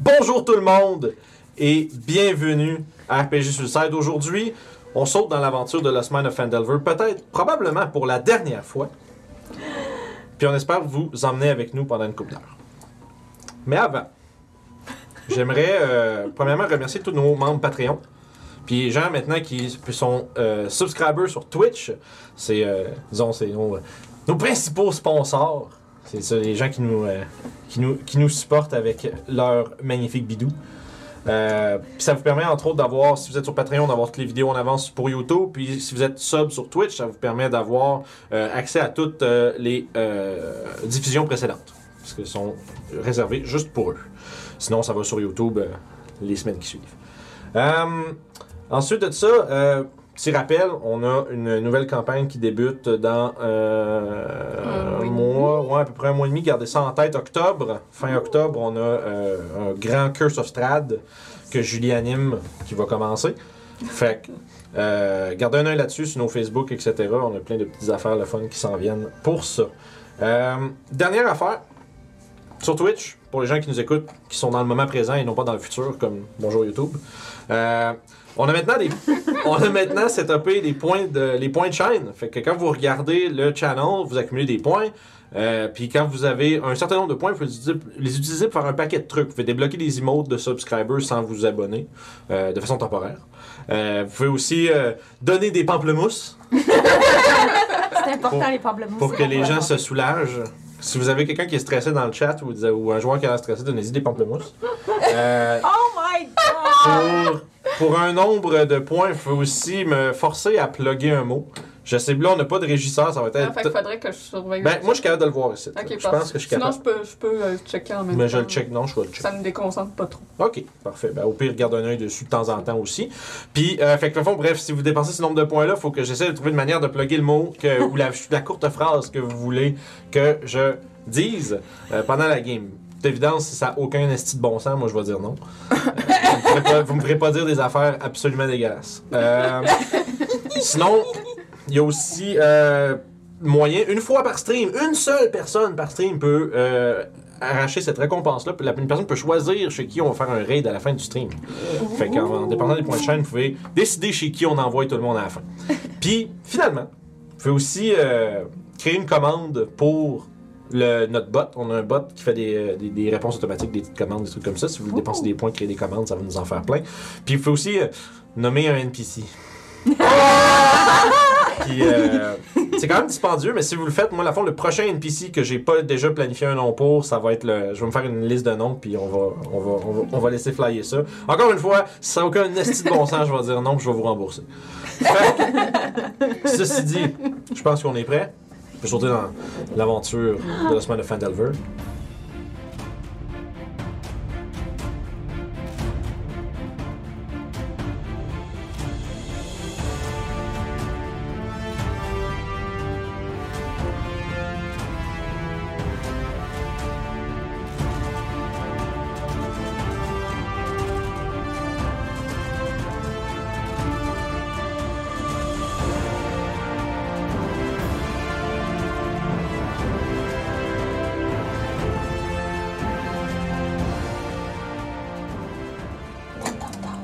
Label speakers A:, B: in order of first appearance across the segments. A: Bonjour tout le monde et bienvenue à RPG Suicide. Aujourd'hui, on saute dans l'aventure de Lost Man of Fandelver, peut-être, probablement pour la dernière fois. Puis on espère vous emmener avec nous pendant une couple d'heures. Mais avant, j'aimerais euh, premièrement remercier tous nos membres Patreon. Puis les gens maintenant qui sont euh, subscribers sur Twitch, c'est, euh, disons, c'est nos, nos principaux sponsors. C'est ça, les gens qui nous, euh, qui, nous, qui nous supportent avec leur magnifique bidou. Euh, puis ça vous permet entre autres d'avoir, si vous êtes sur Patreon, d'avoir toutes les vidéos en avance pour YouTube. Puis si vous êtes sub sur Twitch, ça vous permet d'avoir euh, accès à toutes euh, les euh, diffusions précédentes. Parce qu'elles sont réservées juste pour eux. Sinon, ça va sur YouTube euh, les semaines qui suivent. Euh, ensuite de ça, euh, petit rappel, on a une nouvelle campagne qui débute dans euh,
B: Un mois
A: un
B: et
A: mois, ouais, à peu près un mois et demi. Gardez ça en tête, octobre. Fin octobre, on a euh, un grand Curse of Strad que Julie anime qui va commencer. Fait que, euh, gardez un œil là-dessus sur nos Facebook, etc. On a plein de petites affaires le fun qui s'en viennent pour ça. Euh, dernière affaire, sur Twitch, pour les gens qui nous écoutent, qui sont dans le moment présent et non pas dans le futur, comme bonjour YouTube, euh, on a maintenant des, on a maintenant setupé les points de, les points de chaîne. Fait que quand vous regardez le channel, vous accumulez des points. Euh, puis quand vous avez un certain nombre de points, vous pouvez les utiliser- les utiliser pour faire un paquet de trucs. Vous pouvez débloquer des emotes de subscribers sans vous abonner, euh, de façon temporaire. Euh, vous pouvez aussi euh, donner des pamplemousses
B: C'est important
A: Pour-
B: les pamplemousses.
A: pour que les gens se soulagent. Si vous avez quelqu'un qui est stressé dans le chat ou, ou un joueur qui est stressé, donnez-y des pamplemousses. Euh,
B: Oh my god!
A: pour, pour un nombre de points, il faut aussi me forcer à plugger un mot. Je sais, là, on n'a pas de régisseur, ça va
C: Ah, fait qu'il
A: être.
C: faudrait que je surveille.
A: Ben, moi, je suis capable de le voir ici.
C: Ok,
A: je pense
C: parfait.
A: que je suis
C: Sinon,
A: capable.
C: je peux, je peux euh, checker en même
A: Mais
C: temps.
A: je le check, non, je vais le check.
C: Ça me déconcentre pas trop.
A: Ok, parfait. Ben, au pire, garde un œil dessus de temps en temps aussi. Puis, euh, fait que, au fond, bref, si vous dépensez ce nombre de points-là, faut que j'essaie de trouver une manière de plugger le mot que, ou la, la courte phrase que vous voulez que je dise euh, pendant la game. D'évidence, si ça n'a aucun esti de bon sens, moi, je vais dire non. Euh, vous, me ferez pas, vous me ferez pas dire des affaires absolument dégueulasses. Euh, sinon, il y a aussi euh, moyen, une fois par stream, une seule personne par stream peut euh, arracher cette récompense-là. Puis la- Une personne peut choisir chez qui on va faire un raid à la fin du stream. Fait qu'en en dépendant des points de chaîne, vous pouvez décider chez qui on envoie tout le monde à la fin. Puis, finalement, vous pouvez aussi euh, créer une commande pour le, notre bot. On a un bot qui fait des, euh, des- des réponses automatiques, des petites commandes, des trucs comme ça. Si vous voulez dépenser des points, créer des commandes, ça va nous en faire plein. Puis, vous pouvez aussi euh, nommer un NPC. Puis, euh, c'est quand même dispendieux, mais si vous le faites, moi, à la fond, le prochain NPC que j'ai pas déjà planifié un nom pour, ça va être le. Je vais me faire une liste de noms, puis on va, on va, on va, on va laisser flyer ça. Encore une fois, si ça n'a aucun esti de bon sens, je vais dire non, puis je vais vous rembourser. Fait que, ceci dit, je pense qu'on est prêt. Je vais sauter dans l'aventure de la semaine de Fandelver.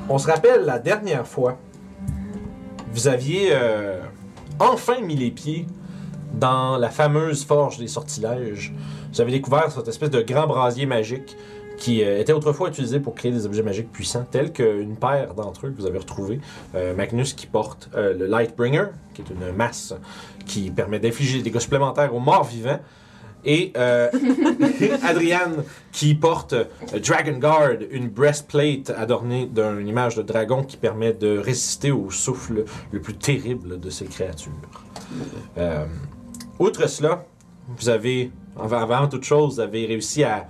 A: On se rappelle la dernière fois, vous aviez euh, enfin mis les pieds dans la fameuse forge des sortilèges. Vous avez découvert cette espèce de grand brasier magique qui euh, était autrefois utilisé pour créer des objets magiques puissants, tels qu'une paire d'entre eux que vous avez retrouvé, euh, Magnus qui porte euh, le Lightbringer, qui est une masse qui permet d'infliger des dégâts supplémentaires aux morts vivants, et euh, Adriane qui porte euh, Dragon Guard, une breastplate adornée d'une image de dragon qui permet de résister au souffle le plus terrible de ces créatures. Euh, outre cela, vous avez, avant, avant toute chose, vous avez réussi à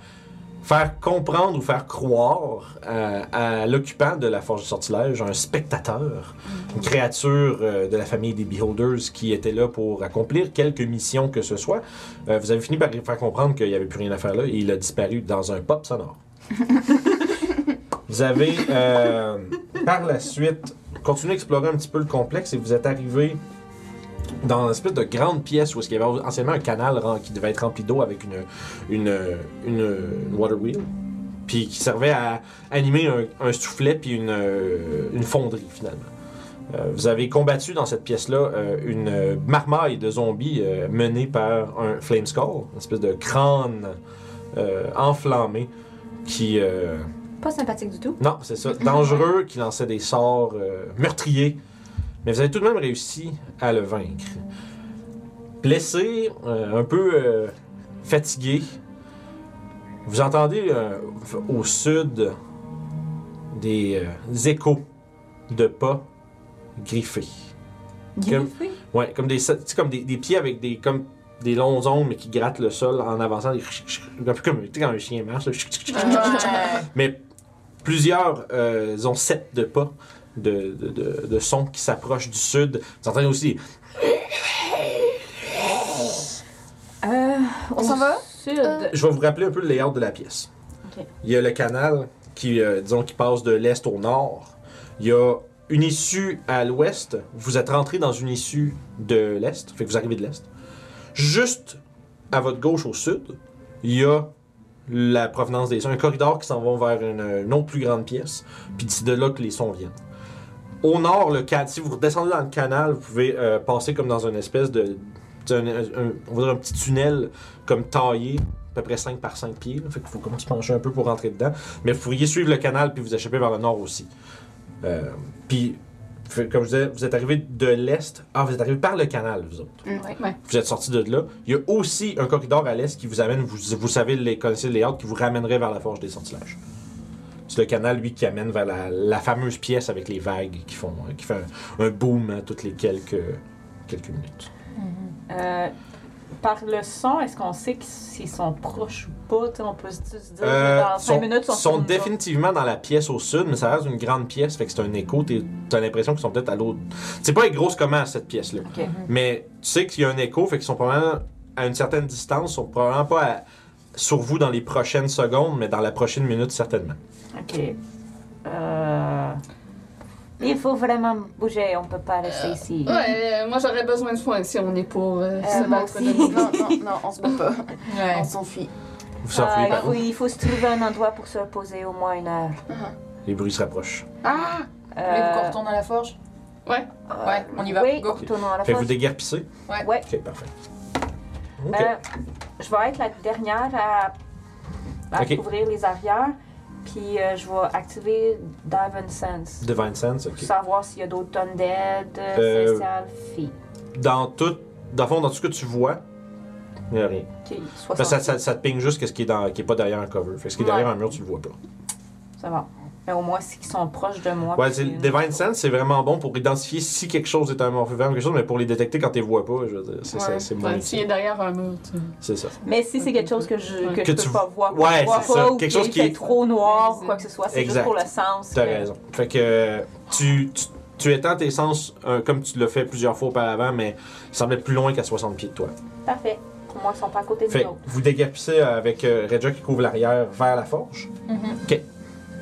A: faire comprendre ou faire croire euh, à, l'occupant de la Forge du Sortilège, un spectateur, une créature euh, de la famille des Beholders qui était là pour accomplir quelque mission que ce soit. Euh, vous avez fini par lui faire comprendre qu'il n'y avait plus rien à faire là et il a disparu dans un pop sonore. vous avez, euh, par la suite, continué à explorer un petit peu le complexe et vous êtes arrivé dans une espèce de grande pièce où est-ce qu'il y avait anciennement un canal rem- qui devait être rempli d'eau avec une, une, une, une water wheel. puis qui servait à animer un, un soufflet puis une, euh, une fonderie finalement. Euh, vous avez combattu dans cette pièce-là euh, une euh, marmaille de zombies euh, menée par un Flame Skull, une espèce de crâne euh, enflammé qui. euh,
D: Pas sympathique du tout.
A: non, c'est ça. Dangereux, qui lançait des sorts euh, meurtriers. Mais vous avez tout de même réussi à le vaincre. Blessé, euh, un peu euh, fatigué, vous entendez euh, au sud des euh, échos de pas griffés. Comme-
C: Griffé.
A: Ouais, comme des, tu sais, comme des, des pieds avec des, comme des longs ongles mais qui grattent le sol en avançant. des Un peu comme tu sais, quand un chien marche. là.
B: Euh,
A: Mais plusieurs euh, ont sept de pas de, de, de, de sons qui s'approchent du sud. Vous entendez aussi.
D: Euh,
B: On s'en va?
D: Sud.
E: Euh,
A: Je vais vous rappeler un peu le layout de la pièce.
D: Ok.
A: Il y a le canal qui, euh, disons, qui passe de l'est au nord. Il y a une issue à l'ouest. Vous êtes rentré dans une issue de l'est. Fait que vous arrivez de l'est. Juste à votre gauche au sud, il y a la provenance des sons. Un corridor qui s'en va vers une, une autre plus grande pièce. Puis c'est de là que les sons viennent. Au nord, le ca- si vous redescendez dans le canal, vous pouvez euh, passer comme dans une espèce de. d'un- un- on va dire un petit tunnel comme taillé, à peu près 5 par 5 pieds. là. Fait qu'il faut comme se pencher un peu pour rentrer dedans. Mais vous pourriez suivre le canal puis vous échapper vers le nord aussi. Euh, puis, fait- comme je disais, vous êtes arrivé de l'est. Ah, vous êtes arrivé par le canal, vous autres. Vous êtes sorti de là. Il y a aussi un corridor à l'est qui vous amène, vous, vous savez, les, connaissez les layout, qui vous ramènerait vers la forge des sortilèges. C'est le canal, lui, qui amène vers la, la fameuse pièce avec les vagues qui font qui fait un, un boom à toutes les quelques, quelques minutes.
C: Euh, par le son, est-ce qu'on sait que s'ils sont proches ou pas? Tu sais, on peut se se dire
A: Euh,
C: que dans 5
A: sont,
C: minutes, ils sont,
A: sont
C: sur nous
A: définitivement dans la pièce au sud, mais ça reste une grande pièce, fait que c'est un écho. t'es- T'as l'impression qu'ils sont peut-être à l'autre. C'est pas grosse comment cette pièce-là.
C: autres. Ok.
A: Mais tu sais qu'il y a un écho, fait qu'ils sont probablement à une certaine distance, sont probablement pas à- sur vous dans les prochaines secondes, mais dans la prochaine minute certainement.
B: Ok. Euh... Il faut vraiment bouger, on peut pas rester ici.
F: Ouais, euh, moi j'aurais besoin de soins si on est pour euh, se
B: moi
F: battre.
B: aussi.
F: de nouveau.
G: Non, non, non, on se bat pas.
C: Ouais.
G: On s'enfuit.
A: Vous
B: Ah,
A: sortez par où
B: oui, il faut se trouver un endroit pour se reposer au moins une heure.
A: Les bruits se rapprochent.
F: Ah!
B: Euh,
E: Voulez-vous qu'on retourne à la forge?
F: Ouais.
B: euh,
E: Ouais, on y va.
B: Oui,
E: Go.
B: retournons à la
A: Fait que vous
B: forge.
A: déguerpissez
B: Ouais.
A: Ok, parfait. Ok.
B: Euh, je vais être la dernière à, à
A: Ok.
B: couvrir les arrières, puis euh, je vais activer Divine Sense.
A: Divine Sense, ok.
B: Pour savoir s'il y a d'autres tonnes d'aide,
A: Euh,
B: spécial, filles.
A: Dans tout, dans le fond, dans tout ce que tu vois, il n'y a rien.
B: Ok,
A: Parce que ben, ça,
B: 60.
A: ça- ça te ping juste que ce qui est, dans, qui est pas derrière un cover. Fait que ce qui est derrière
B: Ouais.
A: un mur, tu le vois pas.
B: Ça va. Mais au moins, c'est qu'ils sont proches de moi.
A: Ouais,
B: puis euh,
A: c'est-
B: une-
A: Divine Sense, c'est vraiment bon pour identifier si quelque chose est un morphe vivant ou quelque chose, mais pour les détecter quand tu les vois pas, je veux dire, c'est ça, c'est moins
F: Ouais,
A: utile.
F: S'il est derrière un mur, tu
A: C'est ça.
B: Mais si c'est quelque chose que je que,
A: Que
B: je peux
A: tu-
B: pas voir, que
A: Ouais,
B: je vois
A: c'est
B: pas,
A: ça.
B: ou
A: Quelque
B: qu'il
A: chose qui
B: fait
A: est-
B: trop noir ou quoi que ce soit, c'est juste
A: Exact.
B: pour le sens.
A: T'as
B: que-
A: raison. Fait que euh, tu, tu, tu étends tes sens euh, comme tu l'as fait plusieurs fois auparavant, mais il semble être plus loin qu'à 60 pieds de toi.
B: Parfait. Au moins, ils sont pas à côté de
A: Fait que
B: nous autres.
A: vous déguerpissez avec euh, Redja qui couvre l'arrière vers la forge. OK.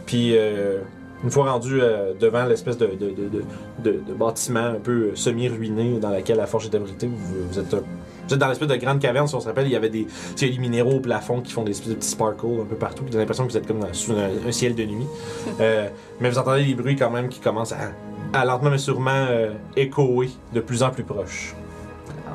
A: Puis euh, une fois rendu euh, devant l'espèce de, de, de, de, de- de bâtiment un peu euh, semi-ruiné dans laquelle la forge est abritée, vous, vous êtes, euh, vous êtes dans l'espèce de grande caverne, si on se rappelle, il y avait des, tu sais, il y a des minéraux au plafond qui font des espèces de petits sparkles un peu partout. Vous avez l'impression que vous êtes comme dans- sous un, un ciel de nuit. Euh, mais vous entendez les bruits quand même qui commencent à, à lentement mais sûrement euh, échoer de plus en plus proche.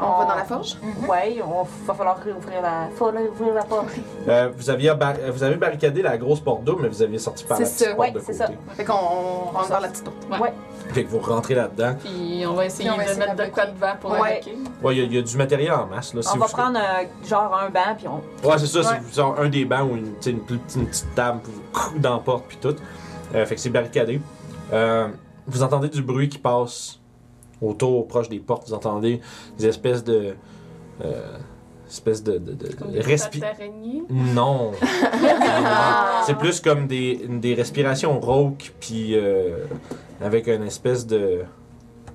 G: On va dans la forge?
B: Ouais, on va falloir réouvrir la. Faut réouvrir la porte.
A: Euh, vous, aviez bar- vous avez barricadé la grosse porte d'eau, mais vous aviez sorti par la
G: C'est
A: petite
G: ça,
A: porte
B: ouais,
A: de
B: c'est
A: côté.
B: ça.
G: Fait qu'on on rentre dans la petite porte.
A: Fait que vous rentrez là-dedans.
F: Puis on va essayer
E: Puis on va
F: de
E: essayer
F: mettre
E: de
F: de quoi devant pour
B: Ouais.
F: l'attaquer.
A: Ouais, il y a- il y, a du matériel en masse. Là, si
B: on
A: vous
B: va prendre euh, genre un banc, puis on.
A: Ouais, c'est ça.
G: Ouais.
A: C'est genre un des bancs ou une, tu sais, une, plus petite- une petite table puis vous coucou dans la porte puis tout. Euh, fait que c'est barricadé. Euh, vous entendez du bruit qui passe autour, proche des portes. Vous entendez des espèces de. euh, espèces de. de, de-
F: Comme
A: de
F: des
A: respi-
F: petites araignées. Ah,
A: Non. c'est plus comme des, des respirations rauques, puis euh, avec une espèce de,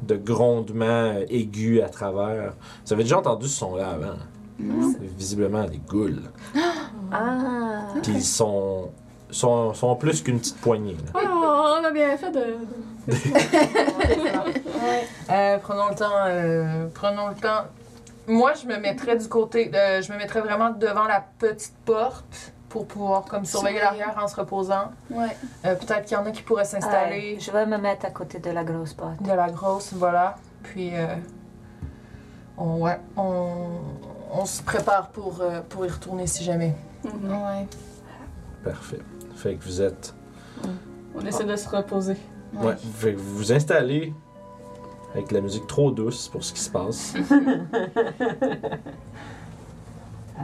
A: de grondement aigu à travers. Vous avez déjà entendu ce son-là avant. C'est visiblement des goules.
B: Ah!
A: Puis ils sont, sont, sont plus qu'une petite poignée. là.
F: Oh, on a bien fait de.
E: Euh, prenons le temps. euh, prenons le temps. Moi, je me mettrais du côté. euh, je me mettrais vraiment devant la petite porte. pour pouvoir comme surveiller l'arrière en se reposant.
G: Ouais.
E: Euh, Peut-être qu'il y en a qui pourraient s'installer
B: Ouais, je vais me mettre à côté de la grosse botte.
E: de la grosse, voilà. Puis, euh, on, ouais, on, on se prépare pour, euh, pour y retourner si jamais.
G: Mhm.
D: Ouais.
A: Parfait. Fait que vous êtes.
F: On essaie de se reposer.
A: Ouais. Fait que vous vous installez avec la musique trop douce pour ce qui se passe.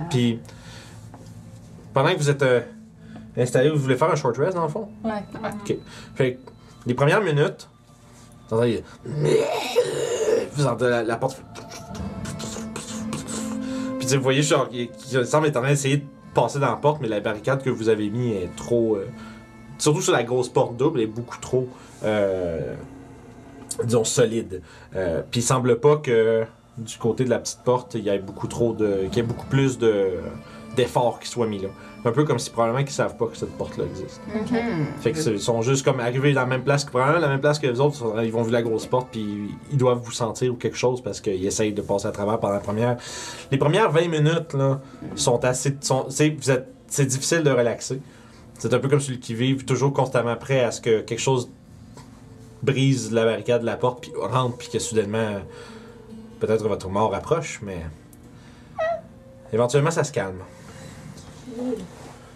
A: Puis, pendant que vous êtes euh, installé, vous voulez faire un short rest dans le fond?
E: Ouais.
A: Fait que les premières minutes, vous entendez. Vous entendez la, la porte. Puis tu sais, vous voyez, genre, qui semble être en train d'essayer de passer dans la porte, mais la barricade que vous avez mise est trop. euh, surtout sur la grosse porte double, elle est beaucoup trop. euh, disons, solide. Euh, Puis il semble pas que du côté de la petite porte, il y ait beaucoup trop de. qu'il y ait beaucoup plus de d'efforts qui soient mis là. Un peu comme si probablement qu'ils savent pas que cette porte-là existe.
G: Mhm.
A: Fait que c'est- ils sont juste comme arrivés dans la même place que probablement la même place que les autres, ils sont- ils vont vu la grosse porte puis ils doivent vous sentir ou quelque chose parce qu'ils essayent de passer à travers pendant la première. Les premières 20 minutes là sont assez sont c'est vous êtes c'est difficile de relaxer. C'est un peu comme celui qui vive toujours constamment prêt à ce que quelque chose brise la barricade de la porte puis rentre puis que soudainement peut-être votre mort approche mais éventuellement ça se calme.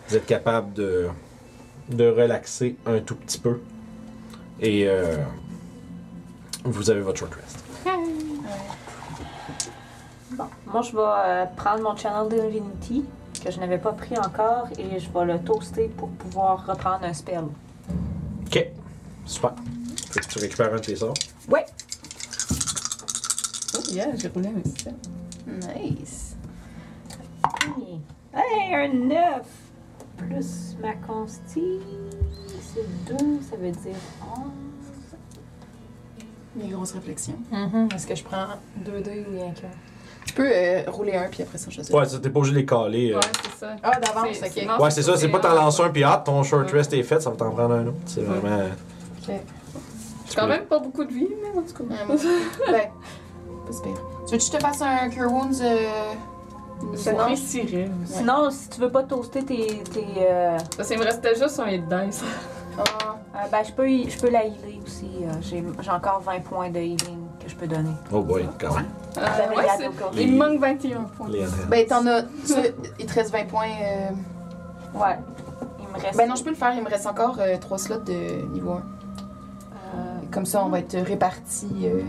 A: Vous êtes capable de de relaxer un tout petit peu. Et euh, vous avez votre short rest.
C: Bon, moi, je vais euh, prendre mon Channel Divinity, que je n'avais pas pris encore, et je vais le toaster pour pouvoir reprendre un spell.
A: Ok, super. Fait que tu récupères un de tes sorts.
F: Oh, yeah, j'ai roulé un sept.
G: Nice.
C: Hey, Hey, un 9! Plus ma consti, c'est 2, ça veut dire 11.
G: Mes grosses réflexions.
E: Mhm. Est-ce que je prends deux dés ou rien qu'un?
G: Tu peux euh, rouler un puis après ça choisir.
A: Ouais, ça, t'es pas obligé de les caler. euh.
F: Ouais, c'est ça.
E: Ah, d'avance,
F: C'est-
E: ok.
F: non,
A: Ouais, c'est ça, c'est pas t'en lances
F: lanceur.
A: un puis hop, ton short rest est fait, ça va t'en prendre un autre. C'est vraiment.
E: Ok.
A: Tu
F: Quand
A: peux-
F: même pas beaucoup de vie, mais en tout cas.
G: Ouais, moi, ben, pas si pire. Tu veux que je te fasse un Cure Wounds euh,
F: C'est
G: non.
F: précisé.
C: Sinon, si tu veux pas toaster tes. tes euh,
F: Parce qu'il me restait juste un hit dice.
G: Ah,
C: euh, ben, je peux, y- je peux la healer aussi. euh, J'ai j'ai encore 20 points de healing que je peux donner.
A: Oh boy, quand même.
F: Euh,
C: J'avais
F: ouais,
C: regarde
F: c'est-
C: encore.
A: Les-
F: il me manque 21 points.
A: Les entraînements.
G: Ben, t'en as. tu- il te reste 20 points. euh,
C: Ouais. Il me reste.
G: Ben non, je peux le faire. Il me reste encore 3 slots de niveau 1.
C: Euh,
G: Comme ça, on va être répartis. euh.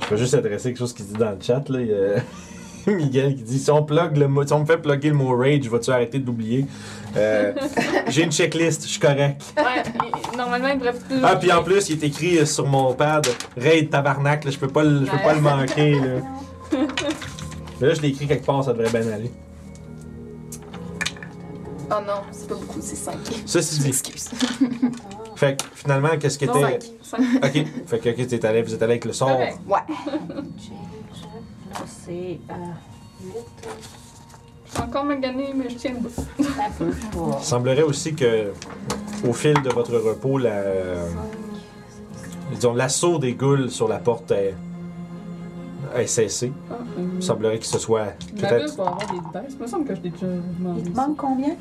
A: Je vais juste adresser quelque chose qui dit dans le chat. Là. Il y a Miguel qui dit si on, plug le mot, si on me fait plugger le mot rage, vas-tu arrêter de l'oublier Euh, J'ai une checklist, je suis correct.
F: Ouais, il- normalement, il devrait plus.
A: Ah, puis en plus, il est écrit euh, sur mon pad Raid tabarnak, là, je peux pas le, je peux pas le manquer. Là. Mais là, je l'ai écrit quelque part, ça devrait bien aller.
G: Oh non, c'est pas beaucoup, c'est 5.
A: Ceci dit,
G: Excuse.
A: fait que finalement, qu'est-ce qui
F: Non,
A: était.
F: cinq. Cinq.
A: Ok, fait que ok, t'es allé, vous êtes allé avec le sort.
F: Correct.
C: change. Là, c'est. Euh,
F: Je suis encore maganée, mais je tiens le bout.
C: 8. Ça peut.
A: Il semblerait aussi que, au fil de votre repos, la, disons, l'assaut des goules sur la porte est, est cessé.
F: Ah,
A: Il semblerait que ce soit
F: La
A: peut-être.
F: bus doit avoir des hit dice. Il me semble que je l'ai déjà demandé.
C: Il te
F: ça.
C: manque combien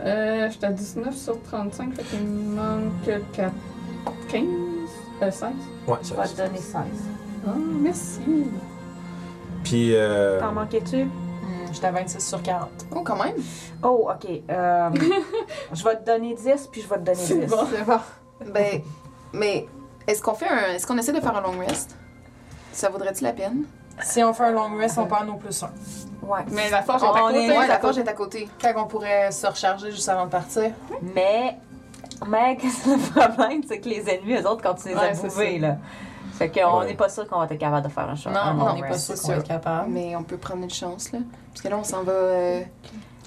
F: Euh, j'étais à 19 sur 35, fait qu'il me manque 4... 15? Euh, 16?
A: Ouais,
C: Je
A: ça
C: vais te donner 16.
F: Ah, merci!
A: Puis, euh,
C: T'en manquais-tu
E: Hmm, J'étais à 26 sur 40.
G: Oh, quand même.
C: Oh, ok. euh, je vais te donner 10, puis je vais te donner 10.
F: C'est bon.
G: C'est bon. Ben, mais est-ce qu'on fait un. Est-ce qu'on essaie de faire un long rest? Ça vaudrait-il la peine?
E: Si on fait un long rest, on perd nos plus 1.
C: Ouais.
F: Mais la forge est à
E: On
F: côté.
E: est-
G: Ouais,
E: c'est
G: la
E: à
G: forge est à côté.
E: Fait qu'on pourrait se recharger juste avant de partir.
B: Mais, mais qu'est-ce que le problème, c'est que les ennemis, eux autres, quand tu les
E: Ouais,
B: as
E: c'est
B: bouvés, là. Fait qu'on
A: Ouais.
B: n'est pas sûr qu'on va être capable de faire un shot.
E: Non,
B: un long
E: on n'est pas
B: rest.
E: sûr
G: c'est
E: qu'on va
G: sûr.
E: être capable.
G: Mais on peut prendre une chance, là. Parce que là, on s'en va. euh,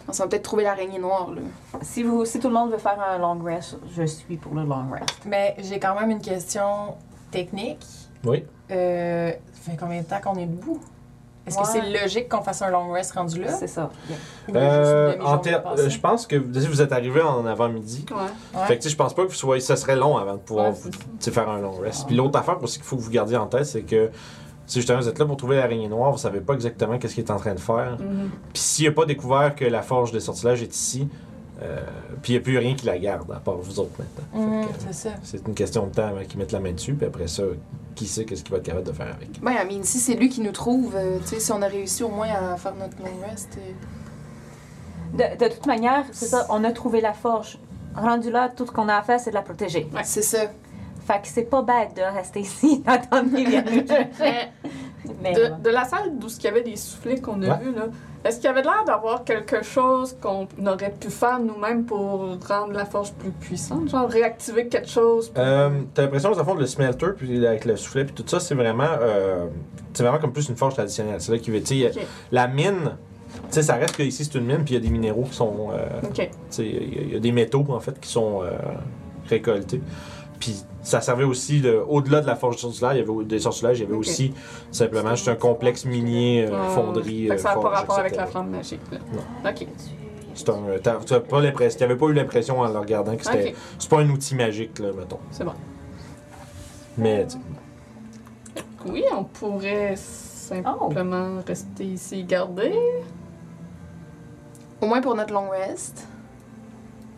G: on s'en va peut-être trouver l'araignée noire, là.
B: Si, vous, si tout le monde veut faire un long rest, je suis pour le long rest.
E: Mais j'ai quand même une question technique.
A: Oui.
E: Euh, ça fait combien de temps qu'on est debout? Est-ce
B: Ouais.
E: que c'est logique qu'on fasse un long rest rendu là?
B: C'est ça. Yeah.
E: Ou
A: euh,
E: juste une
A: en
E: demi-journée
A: ter-
E: passée?
A: euh, je pense que vous vous êtes arrivé en avant-midi.
F: Ouais.
E: Ouais.
A: Fait que tu sais, je pense pas que vous soyez. Ça serait long avant de pouvoir
F: Ouais,
A: vous-
F: c'est ça.
A: tu sais, faire un long rest. Puis l'autre affaire aussi qu'il faut que vous gardiez en tête, c'est que Si justement vous êtes là pour trouver l'araignée noire, vous savez pas exactement qu'est-ce qu'il est en train de faire.
F: Mhm.
A: Puis s'il n'a pas découvert que la forge des sortilèges est ici, euh, puis il n'y a plus rien qui la garde, à part vous autres maintenant.
E: Hum,
A: Fait que, euh,
E: c'est ça.
A: c'est une question de temps avant qu'ils mettent la main dessus, puis après ça, qui sait qu'est-ce qu'il va être capable de faire avec.
G: Ben, I mean, si c'est lui qui nous trouve, euh, tu sais, si on a réussi au moins à faire notre long rest. euh,
B: De, de toute manière, c'est ça, on a trouvé la forge. Rendu là, tout ce qu'on a à faire, c'est de la protéger.
F: Ouais.
G: C'est ça.
B: Fait que c'est pas bête de rester ici, d'attendre qu'il vienne nous chercher.
F: Mais
B: Mais
F: de, de la salle d'où il y avait des soufflets qu'on a
A: Ouais.
F: vus, là, est-ce qu'il y avait l'air d'avoir quelque chose qu'on aurait pu faire nous-mêmes pour rendre la forge plus puissante? Genre réactiver quelque chose? pour-
A: Euh, T'as l'impression, au fond, de le smelter, puis avec le soufflet, puis tout ça, c'est vraiment, euh, c'est vraiment comme plus une forge traditionnelle. C'est là qui veut, tu sais,
F: Ok.
A: la mine, tu sais, ça reste que ici c'est une mine, puis il y a des minéraux qui sont, euh,
F: Ok.
A: tu sais, il y a- il y, a des métaux en fait qui sont euh, récoltés. Puis ça servait aussi, de- au-delà de la forge du sortilage, il y avait des sortilages, il y avait
F: Ok.
A: aussi simplement juste un complexe minier, euh,
F: Euh,
A: fonderie,
F: fait que ça n'a
A: euh,
F: pas
A: forge,
F: rapport avec
A: etc.
F: la flamme magique. Là. Ok.
A: C'est un, t'as- tu n'avais pas l'impression, t'avais pas eu l'impression en le regardant que c'était,
F: Ok.
A: c'est pas un outil magique là, mettons.
F: C'est bon.
A: Mais tu sais,
F: Oui, on pourrait simplement
E: Oh.
F: rester ici et garder.
G: Au moins pour notre long rest.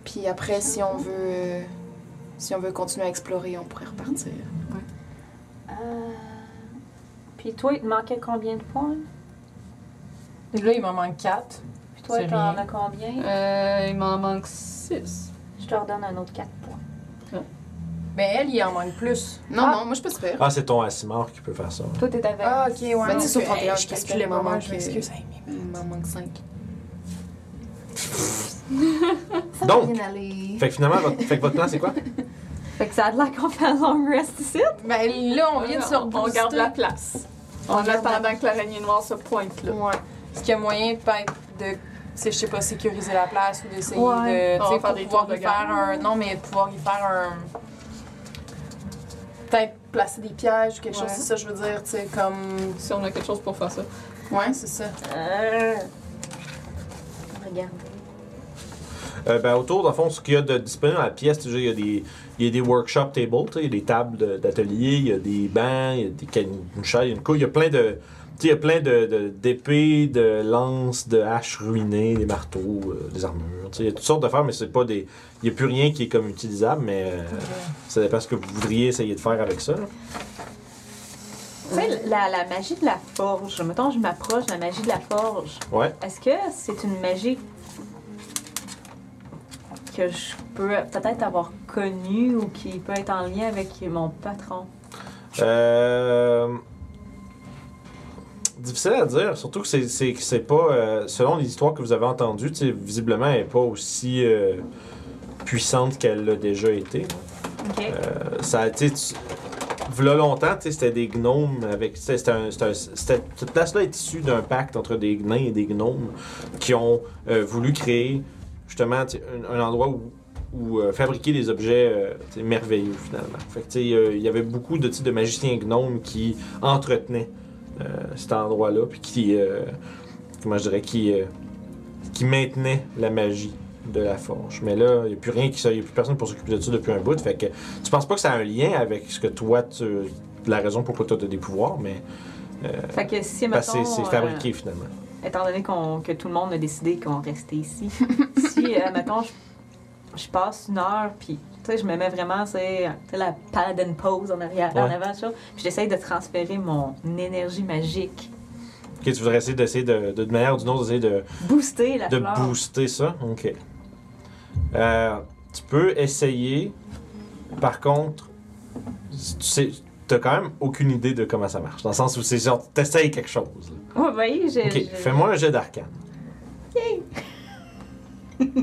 G: Puis après, si on veut. euh, si on veut continuer à explorer, on pourrait repartir.
C: Euh, Puis toi, il te manquait combien de points?
E: Là, il m'en manque quatre.
C: Puis toi,
E: C'est
C: t'en
E: rien.
C: as combien?
F: Euh, il m'en manque six.
C: Je te redonne un autre 4 points.
E: Mais elle, il en manque plus.
G: Non, non, moi je peux se faire.
A: Ah, c'est ton Assimar qui peut faire ça.
B: toi, t'es avec.
D: Ah, ok, ouais.
G: Ben, tu sais, sur
D: ok.
G: 31, je
D: calcule
G: calcule les
D: les moments,
G: moments
D: je
G: que-
D: m'excuse.
G: Il m'en manque 5.
A: Donc,
G: bien aller.
A: fait que finalement, votre, fait que votre plan, c'est quoi?
B: Fait que ça a de l'air qu'on fait un long rest ici.
E: Ben là, on vient de se
F: Euh, on, on
E: rebooster.
F: garde la place. En
E: garde la-
F: attendant que l'araignée noire se pointe là.
E: Ouais. Est-ce qu'il y a moyen peut-être de, tu sais, je sais pas, sécuriser la place ou d'essayer
B: Ouais.
E: de,
F: On
E: tu
F: va faire
E: sais, pour
F: des
E: pouvoir
F: tours de
E: y faire un, non mais de pouvoir y faire un, peut-être placer des pièges ou quelque
F: Ouais.
E: chose, c'est ça je veux dire, tu sais, comme,
F: Si on a quelque chose pour faire ça.
E: ouais c'est ça.
B: Euh, Regarde.
A: Euh, ben, autour, dans le fond, ce qu'il y a de disponible dans la pièce, tu sais, il y a des, il y a des workshop tables, tu sais, il y a des tables de- d'atelier, il y a des bancs, il y a des, can- une chaise, il y a une couille, il y a plein de. Tu sais, il y a plein de- de- d'épées, de, lances, de haches ruinées, des marteaux, euh, des armures. tu sais, Il y a toutes sortes d'affaires, mais c'est pas des. Il n'y a plus rien qui est comme utilisable, mais euh, ça dépend ce que vous voudriez essayer de faire avec ça. là.
B: Tu sais, la, la magie de la forge, mettons, je m'approche de la magie de la forge.
A: Ouais.
B: Est-ce que c'est une magie que je peux peut-être avoir connue ou qui peut être en lien avec mon patron?
A: Euh, Difficile à dire, surtout que c'est- c'est que c'est pas. euh, selon les histoires que vous avez entendues, tu sais, visiblement, elle n'est pas aussi euh, puissante qu'elle l'a déjà été.
B: Ok.
A: Euh, ça, tu sais, tu- v'là longtemps, tu sais, c'était des gnomes avec. tu sais, C'était un- c'était un- c'était- cette place-là est issue d'un pacte entre des nains et des gnomes qui ont euh, voulu créer justement tu sais, un, un endroit où, où, euh, fabriquer des objets euh, tu sais, merveilleux finalement. Fait que, tu sais, euh, il y avait beaucoup de types de magiciens gnomes qui entretenaient euh, cet endroit-là, puis qui, euh, comment je dirais, qui, euh, qui maintenaient la magie de la forge. Mais là, il n'y a plus rien qui ça, il y a plus personne pour s'occuper de ça depuis un bout. Fait que tu penses pas que ça a un lien avec ce que toi, tu, la raison pourquoi toi t'as des pouvoirs, mais
B: Fait que si,
A: bah,
B: mettons,
A: c'est c'est
B: euh,
A: fabriqué finalement.
B: étant donné qu'on- que tout le monde a décidé qu'on restait ici, si, euh, mettons, je, je passe une heure, puis, tu sais, je me mets vraiment, c'est tu sais, la paladin pose en arrière, en
A: Ouais.
B: avant, ça, puis j'essaye de transférer mon énergie magique,
A: Ok, tu voudrais essayer d'essayer de, de, de manière ou d'une autre, d'essayer de,
B: booster la
A: de
B: fleur.
A: booster ça. Ok. Euh, tu peux essayer. Par contre, tu sais, t'as quand même aucune idée de comment ça marche. Dans le sens où c'est genre, t'essayes quelque chose. là.
B: Ouais, vous voyez, j'ai...
A: Ok,
B: j'ai-
A: fais-moi un jet d'arcane.
B: Attends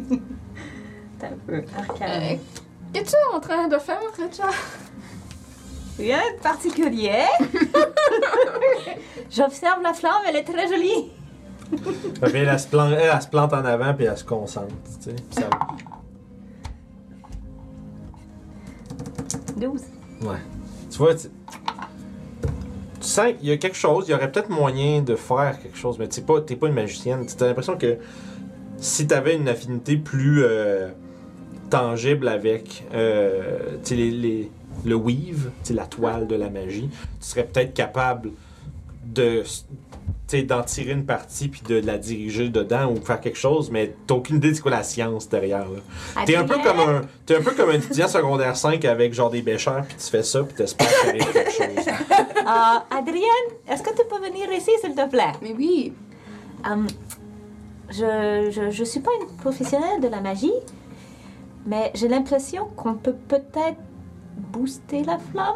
B: un peu, arcane.
F: Euh, Qu'es-tu en train de faire, Richard?
B: Rien de particulier. J'observe la flamme, elle est très jolie.
A: Fait que elle, elle se plante, elle, elle se plante en avant puis elle se concentre. tu sais, puis ça va.
B: 12.
A: Tu vois, tu, tu sens qu'il y a quelque chose, il y aurait peut-être moyen de faire quelque chose, mais tu sais pas, t'es pas une magicienne. Tu as l'impression que si t'avais une affinité plus euh, tangible avec euh, tu sais, les, les- le weave, tu sais, la toile de la magie, tu serais peut-être capable de s- tu sais, d'en tirer une partie puis de la diriger dedans ou faire quelque chose, mais t'as aucune idée de c'est quoi la science derrière. Là. T'es un peu comme un t'es un peu comme un étudiant secondaire 5 avec genre des bêcheurs puis tu fais ça puis t'espères qu'il arrive quelque chose.
B: Ah, Adrienne, est-ce que tu peux venir ici, s'il te plaît?
G: Mais oui,
B: Hum, je, je, je suis pas une professionnelle de la magie, mais j'ai l'impression qu'on peut peut-être booster la flamme.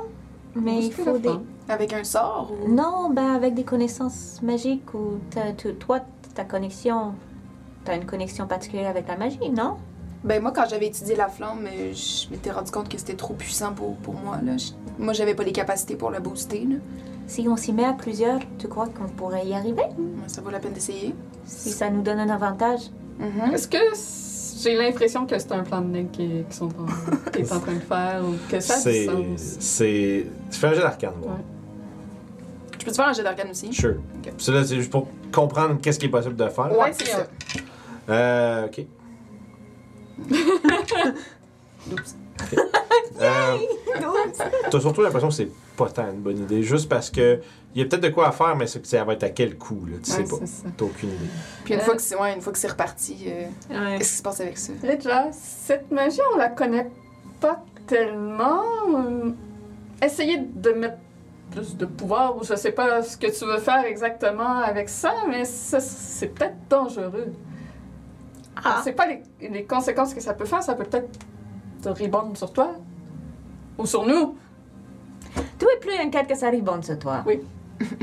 B: Mais
F: Booster
B: il
F: la
B: faut des.
F: flamme.
G: avec un sort ou...
B: Non, ben avec des connaissances magiques ou t'as- tu- toi, ta connexion. T'as une connexion particulière avec la magie, non?
G: Ben moi, quand j'avais étudié la flamme, euh, je m'étais rendu compte que c'était trop puissant pour, pour moi. Là. Je- Moi, j'avais pas les capacités pour la booster. Là.
B: Si on s'y met à plusieurs, tu crois qu'on pourrait y arriver?
G: Ouais, Ça vaut la peine d'essayer.
B: Si ça nous donne un avantage.
G: Mhm.
F: Est-ce que c- j'ai l'impression que c'est un plan de nez qui- qui sont en- qui est en train de faire ou que ça a du
A: C'est
F: sens?
A: c'est tu fais un jet d'arcane. moi.
F: Ouais.
G: Je peux te faire un jet d'arcane aussi?
A: Sure.
G: Ok.
A: Ça, là, c'est juste pour comprendre qu'est-ce qui est possible de faire.
F: Ouais, c'est ça.
A: Euh, ok. Ok. Euh, T'as surtout l'impression que c'est pas tant une bonne idée, juste parce que il y a peut-être de quoi à faire, mais c'est que ça va être à quel coût, là, tu sais
F: Ouais,
A: pas.
F: c'est ça.
A: T'as aucune idée.
G: Puis une,
F: Euh.
G: fois que c'est, ouais, une fois que c'est reparti, euh, qu'est-ce qui se passe avec ça?
F: Là, déjà, cette magie, on la connaît pas tellement. Hum, Essayez de mettre plus de pouvoir ou je sais pas ce que tu veux faire exactement avec ça, mais ça, c'est peut-être dangereux.
B: Ah.
F: On sait pas les, les conséquences que ça peut faire. Ça peut peut-être te rebound sur toi ou sur nous.
B: Tu es plus inquiète que ça ribonde sur toi.
F: Oui.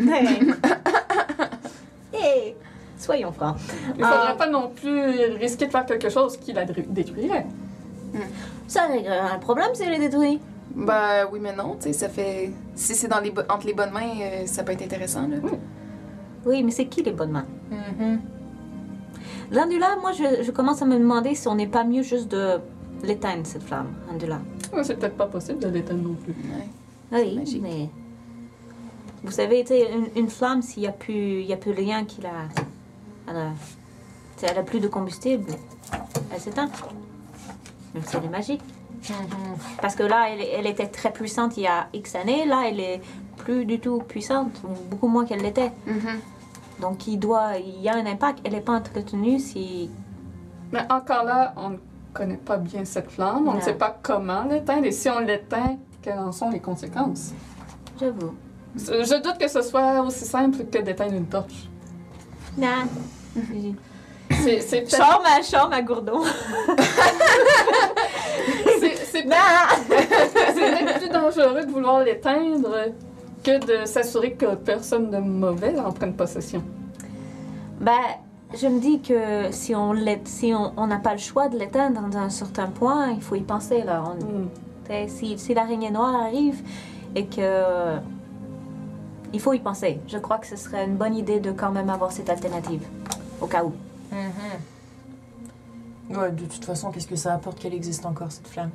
B: Hey, Soyons francs.
F: Il faudrait pas non plus risquer de faire quelque chose qui la dé- détruirait.
B: Ça réglera un problème si elle est détruite.
G: Ben oui, mais non, tu sais, ça fait. Si c'est dans les bo- entre les bonnes mains, euh, ça peut être intéressant, là.
B: Oui, mais c'est qui les bonnes mains
E: Mhm.
B: Rendu là, moi, je, je commence à me demander si on n'est pas mieux juste de l'éteindre, cette flamme. Rendu là.
F: Ouais, C'est peut-être pas possible de l'éteindre non plus.
B: Oui,
G: Magique.
B: mais... Vous savez, tu sais, une, une flamme, s'il n'y a, plus- il y a plus rien qui la... Elle a, tu sais, elle a plus de combustible. Elle s'éteint. Même si elle est magique. Parce que là, elle, elle était très puissante il y a X années. Là, elle est plus du tout puissante, ou beaucoup moins qu'elle l'était.
G: Mhm.
B: Donc, il, doit, il y a un impact. Elle n'est pas entretenue si...
F: Mais encore là, on ne connaît pas bien cette flamme, on ne
B: Non.
F: sait pas comment l'éteindre et si on l'éteint, quelles en sont les conséquences.
B: J'avoue.
F: Je je doute que ce soit aussi simple que d'éteindre une torche.
B: Non.
F: C'est c'est peut-être-
B: Chant ma, chant ma gourdon.
F: c'est- c'est peut-être c'est peut-être plus dangereux de vouloir l'éteindre que de s'assurer que personne de mauvais en prenne possession.
B: Ben, je me dis que si on l'é- si on on n'a pas le choix de l'éteindre dans un certain point, il faut y penser là. On-
F: Hmm.
B: t'sais, si si l'araignée noire arrive et que il faut y penser. Je crois que ce serait une bonne idée de quand même avoir cette alternative au cas où.
E: Mhm. Ouais, de toute façon, qu'est-ce que ça apporte qu'elle existe encore, cette flamme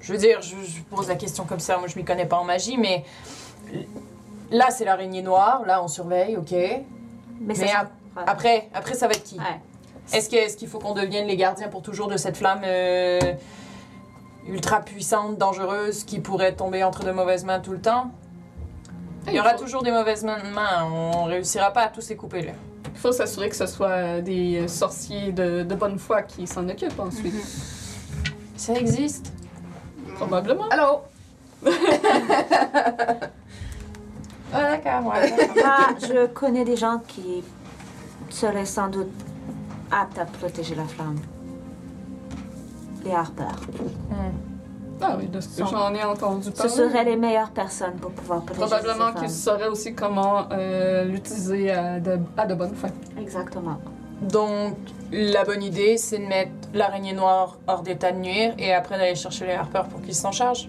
E: Je veux dire, je, je pose la question comme ça, moi je m'y connais pas en magie, mais là c'est l'araignée noire, là on surveille, ok.
B: Mais,
E: Mais
B: ça,
E: Après, après ça va être qui
B: Ouais.
E: Est-ce que- est-ce qu'il faut qu'on devienne les gardiens pour toujours de cette flamme euh, ultra puissante, dangereuse, qui pourrait tomber entre de mauvaises mains tout le temps
F: Ah,
E: Il y aura toujours des mauvaises mains, mains, on réussira pas à tous les couper là.
F: Il faut s'assurer que ce soit des sorciers de, de bonne foi qui s'en occupent ensuite,
E: Ça existe
F: probablement.
G: Allô?
E: Ah d'accord, ouais, d'accord.
B: Ah, je connais des gens qui seraient sans doute aptes à protéger la flamme. Les Harper.
E: Hmm.
F: Ah oui, de ce que j'en ai entendu
B: Ce
F: parler.
B: seraient les meilleures personnes pour pouvoir protéger
F: Probablement
B: ces
F: qu'ils
B: femmes.
F: sauraient aussi comment euh, l'utiliser à de, à de bonnes fins.
B: Exactement.
E: Donc, la bonne idée, c'est de mettre l'araignée noire hors d'état de nuire et après d'aller chercher les harpeurs pour qu'ils s'en chargent.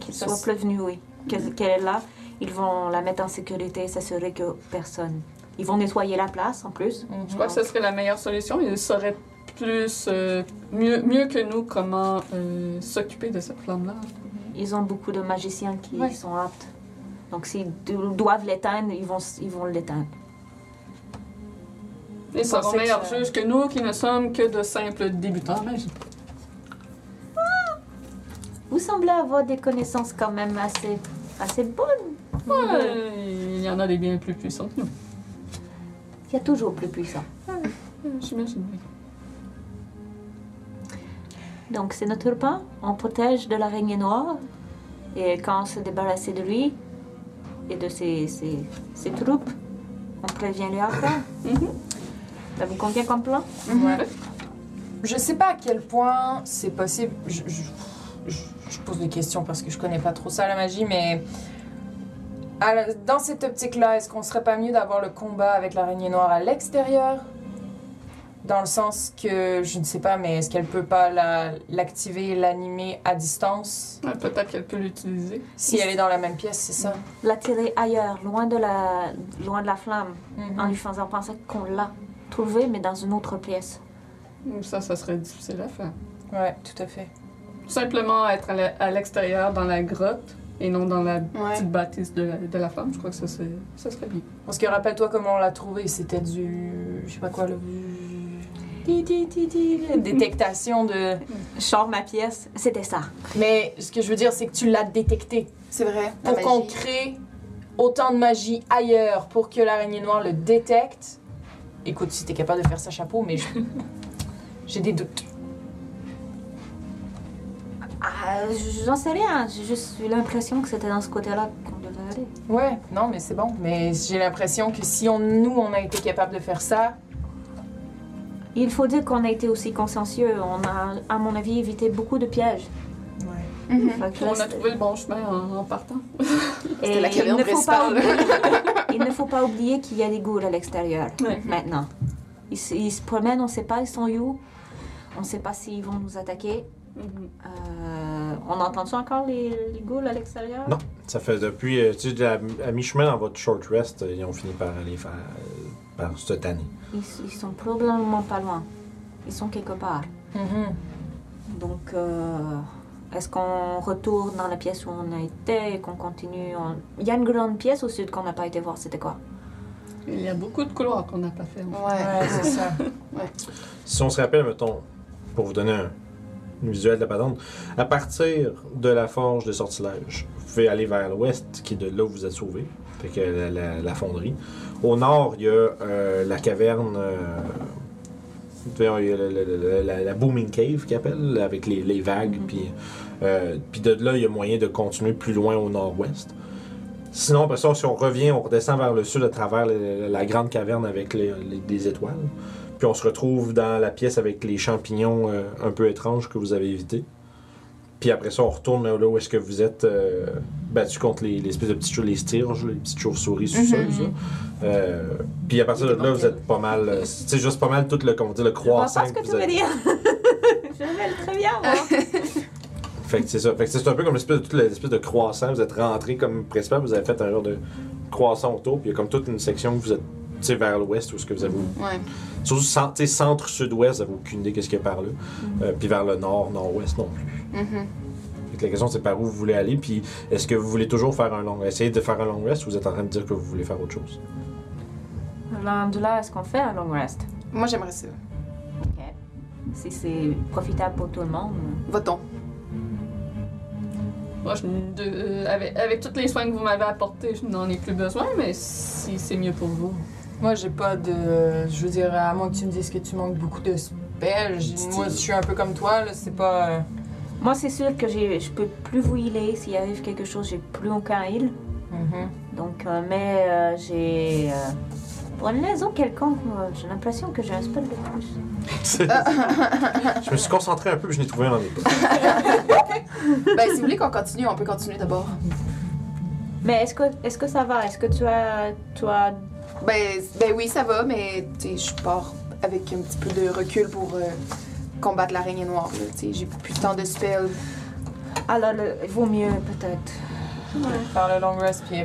B: Qu'ils
E: Ça,
B: soient
E: c'est-
B: prévenus, oui. Que- Qu'elle est là, ils vont la mettre en sécurité, s'assurer que personne. Ils vont nettoyer la place en plus.
F: Je crois que ce serait la meilleure solution. Ils sauraient plus, euh, mieux, mieux que nous comment euh, s'occuper de cette flamme-là.
B: Ils ont beaucoup de magiciens qui
F: Ouais.
B: sont aptes. Donc s'ils do- doivent l'éteindre, ils vont, s- ils vont l'éteindre.
F: Ils seront
E: pensez que
F: meilleurs
E: ça-
F: juges que nous qui ne sommes que de simples débutants en magie.
B: Vous semblez avoir des connaissances quand même assez, assez bonnes.
F: Ouais, il y en a des bien plus puissants que nous.
B: Il y a toujours plus puissant.
F: J'imagine. oui.
B: Donc c'est notre pain. On protège de l'araignée noire. Et quand on se débarrasser de lui et de ses, ses, ses troupes, on prévient les harpins.
F: Mhm.
B: Ça vous convient comme plan
E: Ouais. Je sais pas à quel point c'est possible. Je, je- je- je pose des questions parce que je connais pas trop ça, la magie, mais. à la- dans cette optique-là, est-ce qu'on serait pas mieux d'avoir le combat avec l'araignée noire à l'extérieur Dans le sens que, je ne sais pas, mais est-ce qu'elle peut pas la- l'activer, l'animer à distance
F: Ouais, Peut-être qu'elle peut l'utiliser.
E: Si elle est dans la même pièce, c'est ça
B: L'attirer ailleurs, loin de la, loin de la flamme,
E: Mhm.
B: en lui faisant penser qu'on l'a trouvé, mais dans une autre pièce.
F: Ou Ça, ça serait difficile à faire.
E: Ouais, tout à fait.
F: Simplement être à la- à l'extérieur, dans la grotte, et non dans la
G: Ouais.
F: petite bâtisse de la, de la femme. Je crois que ça, c'est- ça serait bien.
E: Parce que rappelle-toi comment on l'a trouvé, c'était du. Je sais pas quoi, le. Ti, ti, ti, ti, la Détectation de.
B: Je sors ma pièce, c'était ça.
E: Mais ce que je veux dire, c'est que tu l'as détecté.
G: C'est vrai. la
E: Pour qu'on
G: magie.
E: crée autant de magie ailleurs pour que l'araignée noire le détecte. Écoute, si t'es capable de faire ça, chapeau, mais je- j'ai des doutes.
B: Ah, je- j'en sais rien. J'ai juste eu l'impression que c'était dans ce côté-là qu'on devait aller.
E: Ouais, non, mais c'est bon. Mais j'ai l'impression que si on, nous, on a été capable de faire ça,
B: Il faut dire qu'on a été aussi consciencieux. On a, à mon avis, évité beaucoup de pièges.
G: Mhm.
B: Fait que là,
F: On a
B: c'est-
F: trouvé le bon chemin en, en partant.
B: Et
G: la caverne
B: il ne faut pas
G: principale.
B: oublier- Il ne faut pas oublier qu'il y a des goûts à l'extérieur
F: Ouais.
B: maintenant. Ils, se- ils se promènent, on ne sait pas, ils sont où. On ne sait pas s'ils vont nous attaquer.
F: Mhm.
B: Euh, on entend-tu encore les, les ghouls à l'extérieur?
A: Non. Ça fait depuis, euh, tu sais, à, à mi-chemin dans votre short rest, euh, ils ont fini par aller faire, euh, par se tanner.
B: Ils, ils sont probablement pas loin. Ils sont quelque part.
E: mhm,
B: Donc, euh, est-ce qu'on retourne dans la pièce où on a été et qu'on continue? on- Il y a une grande pièce au sud qu'on n'a pas été voir, c'était quoi?
F: Il y a beaucoup de couloirs qu'on n'a pas fait. en fait.
G: Ouais.
E: ouais, c'est ça.
A: Si on se rappelle, mettons, pour vous donner un un visuel de la patente, à partir de la forge des sortilèges, vous pouvez aller vers l'ouest, qui est de là où vous êtes sauvé, fait que la, la- la fonderie. Au nord, il y a euh, la caverne, euh, il y a le- le- le- la, la Booming Cave, qu'ils appellent, avec les, les vagues, puis euh, puis de là, il y a moyen de continuer plus loin au nord-ouest. Sinon, après ça, si on revient, on redescend vers le sud à travers le- la grande caverne avec les, les- des étoiles. Puis on se retrouve dans la pièce avec les champignons euh, un peu étranges que vous avez évités. Puis après ça, on retourne là où est-ce que vous êtes euh, battu contre les, les espèces de petites chauves- les stirges, les petites chauves-souris suceuses. là. Euh, puis à partir de là, vous êtes pas mal. euh, C'est juste pas mal tout le, comment dire, le
B: Je vois
A: croissant.
B: pas ce que
A: vous
B: tu veux
A: avez.
B: dire. Je vais le très bien, moi.
A: Fait que c'est ça. Fait que c'est un peu comme l'espèce de, toute l'espèce de croissant. Vous êtes rentré comme principal, vous avez fait un genre de croissant autour, puis il y a comme toute une section que vous êtes tu sais, vers l'ouest ou ce que vous avez.
G: Ouais.
A: Surtout cent- tu sais, centre-sud-ouest, vous avez aucune idée qu'est-ce qu'il y a par là.
G: Mm-hmm.
A: Euh, puis vers le nord, nord-ouest non plus.
G: Mhm.
A: Fait que la question c'est par où vous voulez aller, puis est-ce que vous voulez toujours faire un long essayer de faire un long rest ou vous êtes en train de dire que vous voulez faire autre chose?
B: Alors, de là, est-ce qu'on fait un long rest?
G: Moi, j'aimerais ça.
B: Si c'est profitable pour tout le monde.
G: Va-t-on.
F: Moi, je, n- de- euh, avec, avec tous les soins que vous m'avez apportés, je n'en ai plus besoin, mais si c'est mieux pour vous.
E: Moi, j'ai pas de. Je veux dire, à moins que tu me dises que tu manques beaucoup de spells. j'ai- Moi, je suis un peu comme toi, là. C'est pas. euh,
B: Moi, c'est sûr que j'ai- je peux plus vous healer. S'il arrive quelque chose, j'ai plus aucun heal.
E: mhm.
B: Donc, euh, mais euh, j'ai. euh, pour une raison quelconque, moi, j'ai l'impression que j'ai un spell de plus.
A: C'est- je me suis concentré un peu, puis je n'ai trouvé un dans mes poches.
G: ben, si vous voulez qu'on continue, on peut continuer d'abord.
B: Mais est-ce que, est que ça va? Est-ce que tu as. Tu as...
G: Ben, ben oui, ça va, mais tu sais, je pars avec un petit peu de recul pour euh, combattre l'araignée noire. là, tu sais. J'ai plus tant de spells.
B: Alors, le- il vaut mieux peut-être.
E: Faire le long rest, puis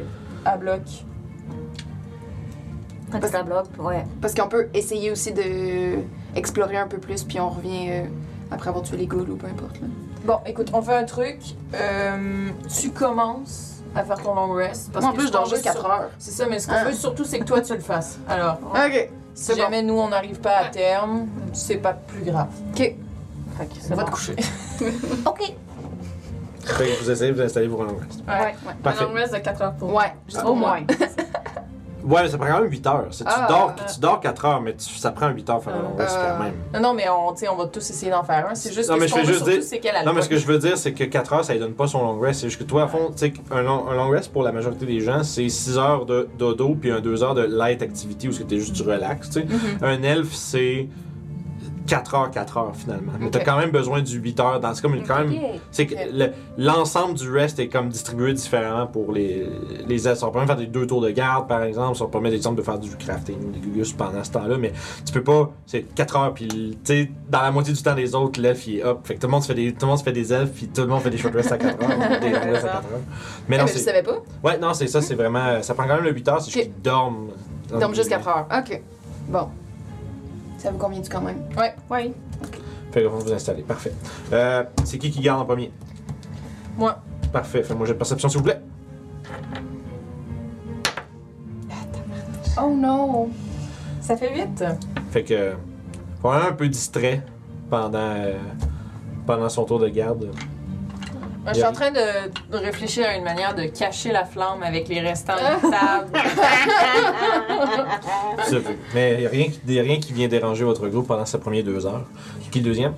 E: à bloc.
B: Quand tu
G: Parce-
B: la bloques, ouais.
G: Parce qu'on peut essayer aussi de explorer un peu plus, puis on revient euh, après avoir tué les ghouls ou peu importe. là.
E: Bon, écoute, on fait un truc. Euh, tu commences à faire ton long rest. Parce
G: Moi, en
E: que
G: plus,
E: ce
G: je dors
E: qu'on
G: juste
E: veut
G: 4
E: sur-
G: heures.
E: C'est ça, mais ce qu'on
G: Ah.
E: veut surtout, c'est que toi, tu le fasses. Alors,
A: Ah,
G: Ok.
E: si
G: bon.
E: jamais nous, on n'arrive pas à terme, c'est pas plus grave.
G: Ok.
E: On va te coucher.
B: Ok.
A: Fait que vous essayez de vous installer pour un long rest.
F: Ouais, ouais.
A: Parfait.
F: Un long rest de 4 heures pour.
G: Ouais, juste
C: Au
G: pour moi.
C: moins.
A: Ouais, mais ça prend quand même 8 heures. C'est- Tu,
G: Ah,
A: dors,
F: euh,
A: tu dors 4 heures, mais tu- ça prend 8 heures faire un long rest
G: Euh,
A: quand même.
E: Non, non, mais on, tu sais, on va tous essayer d'en faire un. C'est juste
A: Non,
E: que
A: mais
E: ce
A: je
E: qu'on
A: fais
E: veut
A: juste
E: surtout,
A: dire-
E: c'est qu'elle a
A: Non, mais ce que je veux dire, c'est que 4 heures, ça ne donne pas son long rest. C'est juste que toi, à fond, tu sais, un long, un long rest pour la majorité des gens, c'est 6 heures de dodo, puis un 2 heures de light activity où tu es juste du relax. tu sais.
G: Mhm.
A: Un elfe, c'est 4 heures, 4 heures finalement. Mais tu as
G: Ok.
A: quand même besoin du 8 heures. Dans, c'est comme une, quand même.
B: Ok.
A: C'est que
G: Ok.
A: le- l'ensemble du rest est comme distribué différemment pour les, les elfes. Ça va permettre de faire des deux tours de garde, par exemple. Ça va permettre, exemple, de faire du crafting ou des gugus pendant ce temps-là. Mais tu peux pas. C'est 4 heures, puis tu sais, dans la moitié du temps des autres, l'elfe il est up. Fait que tout le monde se fait des, tout le monde se fait des elfes, puis tout le monde fait des short rests à 4 heures, ou des long rests à 4 heures. Mais
G: Eh, Mais
A: non,
G: je
A: c'est.
G: savais pas.
A: Ouais, non, c'est ça, c'est vraiment. Ça prend quand même le 8 heures, c'est juste qu'ils dorment.
G: Ils dorment juste 4 heures. OK. Bon. Ça vous convient-tu quand même?
C: Oui.
A: Fait qu'on va vous installer. Parfait. Euh, c'est qui qui garde en premier
E: Moi.
A: Parfait. Fais-moi j'ai de perception, s'il vous plaît.
G: Oh non!
E: Ça fait vite.
A: Fait que. euh, Probablement un peu distrait pendant, euh, pendant son tour de garde.
E: Moi, je suis en train de, de réfléchir à une manière de cacher la flamme avec les restants de table.
A: Ça fait. Mais il rien, qui- y a rien qui vient déranger votre groupe pendant ces premiers deux heures. Qui est le deuxième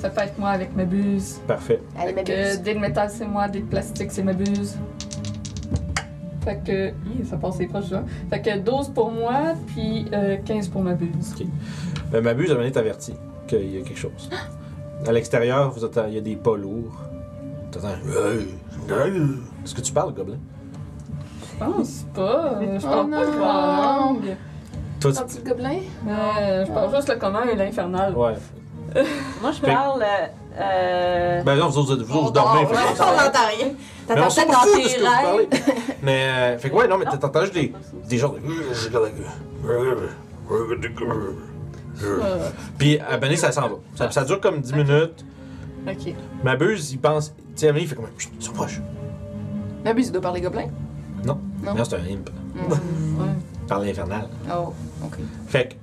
F: Ça peut être moi avec mes buses.
A: Parfait.
G: Allez,
F: Fait
G: ma
F: que
G: buse.
F: dès le métal, c'est moi, dès le plastique, c'est ma buse. Fait que. Hi, ça passe proche, ça. Fait que 12 pour moi, puis euh, 15 pour ma buse.
A: Euh, ma buse, elle est avertie qu'il y a quelque chose. À l'extérieur, vous entendez- il y a des pas lourds. T'entends. Est-ce que tu parles, gobelin
F: Je pense pas. euh, Je
B: Ah
F: parle
G: Oh
F: pas de
G: non.
F: la langue.
A: Toi, tu.
G: Sens-tu le gobelin?
F: Euh, je parle juste le commun et l'infernal.
A: Ouais.
B: Moi, je
A: Fait-
B: parle. euh, euh,
A: Ben non, vous autres, vous autres, vous dormez. fait que- Mais
E: rien.
A: on
B: T'attends
A: s'en
B: peut-être
A: fout
B: dans
A: de ce
B: tes
A: que vous
B: rêves.
A: parlez. Mais, euh, fait que ouais, non, mais t'entends juste des, des genres de.
F: Euh,
A: Puis, à Benet, ça s'en va. Ça, ça dure comme 10 minutes.
F: ok.
A: Ma buse, il pense. Tu sais, Amélie, il fait comme. Chut, ils sont proches.
G: Ma buse, il doit parler gobelin?
A: Non.
G: Non.
A: Non, c'est un imp.
F: Mm, Ouais.
A: Par l'infernal.
G: Oh, OK.
A: Fait que,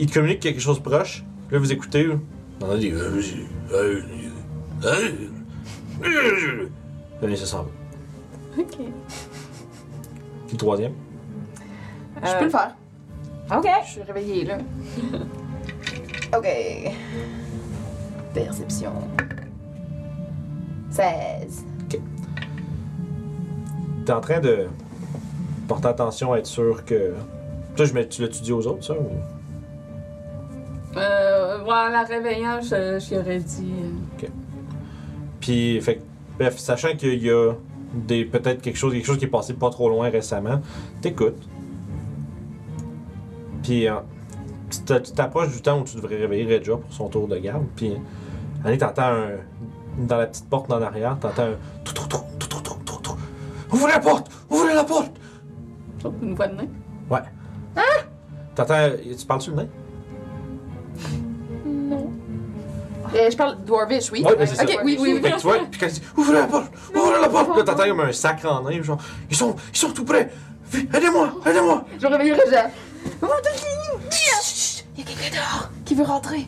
A: il te communique quelque chose proche. Là, vous euh, écoutez. On a dit. Benet, ça s'en va.
F: Ok.
A: Puis le troisième.
G: Je peux le faire.
B: Ok.
G: Euh, Je suis réveillée, là. OK. Perception. 16.
A: T'es en train de porter attention à être sûr que. Ça, je mets, tu l'as-tu dit aux autres, ça? ou-
F: Euh, ouais, en la réveillant, je, j'y aurais dit. euh,
A: Puis, fait, que- bref, sachant qu'il y a des peut-être quelque chose, quelque chose qui est passé pas trop loin récemment, t'écoutes. Puis, hein, tu t'a- tu t'approches du temps où tu devrais réveiller Regia pour son tour de garde. Puis, allez, t'entends un. Dans la petite porte en arrière, t'entends un. Trou, trou, trou, trou, trou, trou, trou, trou. Ouvrez la porte! Ouvrez la porte!
F: oh, une voix de nain.
A: Ouais. T'entends. Tu parles-tu le nain?
G: Euh, je parle dwarvish, oui?
A: Ouais, ben, c'est ça.
G: OK, oui, oui,
A: Fait
G: oui.
A: que tu vois, puis quand il dit Ouvrez la porte, ouvrez la porte! Là, t'entends comme un sacré en nain, genre, ils sont, ils sont tout prêts! Aidez-moi, aidez-moi!
G: Je réveille Réja. Oh, Il y a quelqu'un dehors qui veut rentrer.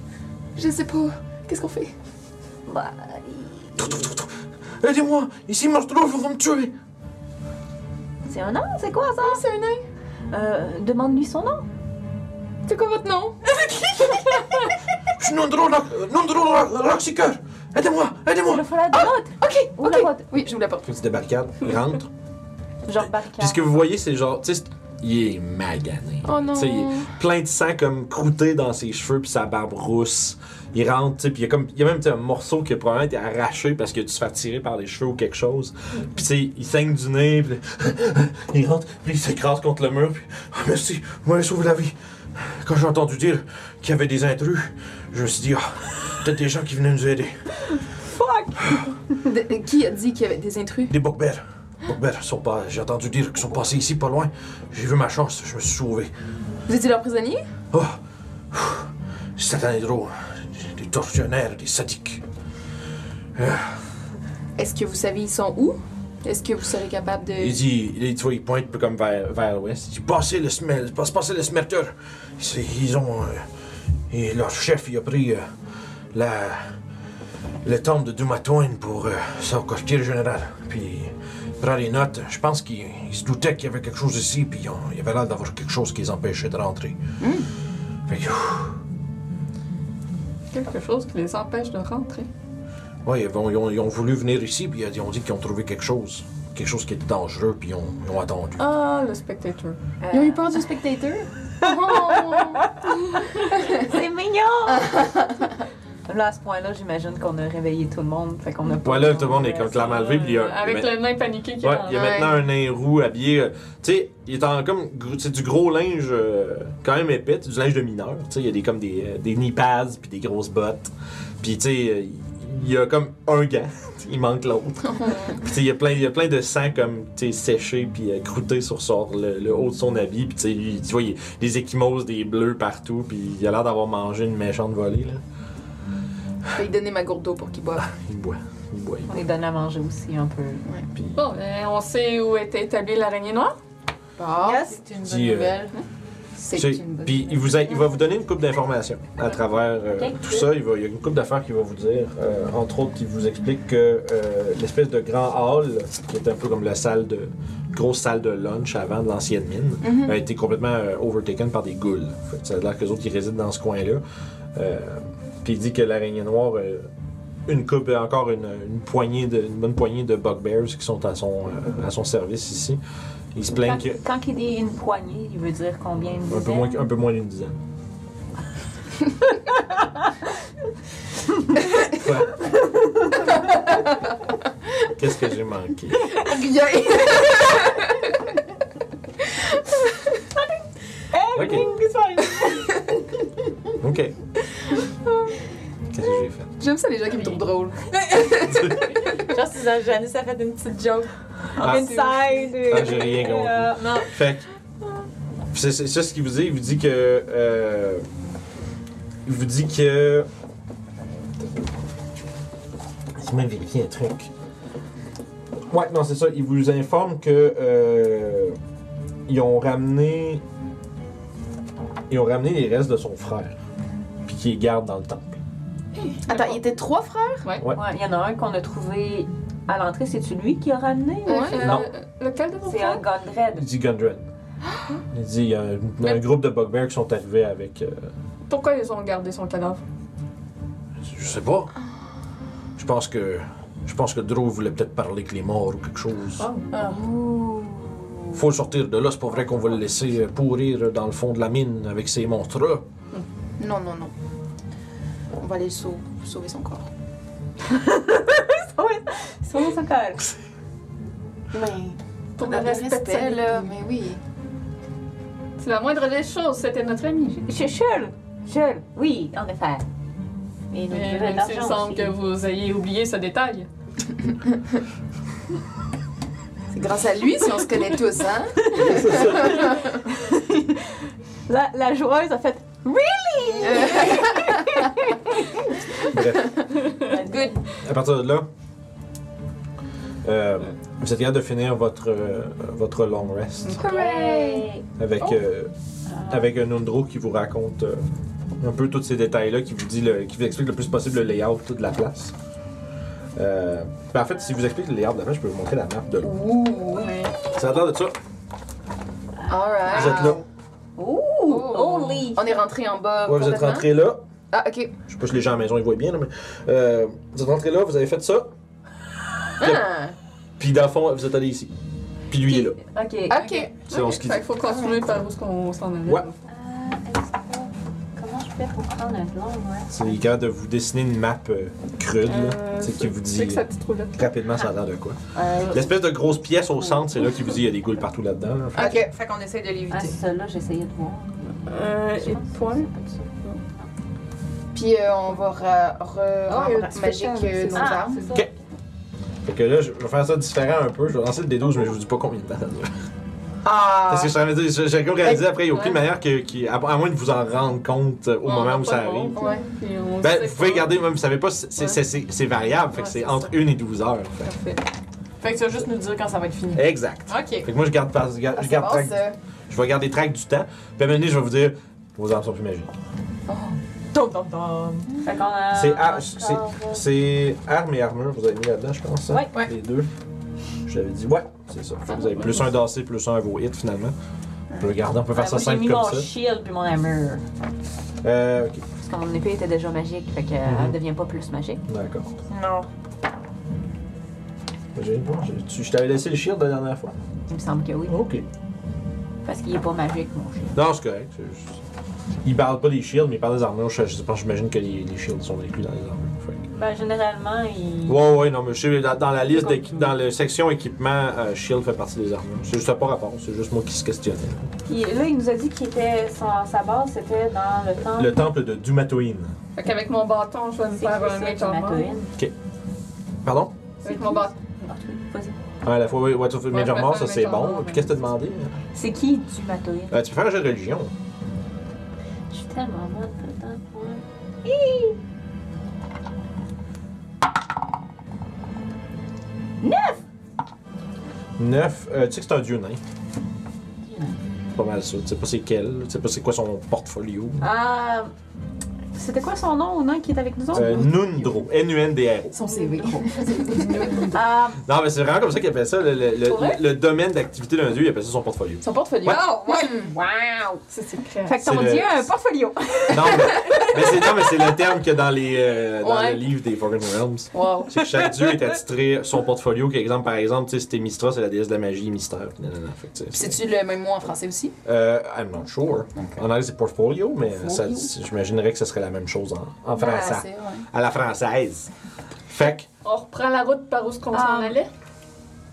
G: Je sais pas. Qu'est-ce qu'on fait?
A: Trou, trou, trou, trou. Aidez-moi! Ici, mange trop, ils vont me tuer!
B: C'est un nom, c'est quoi ça?
G: C'est un nain.
B: Euh, Demande-lui son nom.
G: C'est quoi votre nom?
A: Je suis Nondro Rock- euh, Nondro Rock- Rockseeker! Aidez-moi! Aidez-moi!
B: Le frère de l'autre.
G: OK,
B: Ou la boîte.
G: Oui, j'ouvre la porte.
A: Petite débarcade, rentre.
B: Genre
A: Puis
B: barricade.
A: ce que vous voyez, c'est genre, tu sais, c'est- il est magané.
G: Oh non.
A: Tu sais, il est plein de sang comme croûté dans ses cheveux puis sa barbe rousse. Il rentre, tu sais, puis il y a comme, il y a même tu sais, un morceau qui a probablement été arraché parce qu'il a dû se faire tirer par les cheveux ou quelque chose. Puis tu sais, il saigne du nez, puis il rentre, puis il s'écrase contre le mur, puis Ah, merci, vous m'avez sauvé la vie. Quand j'ai entendu dire qu'il y avait des intrus, je me suis dit, ah, peut-être des gens qui venaient nous aider.
G: De- qui a dit qu'il y avait des intrus?
A: Des bugbears. Bugbears ben, sont pas, j'ai entendu dire qu'ils sont passés ici pas loin. J'ai vu ma chance, je me suis sauvé.
G: Vous étiez leur prisonnier?
A: Oh! Pff, Satané drôle. Des tortionnaires, des sadiques.
G: Est-ce que vous savez ils sont où? Est-ce que vous serez capable de...
A: Il dit, il, tu vois, il pointe peu comme vers, vers l'ouest. Il dit Passez le smel, passe- passez le smelter. C'est- Ils ont. euh, et leur chef, il a pris euh, la. le temple de Dumatoine pour euh, son quartier général. Puis il prend les notes. Je pense qu'il il se doutait qu'il y avait quelque chose ici, puis ils ont- il y avait l'air d'avoir quelque chose qui les empêchait de rentrer.
F: Hmm.
A: Fait que, ouf,
F: Quelque chose qui les empêche de rentrer.
A: ouais, ils ont, ils ont- ils ont voulu venir ici, puis ils ont dit qu'ils ont trouvé quelque chose. Quelque chose qui était dangereux, puis ils ont, ils ont attendu.
F: Ah, le spectateur.
G: euh, Ils ont eu peur du spectateur? Oh,
B: C'est mignon! Là, à ce point-là, j'imagine qu'on a réveillé tout le monde. Fait qu'on a pas.
A: Voilà, tout le monde est comme clairement levé, puis il y a-
F: Euh, Avec
A: mais-
F: le nain paniqué qui est
A: Ouais,
F: dans
A: il y a
F: l'air.
A: maintenant un nain roux habillé. euh, tu sais, il est en comme. gr- C'est du gros linge euh, quand même épais, c'est du linge de mineur. Tu sais, il y a des, comme des, euh, des knee pads puis des grosses bottes. Puis tu sais, euh, il y a comme un gant, il manque l'autre. puis tu sais, il y a plein- il y a plein de sang comme tu sais, séché puis euh, croûté sur son- le, le haut de son habit. Puis tu sais, lui, tu vois, il y a des échymoses, des bleus partout. Puis il a l'air d'avoir mangé une méchante volée, là.
G: Je vais lui donner ma gourde d'eau pour qu'il boive.
A: Il boit, il boit, il boit.
B: On les donne à manger aussi un peu.
A: Puis
F: Bon, ben, on sait où était établie l'araignée noire.
G: Bon,
E: C'est une bonne
A: Dis, euh,
E: nouvelle.
G: c'est
A: Tu sais,
G: une bonne
A: Puis il, vous a- il va vous donner une coupe d'informations à travers euh,
B: Ok.
A: tout ça. Il, va- il y a une coupe d'affaires qu'il va vous dire. euh, entre autres, il vous explique que euh, l'espèce de grand hall, qui était un peu comme la salle de grosse salle de lunch avant de l'ancienne mine,
G: Mhm.
A: a été complètement euh, overtaken par des ghouls. Fait que ça a l'air que les autres ils résident dans ce coin-là. Euh, puis il dit que l'araignée noire, euh, une coupe, euh, encore une, une poignée de, une bonne poignée de bugbears qui sont à son, euh, à son service ici. Il se plaint
B: Quand,
A: que
B: quand il dit une poignée, il veut dire combien de
A: un peu moins, un peu moins d'une dizaine. Quoi? Qu'est-ce que j'ai manqué?
G: Rien.
A: Ok. Ok. Qu'est-ce que j'ai fait?
G: J'aime ça les gens qui me trouvent drôle.
E: Genre, si Janice a fait une petite joke.
A: Ah,
B: Inside!
A: ah, j'ai rien compris.
E: non.
A: Fait que. C'est c'est ça ce qu'il vous dit. Il vous dit que. euh, il vous dit que. J'ai même vérifié un truc. Ouais, non, c'est ça. Il vous informe que. euh, ils ont ramené. Ils ont ramené les restes de son frère. Puis qu'ils les gardent dans le temple.
G: Attends, il était trois frères?
B: Ouais, il y en a un qu'on a trouvé à l'entrée. C'est-tu lui qui a ramené?
F: Euh,
G: Ouais,
F: euh,
A: non.
F: Lequel de vos
B: C'est un
F: frères?
B: Gondred.
A: Il dit Gundren. Il dit il y a un, un groupe de bugbears qui sont arrivés avec. euh,
F: Pourquoi ils ont gardé son cadavre?
A: Je sais pas. Je pense que. Je pense que Drew voulait peut-être parler avec les morts ou quelque chose. Faut le sortir de là, c'est pas vrai qu'on va le laisser euh, pourrir dans le fond de la mine avec ces monstres-là.
G: Non, non, non. On va aller le sauver, sauver son corps.
B: Sauve son corps.
G: Mais
F: Pour
B: Ah, ben,
F: le
G: le
F: respect, de sa
G: respect,
F: vie.
G: là, mais oui.
F: C'est la moindre des choses, c'était notre ami.
B: Je Shul. Shul. Oui, en effet. Et nous
F: Mais
B: devons de
F: il
B: l'argent
F: semble
B: aussi.
F: que vous ayez oublié ce détail.
G: C'est grâce à lui si on se connaît tous, hein?
B: La, la joueuse a fait
A: Bref,
B: good.
A: à partir de là, euh, vous êtes capable de finir votre, euh, votre long rest
B: Hooray!
A: avec, euh, avec un Undro qui vous raconte euh, un peu tous ces détails-là, qui vous dit le- qui vous explique le plus possible le layout de la place. Euh, ben, en fait, si vous explique le layout de la place, je peux vous montrer la map de l'eau.
G: Ouh.
A: Ça a l'air de ça.
E: Ah,
G: Alright.
A: Vous êtes là.
B: Ouh!
G: Oh.
B: Holy!
G: On est rentré en bas.
A: Ouais, vous êtes
G: complètement.
A: rentré là.
G: Ah, ok.
A: Je sais pas si les gens à la maison ils voient bien, là, mais. euh, vous êtes rentré là, vous avez fait ça,
G: Ah,
A: puis dans le fond, vous êtes allé ici. Puis lui il est là.
B: Ok.
G: ok.
A: C'est on ce qu'il dit.
F: Il faut continuer par où est-ce qu'on s'en allait.
A: Ouais.
C: Comment je fais pour prendre un long rest?
A: C'est le gars de vous dessiner une map euh, crude, là.
F: Euh,
A: Tu sais, qui vous
F: C'est
A: dit
F: que sa petite roulette.
A: rapidement ça a l'air de quoi.
G: Euh,
A: L'espèce de grosse pièce au centre, c'est là qui vous dit il y a des goules partout là-dedans. là.
G: Ok. Fait qu'on essaie de
B: Ah,
G: l'éviter.
B: celle-là, j'essayais de voir.
F: Euh, et point.
G: Puis euh, on va ra- re-
F: Ah, il y a un
G: rendre
F: petit
G: magique
F: peu de temps,
G: euh,
F: c'est
G: nos
F: ça.
G: armes.
A: Fait que là, je je vais faire ça différent un peu. Je vais lancer le D12, mais je vous dis pas combien de temps ça dure.
G: Ah!
A: Parce que je suis en train de dire, j'ai- j'ai comme réalisé après, il n'y a aucune manière que, qui- à, à moins de vous en rendre compte euh, au
F: On
A: moment
F: n'a
A: où
F: pas
A: ça
F: de
A: arrive.
F: montre,
G: arrive.
F: puis on
A: Ben,
F: sait
A: vous pouvez
F: pas.
A: garder, même, vous savez pas, c'est- c'est-
F: Ouais.
A: c'est c'est- c'est variable, fait que
F: Ouais,
A: c'est
F: c'est
A: entre
F: ça.
A: 1 et 12 heures. fait.
F: Parfait.
E: Fait que tu vas juste nous dire quand ça va être fini.
A: Exact.
E: Ok.
A: Fait que moi, je garde, par- je garde,
G: Ah,
A: Eh, je
G: c'est
A: garde
G: bon,
A: track-
G: ça.
A: je vais garder track du temps. Puis à un moment donné, je vais vous dire, vos armes sont plus magiques.
E: Tom, tom, tom.
C: Fait qu'on a.
A: C'est
C: encore,
A: ar- c'est-
C: euh,
A: C'est armes et armure, vous avez mis là-dedans, je pense. hein?
C: Ouais.
E: Ouais.
A: Les deux. Je l'avais dit, ouais, c'est ça. Fait que Vous avez plus un d'AC, plus un à vos hits finalement. Regardez, on peut
B: Ah,
A: faire ça
C: Ah, moi, J'ai
A: simple
C: mis
A: comme
C: mon
A: ça.
C: shield puis mon armure.
A: Euh, ok,
B: Parce que mon épée était déjà magique, fait qu'elle
A: Mhm.
B: devient pas plus magique.
A: d'accord.
E: Non.
A: J'ai- bon, j'ai- tu- Je t'avais laissé le shield la dernière fois.
B: Il me semble que oui.
A: Ok.
B: Parce qu'il est pas magique, mon chien.
A: Non, c'est correct. c'est juste- Il parle pas des shields, mais il parle des armures. Je, je sais pas, j'imagine que les, les shields sont inclus dans les armures. Fait que-
C: Ben, généralement, il.
A: Ouais, ouais, non, mais je sais, dans, dans la liste,
C: C'est
A: d'équi-
C: comme tout.
A: dans la section équipement, euh, shield fait partie des armures. C'est juste pas rapport, c'est juste moi qui se questionnais.
C: Puis là, il nous a dit qu'il était. son- sa base, c'était dans le temps.
A: Le temple de Dumatoin.
F: Fait qu'avec mon bâton, je vais me
C: C'est
F: faire
C: quoi
F: un
C: ça,
F: mage
C: du
F: armor.
C: Matoïne?
A: Pardon?
F: Avec mon bâton.
B: Vas-y.
A: Ah, à la fois, oui, What of
F: je
A: Major
F: vais
A: Mort, ça
F: faire
A: c'est
F: Major
A: bon.
F: Mort,
A: Puis
F: mais-
A: qu'est-ce que t'as demandé?
E: hein?
B: C'est qui du Matoïne?
A: Euh, tu peux faire un jeu de religion.
C: Je suis tellement bonne tout le temps. ouais.
A: Neuf. euh, tu sais que c'est un dieu nain. C'est Pas mal ça. Tu sais pas c'est quel, tu sais pas c'est quoi son portfolio.
C: Ah. C'était quoi son nom, au nom qui est avec nous autres?
A: Euh, Nundro. N-U-N-D-R-O.
D: Son CV.
C: Ah,
A: Non, mais c'est vraiment comme ça qu'il appelle ça, le, le- le-
C: Pour vrai?
A: le domaine d'activité d'un dieu, il appelle ça son portfolio.
F: Son portfolio.
E: Wow! Oh, Ouais.
F: Wow! Ça, c'est créatif.
A: Fait que ton dieu a un portfolio. Non, mais, mais c'est, non, mais c'est le terme qu'il y a dans, les, euh, dans
E: Ouais.
A: le livre des Forgotten Realms.
E: Wow.
A: C'est que chaque dieu est attitré son portfolio. qui, exemple, par exemple, tu sais, c'était Mistra, c'est la déesse de la magie, mystère. nanana, fait que, tu sais,
E: Puis c'est-tu le même mot en français aussi?
A: Euh, I'm not sure. En anglais, c'est portfolio, mais ça-
E: Portfolio.
A: j'imaginerais que ce serait la même chose en, en
E: Ben,
A: français.
E: ouais.
A: À la française. Fait que,
F: On reprend la route par où est-ce qu'on
B: Ah.
F: s'en allait?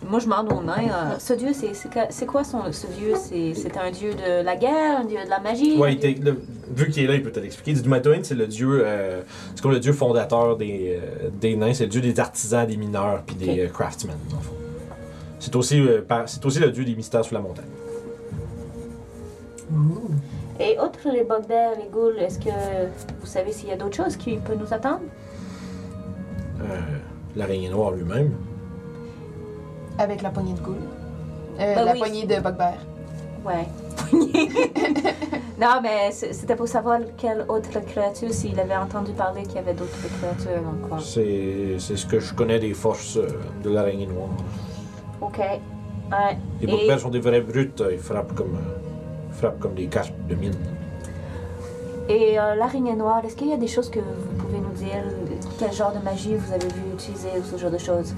B: Moi, je demande au nain. euh, ce dieu, c'est- c'est que- c'est quoi son, ce dieu? C'est c'est un dieu de la guerre, un dieu de la magie?
A: ouais,
B: un
A: il
B: dieu-
A: t'est- le- vu qu'il est là, il peut te l'expliquer. Dudumatoin, c'est le dieu, euh, c'est comme le dieu fondateur des, euh, des nains, c'est le dieu des artisans, des mineurs, puis des euh, craftsmen, dans le fond. C'est aussi, euh, par- c'est aussi le dieu des mystères sous la montagne.
B: Et autres, les bugbears, les ghouls, est-ce que vous savez s'il y a d'autres choses qui peuvent nous attendre?
A: Euh, L'araignée noire lui-même.
G: Avec la poignée de goule. Euh,
B: Ben
G: la
B: oui.
G: poignée de Bugbear.
B: Ouais. non, mais c- c'était pour savoir quelle autre créature, s'il avait entendu parler qu'il y avait d'autres créatures dans quoi.
A: C'est c'est ce que je connais des forces euh, de l'araignée noire.
B: Ok. Ouais.
A: Les
B: Et-
A: bugbears sont des vrais brutes, euh, ils frappent comme, euh, ils frappent comme des carpes de mine.
B: Et euh, l'araignée noire, est-ce qu'il y a des choses que vous pouvez nous dire? Quel genre de magie vous avez vu utiliser ou ce genre de choses?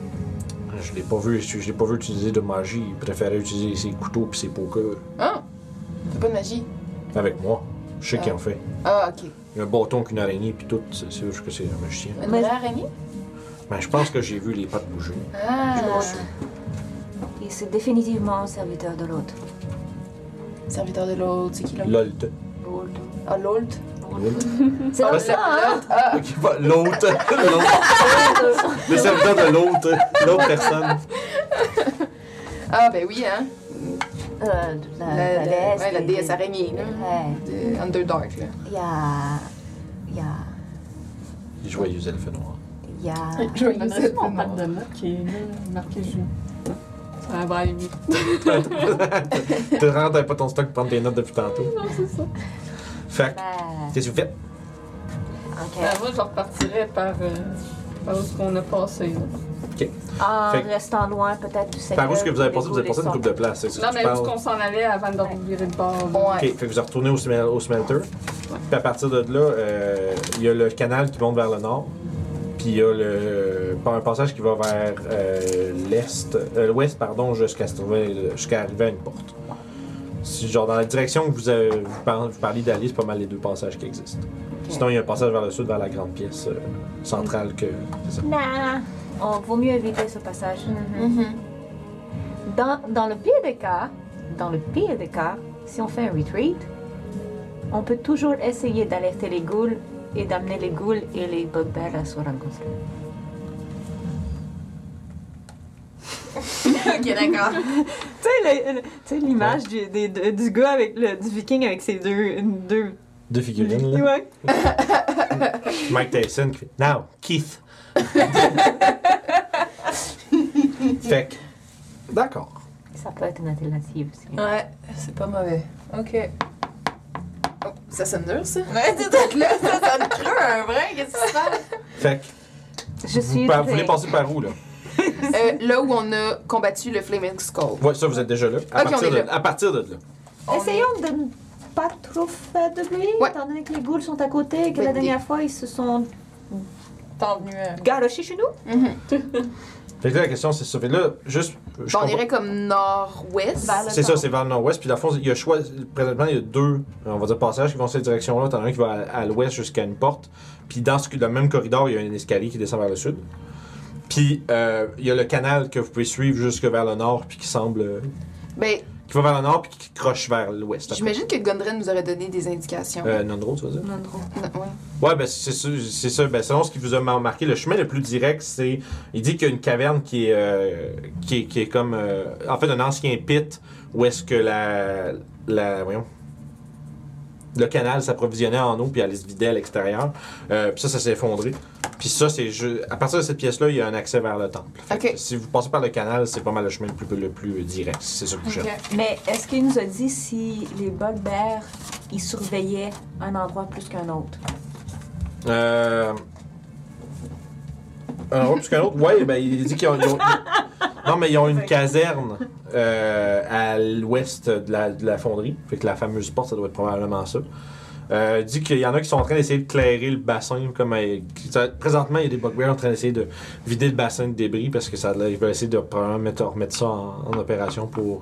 A: Je l'ai pas vu, je l'ai pas vu utiliser de magie. Il préférait utiliser ses couteaux puis ses pokers
G: Hein? C'est pas de magie.
A: avec moi. Je sais qu'il en fait.
G: Ah, ok.
A: Il y a un bâton qu'une araignée puis tout. C'est c'est sûr que c'est un magicien.
G: Une
B: Mais-
G: vraie araignée?
A: Mais je pense que j'ai vu les pattes bouger.
G: Ah!
B: Et c'est définitivement un serviteur de l'autre.
G: Serviteur de l'autre, c'est qui l'autre?
A: L'olt.
G: Ah, l'autre. Hmm.
B: C'est donc
G: bah,
A: Parce-
B: ça, hein?
G: Ah,
A: Ok, bah, pas- L'autre. L'autre. Le serviteur de l'autre. L'autre personne.
G: ah, ben oui, hein.
B: Euh, la,
G: La,
B: la,
G: la-
B: déesse
G: ouais, la
B: des-
G: déesse araignée, là.
B: Ouais.
G: De Underdark, là.
B: Il y a... Il y a...
A: Joyeux elfe noir.
B: Il y a...
F: Je vais
D: Il me reste mon pack de notes qui est là, marqué Jules.
F: Ça va aller mieux.
A: Te rends, t'avais pas ton stock pour prendre tes notes depuis tantôt.
F: Non, c'est ça.
A: Fait que,
B: Ben,
A: qu'est-ce que vous faites?
F: Ben,
B: ok.
F: moi, je repartirais par, euh, par où est-ce qu'on a passé. là.
G: Ah.
B: En
A: Fait que-
B: restant loin peut-être du secteur.
A: Par où est-ce que vous avez passé? Vous avez passé une coupe
B: coupe
A: de place. c'est ça que
F: Non,
A: tu
F: mais où
A: parles?
F: est-ce qu'on s'en allait avant de revirer de bord? là?
G: Ouais.
A: Ok, fait que vous retournez au, smel- au smelter. Puis à partir de là, euh, il y a le canal qui monte vers le nord. Puis il y a le, par un passage qui va vers euh, l'est, euh, l'ouest, pardon, jusqu'à se trouver- jusqu'à arriver à une porte. Si, genre dans la direction que vous, avez- vous, par- vous parliez d'aller, c'est pas mal les deux passages qui existent. Sinon, il y a un passage vers le sud, vers la grande pièce euh, centrale que. c'est ça.
B: Non, on vaut mieux éviter ce passage.
G: Mm-hmm.
B: Dans, dans le pire des cas, dans le pire des cas, si on fait un retreat, on peut toujours essayer d'alerter les ghouls et d'amener les ghouls et les bugbears à se rencontrer.
G: Ok, d'accord.
B: Tu sais, le- le- tu sais, l'image du, des- de- du gars avec le, du viking avec ses deux. deux
A: Deux figurines, là.
B: Ouais.
A: Mike Tyson qui fait Now, Keith! fait que. D'accord.
B: Ça peut être une alternative aussi.
G: Ouais, c'est pas mauvais. Ok. Oh, Ça sonne dur, ça.
E: Ouais, dis donc là, ça sonne creux, un vrai, qu'est-ce qui se passe?
A: Fait que
B: Je
A: vous,
B: suis.
A: pa-
B: prêt.
A: vous voulez passer par où, là?
G: Euh, là où on a combattu le Flaming Skull.
A: Ouais, ça, vous êtes déjà là. À,
G: Ok, on
A: partir,
G: est
A: De,
G: là.
A: à partir de là.
B: Essayons de ne pas trop faire de bruit,
G: Ouais. Bah,
B: étant donné que les ghouls sont à côté et que la
G: Bonne idée.
B: dernière fois ils se sont
E: Tant venu. euh,
B: garochés chez nous.
G: Mhm.
A: Fait que là, la question, c'est ça. Fait que là, juste. je
G: Bon, on
A: comprends-
G: irait comme nord-ouest.
E: Vers le
A: C'est ça,
E: nord.
A: c'est vers le nord-ouest. Puis, dans le fond, il y a choix. Présentement, il y a deux, on va dire, passages qui vont cette direction-là. T'en as un qui va à, à l'ouest jusqu'à une porte. Puis, dans ce, le même corridor, il y a un escalier qui descend vers le sud. Puis, euh, il y a le canal que vous pouvez suivre jusque vers le nord, puis qui semble. euh,
G: Ben,
A: qui va vers le nord, puis qui croche vers l'ouest. après.
G: j'imagine que Gondren nous aurait donné des indications.
A: Euh, Nandro, tu vas dire?
B: Non, non.
G: Non, ouais.
A: Ouais, ben c'est ça, c'est ça. Ben, selon ce qui vous a mar- marqué, le chemin le plus direct, c'est. Il dit qu'il y a une caverne qui est, euh, qui est, qui est comme. euh, en fait, un ancien pit où est-ce que la. la voyons. Le canal s'approvisionnait en eau puis allait se vider à l'extérieur. Euh, puis ça, ça s'est effondré. Puis ça, c'est. ju- À partir de cette pièce-là, il y a un accès vers le temple. Fait
G: Ok.
A: que si vous passez par le canal, c'est pas mal le chemin le plus, le plus direct. si C'est ça que vous cherchez.
B: Mais est-ce qu'il nous a dit si les bugbears ils surveillaient un endroit plus qu'un autre
A: Euh... Un autre plus qu'un autre? Ouais, ben, il dit qu'ils ont, ils ont- ils- Non, mais ils ont une caserne euh, à l'ouest de la, de la fonderie. Fait que la fameuse porte, ça doit être probablement ça. Euh, il dit qu'il y en a qui sont en train d'essayer de clairer le bassin. Comme euh, qui- ça- présentement, il y a des bugbears en train d'essayer de vider le bassin de débris parce que ça, a l'air- ils veulent essayer de probablement mettre, remettre ça en, en opération pour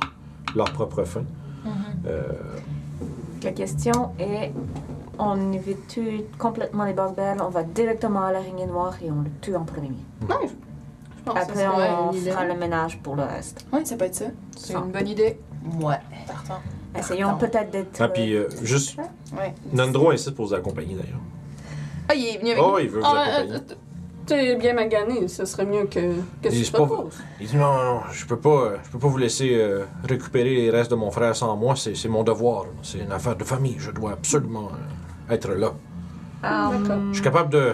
A: leur propre fin.
F: Mm-hmm.
A: Euh,
B: La question est on évite complètement les bugbears, on va directement à l'araignée noire et on le tue en premier.
F: Je pense que
B: Après,
F: Oh, ça serait
B: on
F: une idée.
B: fera le ménage pour le reste.
G: Ouais, ça peut être ça.
E: C'est une bonne idée.
G: Ouais.
E: Partant.
F: Ah,
B: Essayons peut-être d'être.
A: ah, puis euh, juste,
G: Ouais.
A: Nandro insiste pour vous accompagner d'ailleurs.
G: Ah, il est venu avec
A: Oh, il veut vous
F: Ah,
A: accompagner.
F: euh, t- T'es bien magané, ce serait mieux que, que
A: Et
F: tu
A: c'est
F: te
A: pas-
F: reposes.
A: Il dit non, non, je peux pas, euh, je peux pas vous laisser euh, récupérer les restes de mon frère sans moi. C'est c'est mon devoir. C'est une affaire de famille. Je dois absolument euh, être là.
F: Ah,
B: Hum,
A: Je suis capable de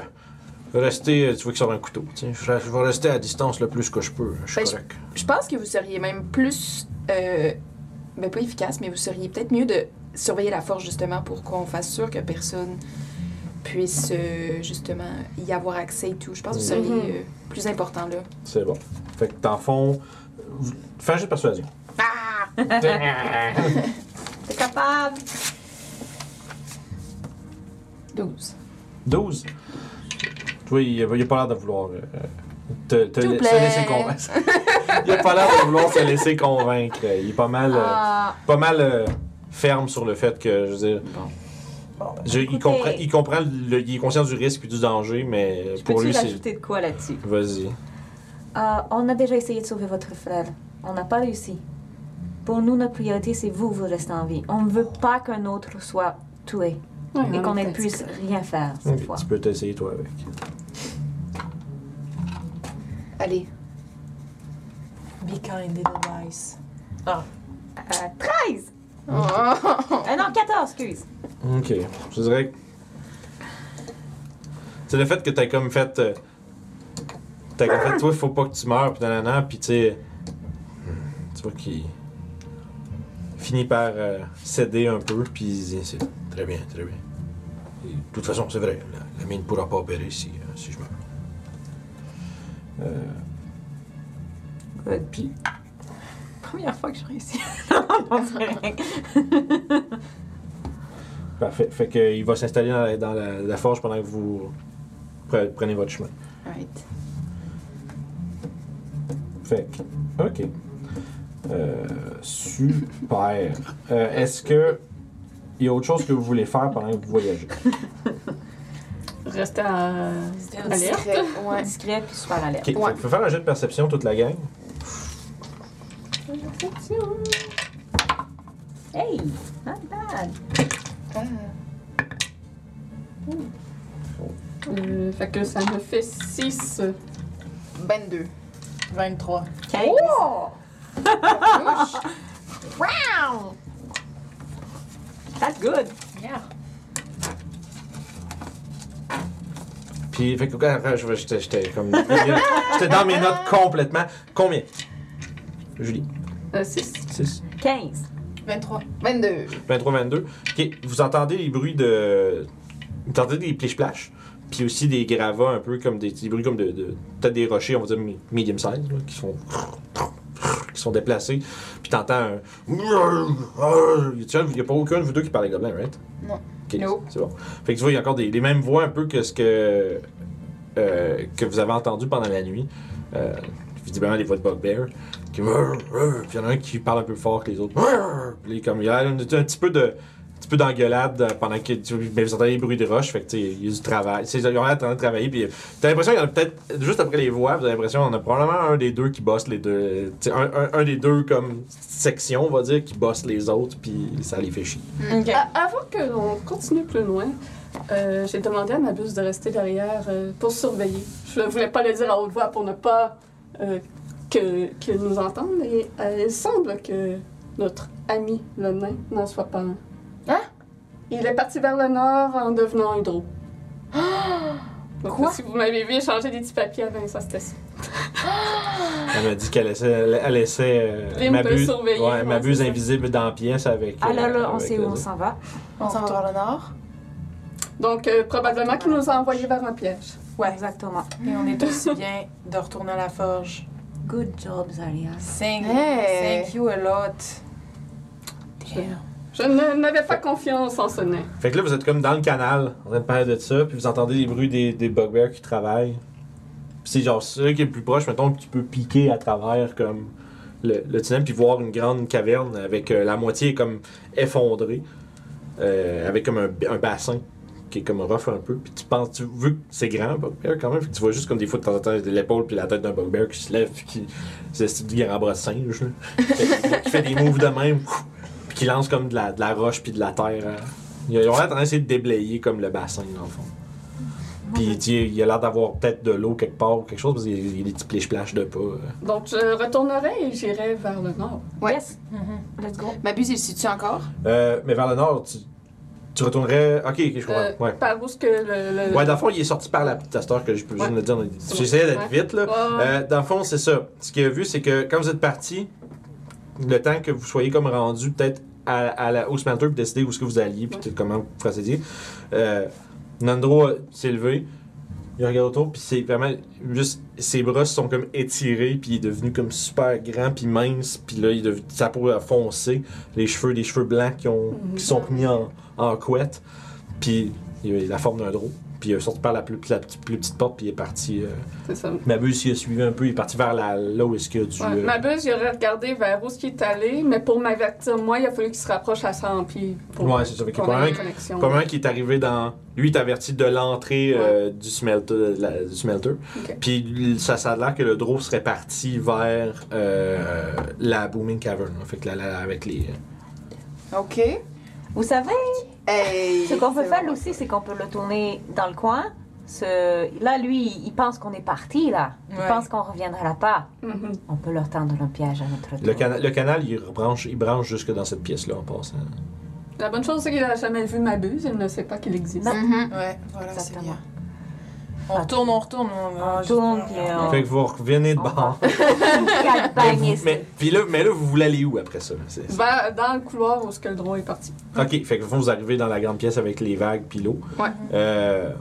A: rester. euh, Tu vois qu'il sort un couteau. tu sais. Je, je vais rester à distance le plus que je peux. Je suis
G: Ben, je-
A: correct.
G: Je pense que vous seriez même plus. Euh, ben, pas efficace, mais vous seriez peut-être mieux de surveiller la force, justement, pour qu'on fasse sûr que personne puisse, euh, justement, y avoir accès et tout. Je pense que vous seriez
F: Mhm.
G: euh, plus important, là.
A: C'est bon. Fait que dans le fond, vous- fais un jeu de persuasion.
B: T'es capable
G: 12.
A: 12. Tu vois, il a, il a pas l'air de vouloir euh, te, te
G: S'il vous
A: la-
G: plaît.
A: se laisser convaincre. il a pas l'air de vouloir se laisser convaincre. Il est pas mal, euh,
B: Ah.
A: pas mal euh, ferme sur le fait que, je veux dire,
E: Bon, ben,
A: Je- il,
B: Écoutez.
A: comprend, il comprend, le- il est conscient du risque et du danger, mais
B: Je
A: pour
B: peux-tu
A: lui, c'est.
B: rajouter de quoi là-dessus
A: Vas-y.
B: Euh, On a déjà essayé de sauver votre frère. On n'a pas réussi. Pour nous, notre priorité, c'est vous, vous restez en vie. On ne veut pas qu'un autre soit tué et qu'on ne puisse rien faire cette fois.
A: Tu peux t'essayer, toi, avec.
G: Allez.
E: Be kind and wise.
B: Euh, 13
G: Oh.
B: Ah Non, 14, excuse.
A: Ok. Je dirais que. C'est le fait que t'as comme fait. euh, T'as comme fait, toi, faut pas que tu meurs, puis nanana, puis tu sais. hmm, Tu vois qu'il. finit par euh, céder un peu, puis il dit c'est très bien, très bien. Et de toute façon, c'est vrai, la, la mine ne pourra pas opérer si, euh, si je meurs. Euh, Puis
B: Première fois que je réussis. non, c'est rien.
A: Parfait. Fait qu'il va s'installer dans, la, dans la- la forge pendant que vous pre- prenez votre chemin.
G: Right.
A: Fait que, OK. Euh, super. Euh, Est-ce que il y a autre chose que vous voulez faire pendant que vous voyagez?
F: Rester à. Allez.
G: Discret, ouais.
B: Discret puis super alerte.
A: OK. Fait que faut faire un jet de perception, toute la gang.
B: Hey, not bad.
F: Euh, fait que ça me fait 6.
G: 22.
E: 23.
B: 15. Oh.
G: Wow!
B: That's good.
E: Yeah.
A: Puis, fait que, après, je vais- j'étais j'étais comme. J'étais dans mes
F: euh,
A: notes complètement. Combien? Julie,
F: 6.
A: 6.
B: 15.
G: 23. 22.
A: 23-22. Ok, vous entendez les bruits de. Vous entendez des pliches-plaches, puis aussi des gravats un peu comme des, des bruits comme de. de- Peut-être des rochers, on va dire mi- medium size, là, qui sont. qui sont déplacés, puis t'entends un. Il n'y a pas aucun de vous deux qui parle gobelin, right?
G: Non.
A: Ok,
G: No.
A: c'est bon. Fait que tu vois, il y a encore des, les mêmes voix un peu que ce que. euh, que vous avez entendu pendant la nuit. Euh, visiblement les voix de Bugbear. Qui, puis il y en a un qui parle un peu plus fort que les autres. Puis là, comme il y a l'air d'un- d'un petit peu de un petit peu d'engueulade euh, pendant que tu mais vous entendez les bruits de roche, fait que tu sais, il y a du travail. Tu sais, Ils ont l'air en train de travailler, puis euh, t'as l'impression qu'il y en a peut-être, juste après les voix, vous avez l'impression qu'on a probablement un des deux qui bosse les deux, tu sais, un, un- un des deux comme section, on va dire, qui bosse les autres, puis ça les fait chier.
E: Ok.
F: A- avant que l'on continue plus loin, euh, j'ai demandé à ma buse de rester derrière euh, pour surveiller. Je ne voulais pas le dire à haute voix pour ne pas euh, que- qu'ils nous entendent. Et euh, il semble que notre ami, le nain, n'en soit pas un.
G: Hein?
F: Il est parti vers le nord en devenant hydro. Donc,
G: Ah! Quoi?
F: Si vous m'avez vu échanger des petits papiers avant, ça c'était ça.
A: Elle m'a dit qu'elle laissait, elle laissait euh,
F: Lim
A: ma
F: peut
A: buse,
F: surveiller,
A: ouais, ma
F: ouais,
A: buse
F: c'est ça.
A: invisible dans la pièce avec. euh,
B: Ah là là, on
A: avec
B: sait
A: les
B: où on
A: autres.
B: s'en va.
G: On s'en va vers le nord.
F: Donc euh, probablement qu'il nous a envoyés vers un piège.
E: Ouais.
B: Exactement.
E: Et on est aussi bien de retourner à la forge.
B: Good job, Zaria.
E: Thank,
G: Hey.
E: thank you a lot.
F: Je ne- n'avais pas confiance en ce nain.
A: Fait que là, vous êtes comme dans le canal, en train de parler de ça, puis vous entendez les bruits des, des bugbears qui travaillent. Puis c'est genre celui qui est le plus proche, mettons, qui peut piquer à travers comme le, le tunnel, puis voir une grande caverne avec euh, la moitié comme effondrée, euh, avec comme un, un bassin qui est comme rough un peu. Puis tu penses, tu, vu que c'est grand, un bugbear quand même, fait que tu vois juste comme des fois de temps en temps l'épaule puis la tête d'un bugbear qui se lève, puis qui. C'est du grand bras de singe, là. Fait que- qui fait des moves de même, puis qui lance comme de la, de la roche puis de la terre. euh, ils ont l'air train d'essayer de déblayer comme le bassin, dans le fond. Puis tu sais, il a l'air d'avoir peut-être de l'eau quelque part ou quelque chose, parce qu'il y a- il y a des petits pliches-plaches de pas. euh.
F: Donc, je retournerai et j'irai vers le nord.
G: Ouais.
B: Yes.
E: Mm-hmm.
B: Let's go.
G: Ma buse, il se situe encore?
A: Euh, mais vers le nord, tu, tu retournerais. Ok, ok, je comprends.
F: Euh,
A: ouais.
F: Par où ce que le. le-
A: Ouais, dans le fond, il est sorti par la petite à cette heure que je peux juste
F: Ouais.
A: me dire. on est- J'essayais d'être
F: Ouais.
A: vite, là.
F: Ouais, ouais.
A: Euh, dans le fond, c'est ça. Ce qu'il a vu, c'est que quand vous êtes parti, le temps que vous soyez comme rendu peut-être à, à la, au smelter puis décider où est-ce que vous alliez puis tout- comment vous procédiez, euh, Nandro euh, s'est levé, il regarde autour puis c'est vraiment juste ses bras se sont comme étirés puis il est devenu comme super grand puis mince puis là il est devenu, sa peau a foncé, les cheveux des cheveux blancs qui ont qui sont remis en, en couette puis il a la forme d'un drôle. Puis il est sorti par la plus, la petite- plus petite porte, puis il est parti. euh,
F: C'est ça.
A: Ma buse, il a suivi un peu, il est parti vers la, là où est-ce qu'il y a du.
F: Ouais,
A: euh,
F: Ma buse, j'aurais regardé vers où ce qui est allé, mais pour m'avertir, moi, il a fallu qu'il se rapproche à 100 pieds pour
A: Ouais, c'est ça. Fait que
F: qu'on ait une
A: probablement,
F: connexion.
A: probablement qu'il est arrivé dans. Lui, il est averti de l'entrée euh, du smelter. de la- du smelter.
F: Ok.
A: Puis il- ça, ça a l'air que le draw serait parti vers euh, la Booming Cavern. là. Fait que là, là, avec les.
G: OK.
B: Vous savez,
G: Hey,
B: ce qu'on peut
G: c'est
B: faire
G: bon.
B: aussi, c'est qu'on peut le tourner dans le coin. Ce... Là, lui, il pense qu'on est parti, là. Il
E: Ouais.
B: pense qu'on reviendra pas.
F: Mhm.
B: On peut leur tendre un piège à notre tour.
A: Le, cana- le canal, il, branche, il branche jusque dans cette pièce-là en passant.
F: La bonne chose, c'est qu'il n'a jamais vu ma buse, il ne sait pas qu'il existe.
B: Non.
G: Mhm.
E: Ouais, voilà, c'est
B: Exactement.
E: bien. On retourne, on retourne. On,
B: On
E: va
B: tourne,
E: juste-
B: puis
F: Ah.
B: on...
A: Fait que vous revenez de
B: on
A: bord.
B: va- Quatre
A: Mais,
B: bagnes,
A: vous- mais- puis là, mais là, vous voulez aller où après ça? C'est- c'est-
F: Vers- dans le couloir où ce que le drone est parti.
A: Ok, fait que vous, vous arrivez dans la grande pièce avec les vagues puis l'eau.
G: Ouais.
A: Euh,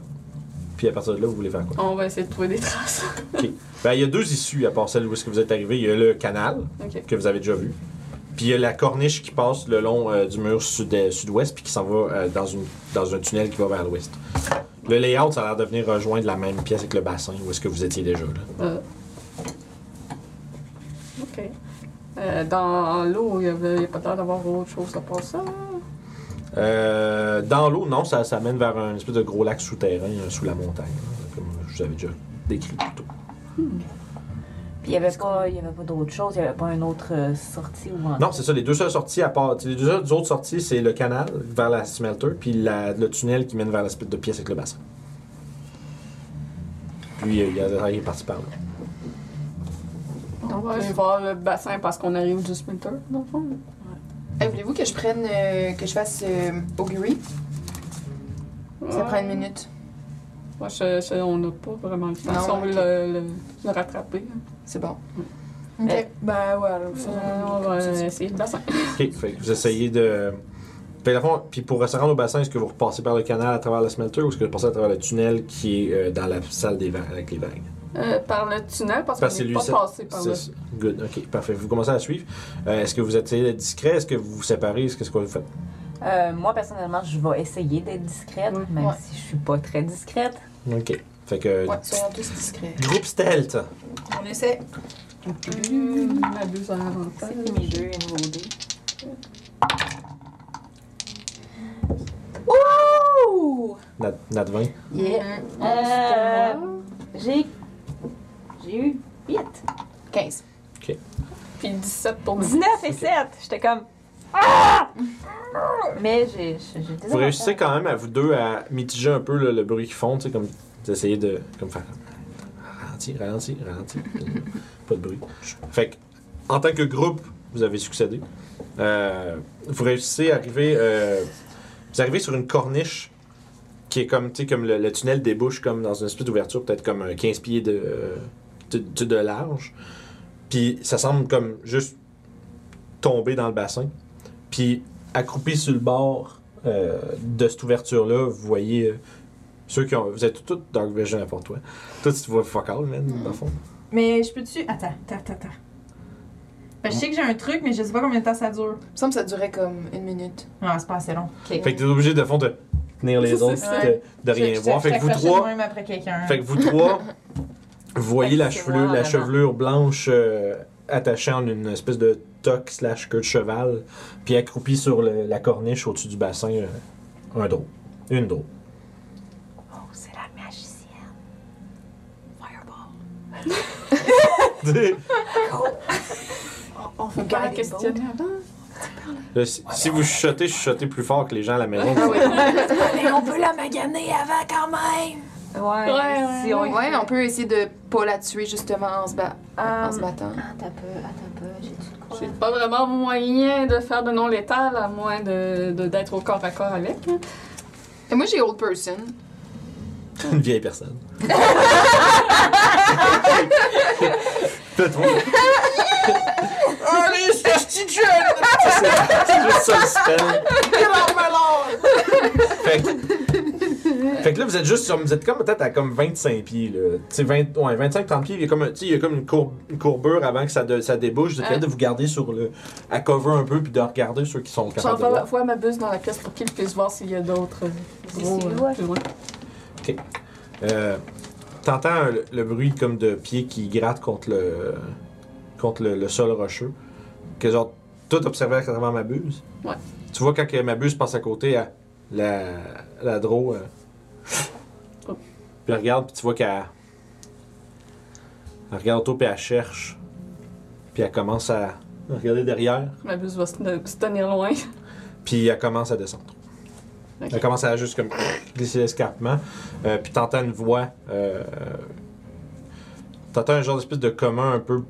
A: puis à partir de là, vous voulez faire quoi?
F: On va essayer de trouver des traces.
A: Ben, il y a deux issues à part celle où est-ce que vous êtes arrivé. Il y a le canal
F: OK.
A: que vous avez déjà vu. Puis il y a la corniche qui passe le long euh, du mur sud- sud-ouest puis qui s'en va euh, dans, une, dans un tunnel qui va vers l'ouest. Le layout, ça a l'air de venir rejoindre la même pièce avec le bassin où est-ce que vous étiez déjà. Là.
F: Euh. OK. Euh, dans l'eau, il n'y a, il y a pas l'air d'avoir autre chose à part ça.
A: Euh, dans l'eau, non, ça, ça mène vers un espèce de gros lac souterrain euh, sous la montagne, là, comme je vous avais déjà décrit plus tôt.
B: Puis il n'y avait pas, il y avait pas d'autre chose, il n'y avait pas une autre euh, sortie ou un...
A: Non, c'est ça, les deux seules sorties à part. Les deux seules autres sorties, c'est le canal vers la smelter, puis la- le tunnel qui mène vers l'espèce de pièce avec le bassin. Puis euh, il y a- il est parti par là.
F: On va aller voir le bassin parce qu'on arrive du smelter, dans le fond.
G: Hey, Eh, Voulez-vous que je prenne, euh, que je fasse euh, augury? Ça
F: Ouais.
G: prend une minute.
F: Moi, je- je- on n'a pas vraiment le temps.
G: Non,
F: si on veut
G: ok.
F: le, le- le rattraper. hein.
G: C'est bon.
E: Eh.
G: Ok.
E: bah
G: Ben ouais, alors, faisons-
F: Euh, on va essayer le bassin.
A: Ok, fait que vous essayez de. Fait que la fond- puis pour se rendre au bassin, est-ce que vous repassez par le canal à travers la smelter ou est-ce que vous passez à travers le tunnel qui est euh, dans la salle des vagues avec les vagues?
F: Euh, par le tunnel, parce
A: Parce
F: qu'on
A: que
F: n'est
A: lui,
F: pas
A: ça-
F: passé par là.
A: C'est- Good, ok, parfait. Vous commencez à suivre. Euh, est-ce que vous essayez d'être discret? Est-ce que vous vous séparez? Est-ce que c'est quoi vous faites?
H: Euh, moi, personnellement, je vais essayer d'être discrète,
F: Ouais.
H: même
G: Ouais.
H: si je suis pas très discrète.
A: Ok. Fait que.
G: Ouais, soyons tous discrets.
A: Groupe stealth.
G: On essaie.
F: Hum, ma buse en avantage.
B: C'est qui mes deux NOD?
G: Ouh!
A: Nat, nat 20.
G: Yeah.
B: Euh, j'ai. J'ai eu 8.
G: 15.
F: Puis 17 pour nous.
B: 19 et 7. J'étais comme. Ah! Mais j'ai. j'ai- j'ai des
A: Vous réussissez
B: avantages.
A: quand même à vous deux à mitiger un peu là, le bruit qu'ils font, tu sais, comme d'essayer de comme faire comme, ralenti, ralenti, ralenti. pas de bruit. Fait que, en tant que groupe, vous avez succédé. Euh, vous réussissez à arriver. euh, vous arrivez sur une corniche qui est comme, tu sais, comme le, le tunnel débouche comme dans une espèce d'ouverture, peut-être comme euh, 15 pieds de, euh, de, de- de large. Puis ça semble comme juste tomber dans le bassin. Puis accroupi sur le bord, euh, de cette ouverture-là, vous voyez euh, ceux qui ont. Vous êtes tous Dark Vision à part toi. Toi, tu te vois fuck all, man, dans le fond.
I: Mais je peux-tu. Attends, attends, attends, attends. Ben, je sais que j'ai un truc, mais je sais pas combien de temps ça dure.
G: Il me semble que ça durait comme une minute.
I: Non, c'est pas assez long.
A: Fait que t'es obligé, de fond, de tenir les
F: C'est
A: autres,
F: ça.
A: de, de
I: Je-
A: rien
I: je-
A: voir.
I: je
A: Fait que vous
I: t'accrochais
A: trois.
I: de même après quelqu'un.
A: Fait que vous trois, vous voyez
I: Fait que
A: la
I: c'est
A: chevelure,
I: moi,
A: la
I: vraiment.
A: chevelure blanche euh, attachée en une espèce de toque slash queue de cheval, puis accroupie sur le- la corniche au-dessus du bassin, euh, un drôle. Une drôle. Oh, c'est la magicienne. Fireball.
F: On fait
G: Regarde
F: pas
G: les
F: questionner avant.
A: Là, si, si vous chuchotez, chuchotez plus fort que les gens à la maison.
G: Ah oui.
E: Mais on peut la maganer avant quand même!
B: Ouais,
F: Ouais,
B: si on y
G: Ouais, on peut essayer de pas la tuer justement en se, ba- en se battant.
B: Attends un peu, attends un peu, j'ai tout de quoi.
F: C'est pas vraiment moyen de faire de non-létal à moins de- de- d'être au corps à corps avec.
G: Et moi j'ai old person.
A: Une vieille personne. Peut-être vous.
E: Allez, c'est petit jeune!
A: C'est juste ça le spell. fait, que, fait que là, vous êtes juste sur, vous êtes comme peut-être à comme 25 pieds, là. Tu sais, 20, ouais, 25, 30 pieds, il y a comme, un- tu sais, il y a comme une, courbe, une courbure avant que ça, de- ça débouche. Vous êtes capable de vous garder sur le, à cover un peu, puis de regarder ceux qui sont
F: J'en
A: capables de
F: vais
A: voir.
F: voir ma buse dans la pièce pour qu'il puisse voir s'il y a d'autres euh, gros
B: c'est
F: euh,
B: loin.
F: plus loin.
A: Euh, T'entends euh, le, le bruit comme de pieds qui grattent contre le, contre le, le sol rocheux. Que genre, tout observé à travers ma buse.
F: Ouais.
A: Tu vois quand que ma buse passe à côté, à la, la draw. euh,
F: Oh.
A: Puis elle regarde, puis tu vois qu'elle. Elle regarde autour, puis elle cherche. Puis elle commence à regarder derrière,
F: Ma buse va se, se tenir loin.
A: puis elle commence à descendre.
F: Ok.
A: Elle commence à juste comme glisser l'escarpement. Euh, puis t'entends une voix. Euh, t'entends un genre d'espèce de commun un peu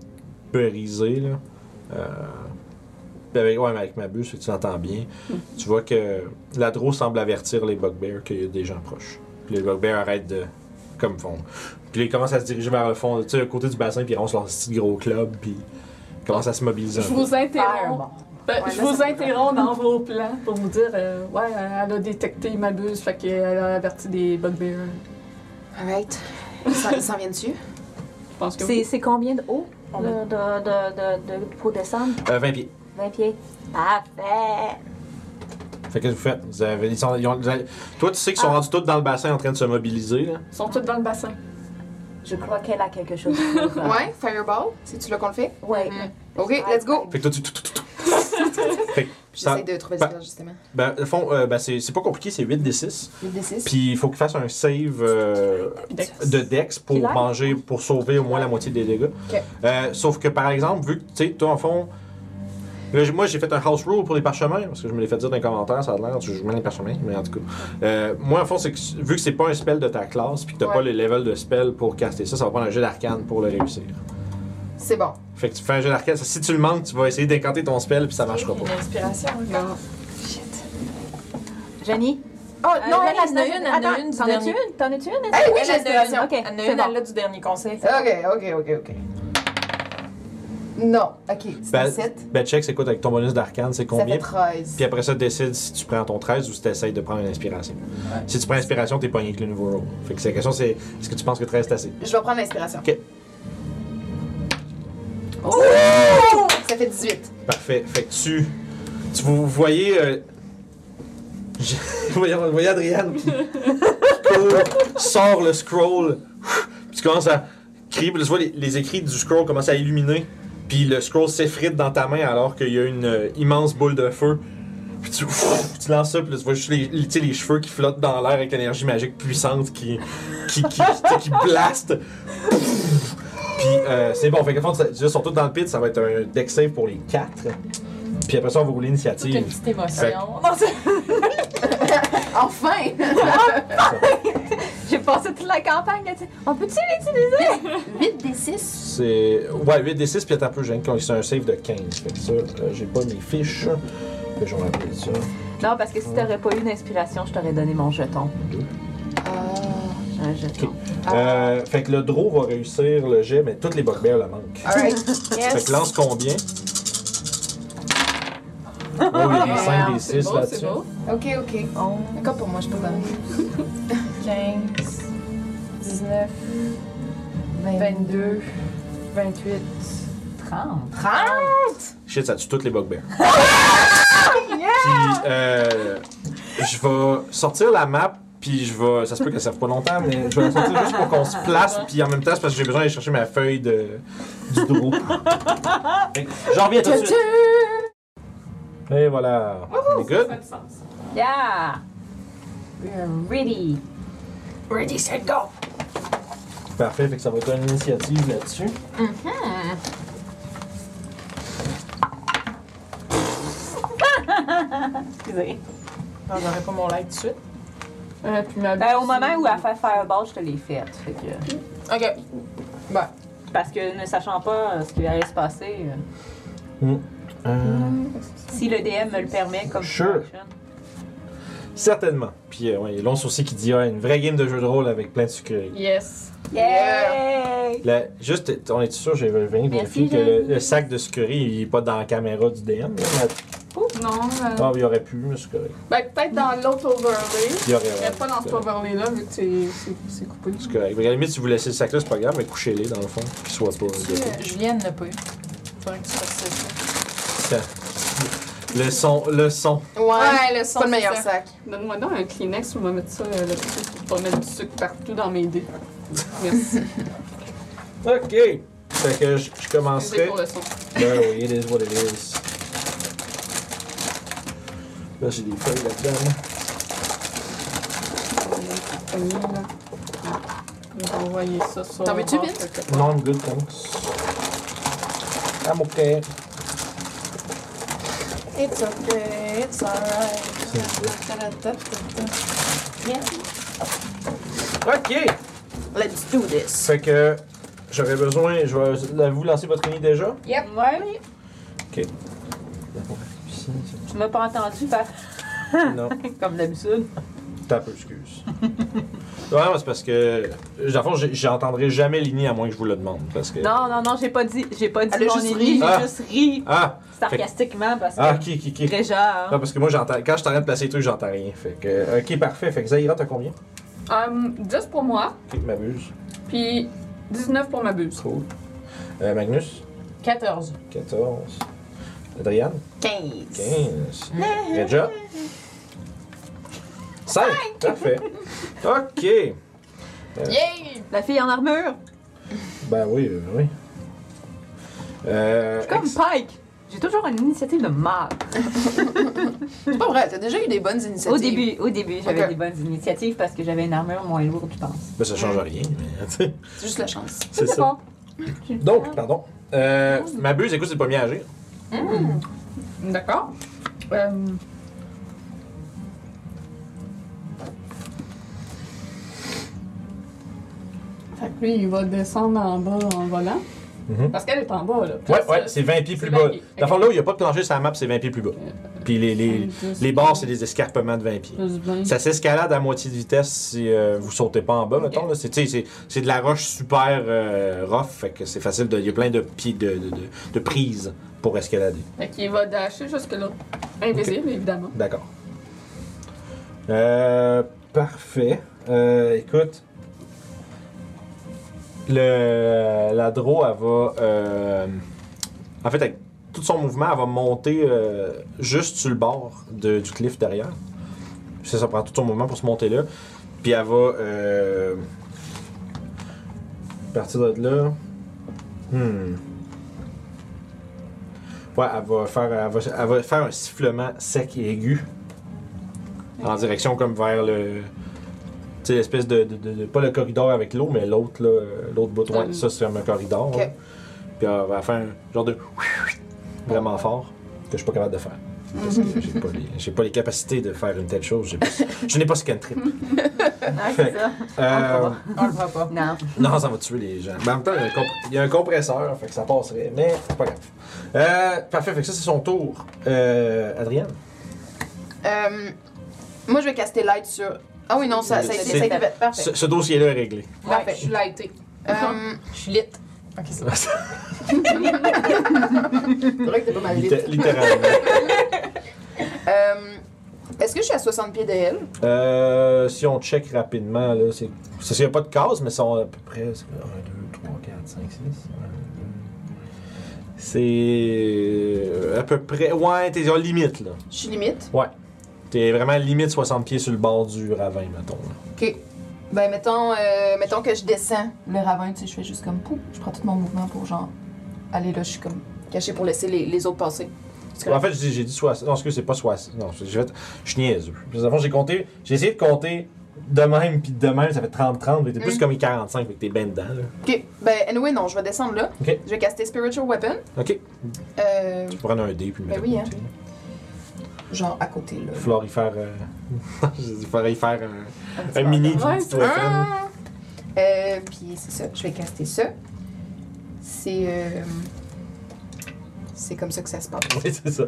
A: brisé, là. Euh, puis avec, ouais, mais avec ma buse, fait que tu l'entends bien.
F: Hmm.
A: Tu vois que l'adro semble avertir les bugbears qu'il y a des gens proches. Puis les bugbears arrêtent de. comme fond. Puis ils commencent à se diriger vers le fond, tu sais, le côté du bassin, puis ils roncent leur petit gros club, puis ils commencent à se mobiliser un
F: Je
A: peu.
F: vous interromps.
H: Fireball.
F: Ben,
G: Ouais,
F: je
G: là,
F: vous
G: ça peut
F: interromps dans vos plans pour vous dire euh, ouais, elle a détecté ma buse, fait qu'elle a averti des bugbears.
G: Alright. Ils s'en- Ils s'en viennent dessus.
F: Je pense que
B: C'est c'est combien de haut de, de, de, de, de- pour descendre?
A: Euh, 20 pieds.
B: 20 pieds. Parfait!
A: Fait que qu'est-ce que vous faites? Vous avez, ils sont- ils ont- vous avez- toi, tu sais qu'ils sont rendus tous dans le bassin en train de se mobiliser. Là.
F: Ils sont tous dans le bassin.
B: Je crois qu'elle a quelque chose. pour, euh,
G: Ouais, fireball. C'est-tu là qu'on le fait?
B: Ouais.
G: Ok, let's go.
A: Fait que toi, tu. tu- tu- tu- tu- fait que ça-
G: J'essaie de trouver le
A: Bah.
G: signal justement.
A: ben, au fond, euh, ben, c'est c'est pas compliqué, c'est 8 des 6.
G: 8 des 6.
A: Puis il faut qu'il fasse un save euh, de Dex pour
B: Puis là?
A: manger, pour sauver au moins la moitié des dégâts.
G: Ok.
A: Euh, sauf que par exemple, vu que tu sais, toi, en fond. là, j'ai- moi, j'ai fait un house rule pour les parchemins, parce que je me l'ai fait dire dans les commentaires, ça a l'air, tu joues mal les parchemins, mais en tout cas. Euh, moi, en fond, c'est que vu que c'est pas un spell de ta classe, puis que t'as
G: Ouais.
A: pas le level de spell pour caster ça, ça va prendre un jeu d'arcane pour le réussir.
G: C'est bon.
A: Fait que tu fais un jeu d'arcade. Si tu le manques, tu vas essayer d'incanter ton spell puis ça marchera pas.
E: Inspiration,
F: Non.
B: Jenny?
E: Oh
B: Euh,
E: non, elle
B: Jenny,
E: en a une, elle en a une du
B: T'en as-tu
E: dernier.
B: une? T'en as-tu une?
G: Eh oui,
E: Elle
G: j'ai
E: en a une,
G: l'inspiration.
B: Ok,
E: elle en a
B: c'est
E: une,
B: bon.
E: elle a du dernier conseil.
G: Ok, ok, ok, ok. Non,
J: Ok, c'est
A: Ben,
J: un 7.
A: Ben, check, c'est quoi avec ton bonus d'arcane, c'est
J: Ça fait
A: combien?
J: 13.
A: Puis après ça, décide si tu prends ton 13 ou si tu essayes de prendre une inspiration. Si tu prends inspiration, t'es pogné avec le nouveau roll. Fait que c'est- la question, c'est est-ce que tu penses que 13 c'est assez?
J: Je vais prendre l'inspiration.
A: Ok.
G: Oh!
J: Ça fait 18.
A: Parfait. Fait que tu. Tu vous voyez. Euh, je- vous voyez- vous voyez Adriane qui, qui court, sort le scroll, puis tu commences à crier, puis tu vois les, les écrits du scroll commencent à illuminer, puis le scroll s'effrite dans ta main alors qu'il y a une euh, immense boule de feu. Puis tu, tu lances ça, puis là, tu vois juste les, les- tu sais, les cheveux qui flottent dans l'air avec l'énergie magique puissante qui, qui, qui, qui, qui blaste. Puis euh, c'est bon, fait que fond, ça- ils sont tous dans le pit, ça va être un deck save pour les quatre. Puis après ça, on va rouler
E: Toute une
A: l'initiative.
E: petite émotion. Non, c'est-
J: Enfin!
B: J'ai passé toute la campagne à dire On peut-tu l'utiliser
J: 8 des 6.
A: C'est. Ouais, 8 des 6 puis attends un peu, j'ai un- c'est un save de 15. Fait que ça, euh, j'ai pas mes fiches. Fait que je vais rappeler ça.
H: Non, parce que si t'aurais pas eu d'inspiration, je t'aurais donné mon jeton. Un jeton.
A: Euh, fait que le draw va réussir le jet, mais toutes les bugbears la manquent.
J: Alright.
A: Fait que lance combien Ouais, oui, il y a des 5 des 6
F: Ah, C'est beau,
A: là-dessus.
F: c'est beau.
J: Ok, ok.
G: Oh.
J: Encore pour moi, je peux pas.
E: 15, 19, 22, 28.
H: 30.
E: 30!
A: Shit, ça tue toutes les bugbears. Puis, euh, je vais sortir la map, puis je vais. Ça se peut qu'elle serve pas longtemps, mais je vais la sortir juste pour qu'on se place, puis en même temps, c'est parce que j'ai besoin d'aller chercher ma feuille de, du draw. Fait que J'en reviens tout de suite. Et voilà. On est good?
C: Ça fait du sens.
H: Yeah! We're ready.
E: Ready, set, go!
A: Parfait, fait que ça va être une initiative là-dessus.
H: Excusez.
E: Non, Ah, j'aurais pas mon like tout de suite.
F: Euh, puis ma
H: Ben, au moment où elle fait Fireball, je te l'ai faite. Fait que-
E: Ok. Bah,
H: Parce que ne sachant pas euh, ce qui allait se passer, euh,
A: Euh,
H: si le DM me le permet, comme
A: Sure.
H: action.
A: certainement. Puis, euh, ouais, il y a Lonce aussi qui dit ah, une vraie game de jeu de rôle avec plein de sucreries.
F: Yes.
H: Yay!
A: La- juste, on est sûr, j'ai vérifié
B: Merci,
A: que le,
B: Jeanne.
A: le sac de sucreries, il est pas dans la caméra du DM. là, mais-
F: Non. euh,
A: Ah, il aurait pu, mais c'est correct.
F: Ben, peut-être dans l'autre overlay.
A: Il aurait.
F: Mais pas dans cet overlay-là, vu que c'est- c'est c'est coupé.
A: C'est correct. Fait que À la limite, si vous laissez le sac là, c'est pas grave, mais couchez-les dans le fond, qu'ils soient pas.
E: Julienne l'a pas eu. Faudrait que tu fasses ça.
A: euh, Le son, le son.
J: Ouais,
G: le son,
J: pas le
G: c'est
J: meilleur
G: ça.
J: sac.
F: Donne-moi donc un Kleenex, on va mettre ça euh, là-dessus pour pas mettre du sucre partout dans mes dés. Merci.
A: Ok! Fait que je, je
F: Excusez
A: commencerai.
F: pour le son.
A: Ben oui, it is what it is. Là, j'ai des feuilles là-dedans.
F: Pogné, là. On va envoyer ça sur
G: T'en
F: le
G: veux-tu,
F: bord,
G: Vince?
F: quelque part.
A: Non, I'm good, thanks. I'm okay.
E: It's okay, it's alright.
A: Ok!
J: Let's do this.
A: Fait que j'aurais besoin. Je vais la- vous lancer votre nid déjà.
E: Yep.
H: Ouais,
A: Ici,
H: tu m'as pas entendu, ben,
A: c'est- Non.
H: comme d'habitude.
A: T'as peu, excuse. ouais, mais c'est parce que. Dans le fond, j'ai- j'entendrai jamais l'ini à moins que je vous le demande. Parce que.
H: Non, non, non, j'ai pas dit, j'ai pas dit
J: Elle a
H: mon
J: juste
H: ennemi, j'ai
A: Ah.
H: juste ri
A: Ah!
H: sarcastiquement parce que
A: Ah, ok, ok, ok.
H: déjà, hein.
A: Non, Ah, parce que moi, j'entends. Quand je t'arrête de placer les trucs, j'entends rien. Fait que. euh, Ok, parfait. Fait que Zahira, t'as combien
F: Hum, 10 pour moi,
A: Ok, m'abuse.
F: puis 19 pour ma buse.
A: Cool. Euh, Magnus
E: 14.
A: 14. Adriane
J: 15.
A: 15. Reja 5. Parfait. Ok.
E: Yay!
H: la fille en armure,
A: Ben oui, euh, oui. Euh,
H: comme Pike. J'ai toujours une initiative de mal.
G: C'est pas vrai, t'as déjà eu des bonnes initiatives.
H: Au début, au début, j'avais
G: Ok.
H: des bonnes initiatives parce que j'avais une armure moins lourde, je pense.
A: Ben, ça change rien, mais tu sais,
G: C'est juste la chance.
A: c'est ça. Donc, pardon. Euh, ma buse, écoute, c'est le premier à agir.
F: D'accord. Hum, Fait que lui, il va descendre en bas en volant.
A: Mhm.
D: Parce qu'elle est en bas, là.
A: Ouais, ouais, c'est 20 pieds plus
D: 20
A: bas.
D: pieds.
A: Dans le fond, là où il n'y a pas de plancher sur la map, c'est 20 pieds plus bas. Puis les, les, les barres, c'est des escarpements de 20 pieds.
D: Plus
F: Mm.
D: 20.
A: Ça s'escalade à moitié de vitesse si euh, vous sautez pas en bas, mettons. là. C'est, tu sais, c'est, c'est de la roche super euh, rough, fait que c'est facile. de- Il y a plein de, pieds de, de, de- de prises pour escalader.
F: Fait qu'il va dasher jusque-là. Invisible, évidemment.
A: D'accord. Euh, parfait. Euh, écoute, le, la draw, elle va. euh, en fait, avec tout son mouvement, elle va monter euh, juste sur le bord de- du cliff derrière. Puis ça, ça prend tout son mouvement pour se monter là. Puis elle va. euh, partir de là. Hmm. Ouais, elle va faire, elle va, elle va faire un sifflement sec et aigu. En direction comme vers le. Tu sais, l'espèce de, de- de- de- Pas le corridor avec l'eau, mais l'autre, là, euh, l'autre bout. Ouais,
G: Ah.
A: ça, c'est comme un corridor.
G: Ok.
A: là. Puis euh, elle va faire un genre de. Vraiment fort, que je suis pas capable de faire. Parce que j'ai pas, les, j'ai pas les capacités de faire une telle chose. J'ai pas- je n'ai pas ce cantrip.
H: Ah, c'est ça.
A: Euh,
E: On le fera pas.
H: Non.
A: non, ça va tuer les gens. Mais en même temps, il y a un, comp- il y a un compresseur, fait que ça passerait. Mais c'est pas grave. Euh, parfait, fait que ça, c'est son tour. Euh, Adrienne.
G: Euh, moi, je vais caster light sur. Ah oui, non, ça, ça a été.
A: C'est-
G: ça a été- Parfait.
A: Ce, ce dossier-là est réglé.
G: Parfait.
E: Je suis lightée.
G: Euh,
E: Je suis lit. Ok, c'est bon.
G: c'est vrai que t'es pas mal vite.
A: Litté- littéralement.
G: Euh, Est-ce que je suis à 60 pieds de elle?
A: Euh, si on check rapidement, là, c'est. c'est- Il n'y a pas de case, mais sont à peu près. 1, 2, 3, 4, 5, 6. C'est. euh, à peu près. Ouais, t'es en limite, là.
G: Je suis limite.
A: Ouais. T'es vraiment limite 60 pieds sur le bord du ravin, mettons. là.
G: Ok. Ben, mettons, euh, mettons que je descends le ravin, tu sais, je fais juste comme pouf. Je prends tout mon mouvement pour genre. Aller là, je suis comme cachée pour laisser les, les autres passer. Parce que-
A: En fait, j'ai j'ai dit 60. Non, excuse, c'est pas 60. Non, j'ai fait. Je suis niaiseux. Parce que, dans le fond, j'ai compté. J'ai essayé de compter de même, puis de même, ça fait 30-30, mais t'es plus
G: Mm.
A: comme les 45, fait que t'es bien dedans, là.
G: Ok. Ben, anyway, non, je vais descendre là.
A: Ok.
G: Je vais caster Spiritual Weapon.
A: Ok.
G: Euh,
A: Tu peux prendre un dé, puis le mettre
G: Ben oui,
A: à côté,
G: hein.
A: là.
G: genre à côté là.
A: Il va falloir y faire. euh, Il faudrait y faire
G: Un
A: un,
G: petit
A: un mini
F: bordel.
A: petite
G: Ah!
A: weapon.
G: Euh, puis c'est ça, je vais caster ça. C'est. euh, c'est comme ça que ça se passe.
A: Oui, c'est ça.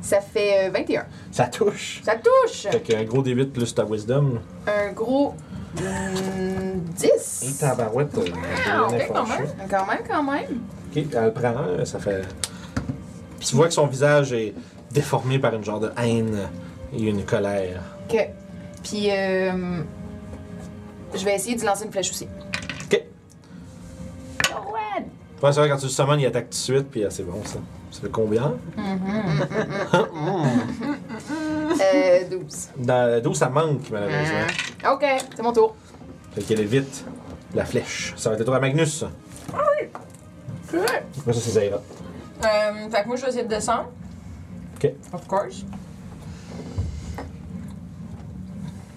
G: Ça fait euh, 21.
A: Ça touche.
G: Ça touche!
A: Fait qu'un gros D8 plus ta wisdom.
G: Un gros. hum, 10.
A: Et ta barouette. euh,
G: Ah, ok, quand même. Quand même, quand même.
A: Ok, elle prend un, ça fait. Puis tu vois que son visage est déformé par une genre de haine et une colère.
G: Ok. Puis. euh, je vais essayer de lancer une flèche aussi.
A: Ouais, c'est vrai, quand tu le summon, il attaque tout de suite, puis ah, c'est bon ça. Ça fait combien
G: Euh, 12.
A: Dans 12, ça manque malheureusement.
G: Ok, c'est mon tour.
A: Fait qu'elle évite la flèche. Ça va être le tour à Magnus. Moi, ça, c'est Zaira.
E: Euh, fait que moi, je vais essayer de descendre.
A: Ok.
E: Of course.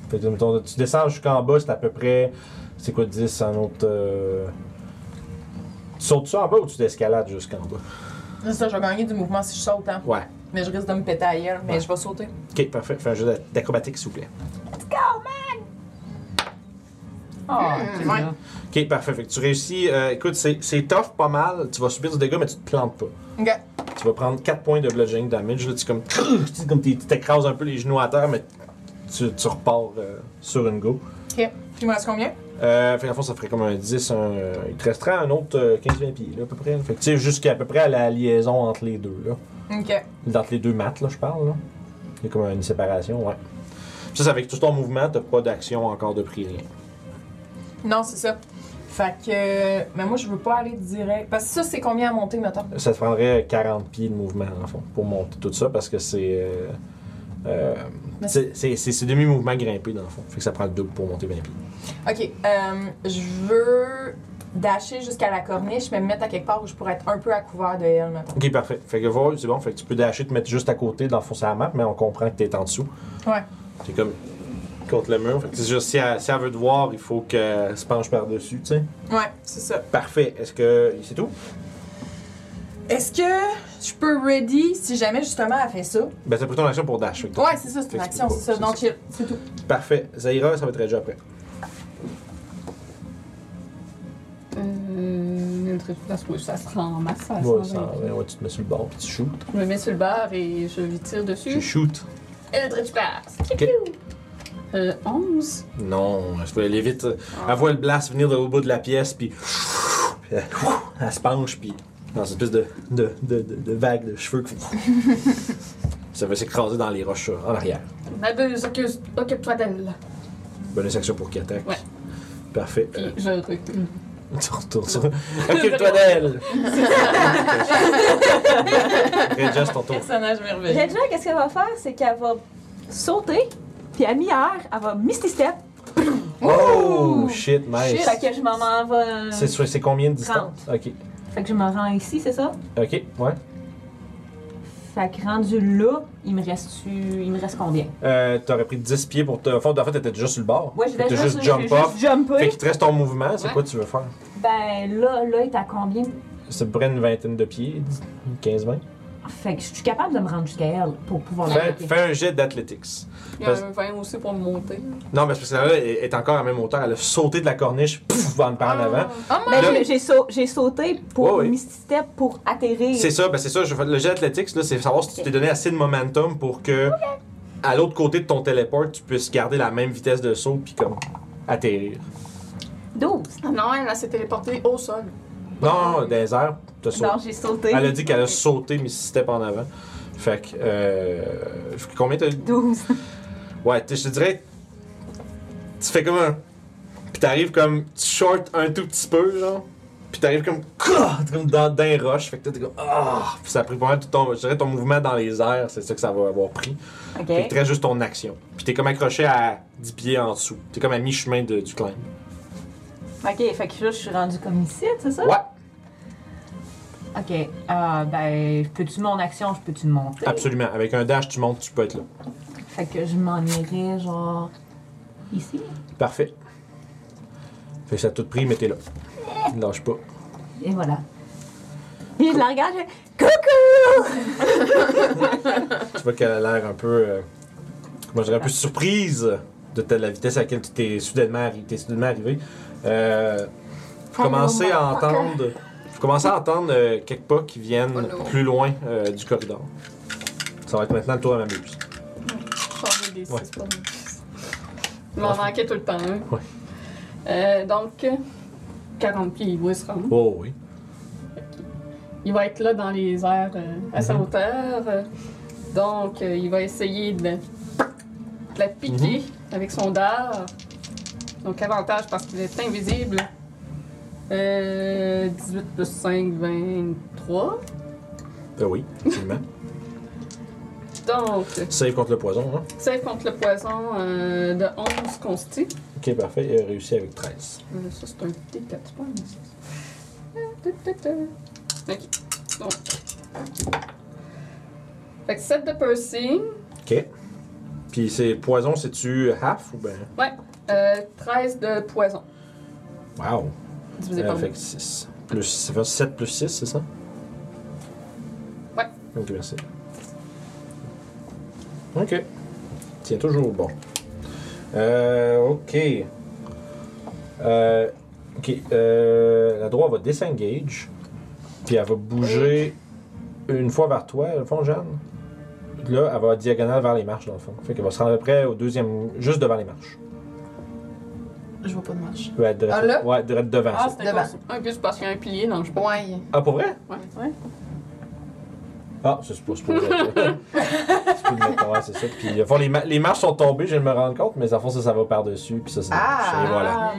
A: Fait que, mettons, tu descends jusqu'en bas, c'est à peu près. C'est quoi 10 en autre. euh, Tu sautes-tu en bas ou tu t'escalades jusqu'en bas?
E: C'est ça, je vais gagner du mouvement si je saute, hein.
A: Ouais.
E: Mais je risque de me péter ailleurs, mais
A: Ouais.
E: je vais sauter.
A: Ok, parfait. Fais un jeu d'a- d'acrobatique, s'il vous plaît.
E: Ah,
G: Hum,
D: Euh,
G: ouais.
A: Ok, parfait. Fait que tu réussis. euh, écoute, c'est c'est tough pas mal. Tu vas subir du dégât, mais tu te plantes pas.
E: Ok.
A: Tu vas prendre 4 points de bludgeoning damage. Là, tu comme. Tu sais, comme t'es- tu t'écrases un peu les genoux à terre, mais tu, tu repars euh, sur une go.
E: Ok. Puis il me reste combien?
A: Euh, fait qu'en fond, ça ferait comme un 10, un... il te resterait un autre euh, 15-20 pieds, là, à peu près. Fait que tu sais, jusqu'à à peu près à la liaison entre les deux, là.
E: Ok.
A: Entre les deux maths, là, je parle, là. Il y a comme une séparation, ouais. Ça, c'est avec tout ton mouvement, t'as pas d'action encore de prix, rien.
E: Non, c'est ça. Fait que. Mais moi, je veux pas aller direct. Parce que ça, c'est combien à monter, maintenant?
A: Ça te prendrait 40 pieds de mouvement, en fond, pour monter tout ça, parce que c'est... euh, euh,
E: Mais-
A: c'est c'est- c'est- c'est demi-mouvement grimpé, dans le fond. Fait que ça prend le double pour monter 20 pieds.
E: Ok. euh, je veux dasher jusqu'à la corniche, mais me mettre à quelque part où je pourrais être un peu à couvert de elle, maintenant.
A: Ok, parfait. Fait que voilà, c'est bon. Fait que tu peux dasher, te mettre juste à côté, dans le fond, sur la map, mais on comprend que t'es en dessous.
E: Ouais.
A: C'est comme contre le mur. Fait que c'est juste, si elle, si elle veut te voir, il faut qu'elle se penche par-dessus, tu sais.
E: Ouais, c'est ça.
A: Parfait. Est-ce que. C'est tout?
E: Est-ce que je peux ready si jamais justement elle fait ça?
A: Ben, t'as pris ton action pour dash. fait que t'as-
E: Ouais, c'est ça, c'est une action, c'est ça. Donc, chill, c'est tout.
A: Parfait. Zaira, ça va être déjà après.
F: Euh,
D: un truc. Ça, se- ça se rend en masse. Ça,
A: Ouais,
D: 120.
A: ça, ouais, ouais, tu te mets sur le bord puis tu shoot.
D: Je me mets sur le bar et je lui tire
A: Tu
D: dessus.
A: shoot.
D: Eldritch Blast!
A: Ok.
D: Euh, 11.
A: Non, je peux aller vite. Elle voit le blast venir de au bout de la pièce, puis, puis elle, elle se penche, puis dans une espèce de, de, de, de- de vague de cheveux. qui- ça va s'écraser dans les roches euh, en arrière.
F: M'abuse, occu- occupe-toi d'elle.
A: Bonne action pour qui attaque.
F: Ouais.
A: Parfait.
D: Puis
A: Euh,
D: je recule.
A: tu retournes ça. Occupe-toi d'elle! Red Jazz, ton tour.
E: Personnage merveilleux.
H: Red qu'est-ce qu'elle va faire? C'est qu'elle va sauter, puis à mi-air, elle va Misty Step.
A: Oh shit, nice.
B: Fait que je m'en vais. euh,
A: C'est sur- c'est combien de distance? Ok.
B: Fait que je me rends ici, c'est ça?
A: Ok, ouais.
B: Fait que rendu là, il me reste il me reste combien?
A: Euh, T'aurais pris 10 pieds pour te. En fait, en fait, t'étais déjà sur le bord.
B: Ouais, j'ai
A: T'as
B: déjà
A: juste
B: j'ai
A: jump off.
B: juste jumpé.
A: Fait qu'il te reste ton mouvement, c'est
B: Ouais.
A: quoi tu veux faire?
B: Ben là, là, il est à combien?
A: C'est à peu près une vingtaine de pieds, 15-20.
B: Fait que je suis capable de me rendre jusqu'à elle pour pouvoir
A: Fais,
B: l'attaquer.
A: fais un jet d'athletics.
F: Il y a
A: Parce-
F: un vin aussi pour me monter.
A: Non, mais c'est parce que là, elle est encore à la même hauteur. Elle a sauté de la corniche, pouf, en
B: Ah.
A: par en avant.
B: Mais
A: Là-
B: Ben, j'ai- j'ai sau- j'ai sauté pour
A: Ouais, ouais.
B: Misty Step pour atterrir.
A: C'est ça, ben c'est ça. je fais- Le jet athletics, là, c'est savoir si tu t'es donné assez de momentum pour que, à l'autre côté de ton téléport, tu puisses garder la même vitesse de saut, puis comme atterrir.
B: 12.
F: Ah non, elle, elle s'est téléportée au sol.
A: Non, non, des airs, t'as sauté.
B: Non, j'ai sauté.
A: Elle a dit qu'elle a sauté, mais si c'était en avant. Fait que. Euh, combien t'as eu
B: 12.
A: Ouais, t- je te dirais. Tu fais comme un. Puis t'arrives comme. Tu short un tout petit peu, genre. Puis t'arrives comme. Kouah! T'es comme dans, dans un rush. Fait que t'es comme. Ah! Puis ça a pris pas mal tout ton. Je dirais ton mouvement dans les airs, c'est ça que ça va avoir pris.
B: Ok.
A: Fait que t'es juste ton action. Puis t'es comme accroché à 10 pieds en dessous. T'es comme à mi-chemin de- du climb.
B: Ok, fait que là, je suis rendue comme ici, c'est ça?
A: Ouais!
B: Ok. euh, ben, peux-tu mon action, je peux-tu monter?
A: Absolument. Avec un dash, tu montes, tu peux être là.
B: Fait que je m'en irai, genre. ici.
A: Parfait. Fait que ça a tout pris, mais t'es là. Lâche pas.
B: Et voilà. Et je la regarde, je fais Coucou!
A: Tu vois qu'elle a l'air un peu. euh, comment je dirais, un peu surprise de ta- la vitesse à laquelle tu t'es soudainement, arri- t'es soudainement arrivé. Euh, vous commencez à entendre. Vous commencez à entendre euh, quelques pas qui viennent plus loin euh, du corridor. Ça va être maintenant le tour à ma muse.
F: Changer des
A: Ouais.
F: six pour nous. Il m'en
A: Franchement.
F: manquait tout le temps un.
A: Ouais.
F: Euh, donc, 40 pieds, il va se rendre.
A: Oh oui.
F: Il va être là dans les airs euh, à sa
A: Mhm.
F: hauteur. euh, donc, euh, il va essayer de, de la piquer avec son dard. Donc, avantage parce qu'il est invisible. Euh, 18 plus 5, 23.
A: Ben oui, effectivement.
F: Donc,
A: Save contre le poison, hein?
F: save contre le poison euh, de 11 consti.
A: Ok, parfait. Il a réussi avec 13.
F: Euh, Ça, c'est un D4, c'est pas un D6. Ok. Donc. Fait que 7 de piercing,
A: Ok. Puis c'est poison, c'est-tu half ou ben.
F: euh, 13 de poison.
A: Wow!
F: Divisé
A: Euh,
F: par
A: fait
F: deux.
A: que 6. Plus, ça fait 7 plus 6, c'est ça?
F: Ouais.
A: Ok, merci. Ok. Tiens, toujours bon. Euh, ok. Euh, ok. Euh, la droite va disengage. Puis elle va bouger une fois vers toi, dans le fond, Jeanne. Là, elle va diagonale vers les marches, dans le fond. Fait qu'elle va se rendre à peu près au deuxième, juste devant les marches.
J: Je vois pas de marche.
A: Ouais, direct-
J: Ah, là?
A: Ouais, direct devant
F: Ah,
A: ça.
F: c'était
J: Devant.
F: pas- Un plus parce qu'il y a un pilier dans le jeu.
J: Ouais.
A: Ah, pour vrai?
F: Ouais.
A: Ah, ça, c'est pas, c'est pas vrai. c'est pas le mettre, ouais, c'est ça. Puis, au fond, les, ma- les marches sont tombées, je viens de me rendre compte, mais à fond, ça, ça va par-dessus. Puis ça, c'est.
J: Ah!
A: Et voilà.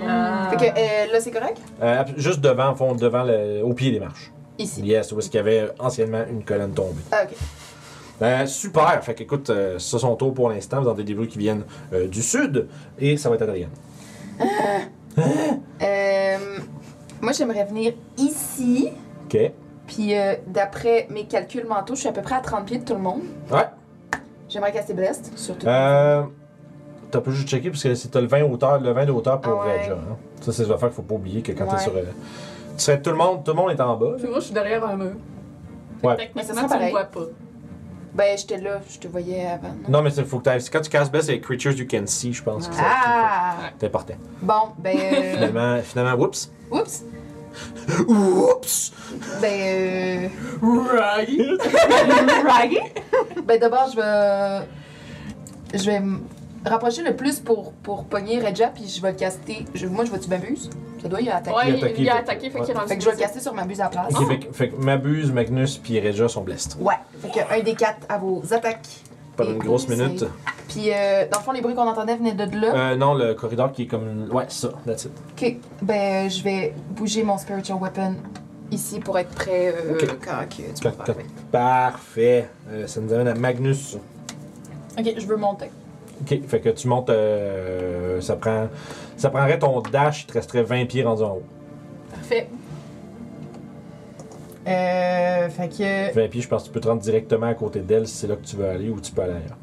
J: Fait que euh, là, c'est correct?
A: Euh, ab- juste devant, au fond, devant le, au pied des marches.
J: Ici.
A: Yes, où est-ce qu'il y avait anciennement une colonne tombée.
J: Ah, ok.
A: Euh, super! Fait qu'écoute, euh, c'est son tour pour l'instant. Vous avez des bruits qui viennent euh, du sud. Et ça va être Adrienne.
J: Euh, moi, j'aimerais venir ici.
A: OK. Ouais.
J: Puis euh, d'après mes calculs mentaux, je suis à peu près à 30 pieds de tout le monde. J'aimerais casser Blest, surtout.
A: Euh, t'as pas juste checker parce que c'est t'as le 20 hauteur, le 20 de hauteur pour
J: Ah ouais.
A: Regia, hein. Ça, c'est une affaire qu'il faut pas oublier que quand
J: Ouais.
A: t'es sur. euh, tu serais tout le monde, tout le monde est en bas.
F: Puis moi, je suis derrière un mur.
A: Ouais.
J: Mais ça
F: Techniquement,
J: sera
F: tu me
J: pareil.
F: vois pas.
J: Ben, j'étais là, je te voyais avant. non?
A: Non, mais c'est faut que t'ailles- Quand tu casses Best, c'est Creatures You Can See, je pense. que ça-
J: Ah!
A: C'est important.
J: Bon, ben. euh,
A: Finalement, finalement, oups.
J: Oups!
A: Oups!
J: Ben,
E: Right!
J: euh, ben d'abord, je vais. Je vais me rapprocher le plus pour, pour pogner Reja, puis je vais caster. je- moi, je vais-tu m'abuse? Ça doit y attaquer.
F: Ouais,
A: attaqué,
F: il, il a
A: fait-
F: attaqué, fait
A: ouais.
F: qu'il rentre.
J: Fait que je vais le caster sur Mabuse à la place.
A: Ok, fait, que- fait que Mabuse, Magnus puis Reja sont blessed.
J: Ouais, fait que un des quatre à vos attaques.
A: Pendant une grosse
J: C'est-
A: minute.
J: Puis, euh, dans le fond, les bruits qu'on entendait venaient de là.
A: Euh, non, le corridor qui est comme. une- Ouais, ça, that's it.
J: Ok, ben euh, je vais bouger mon spiritual weapon ici pour être prêt euh,
A: Ok.
J: quand que tu
A: Fait
J: vas
A: que-
J: faire. ouais.
A: Parfait. Euh, ça nous amène à Magnus.
G: Ok, je veux monter.
A: Ok, fait que tu montes. euh, ça prend. Ça prendrait ton dash, il te resterait 20 pieds rendus en haut.
J: Parfait. Euh, fait que
A: 20 pieds, je pense que tu peux te rendre directement à côté d'elle si c'est là que tu veux aller ou tu peux aller ailleurs.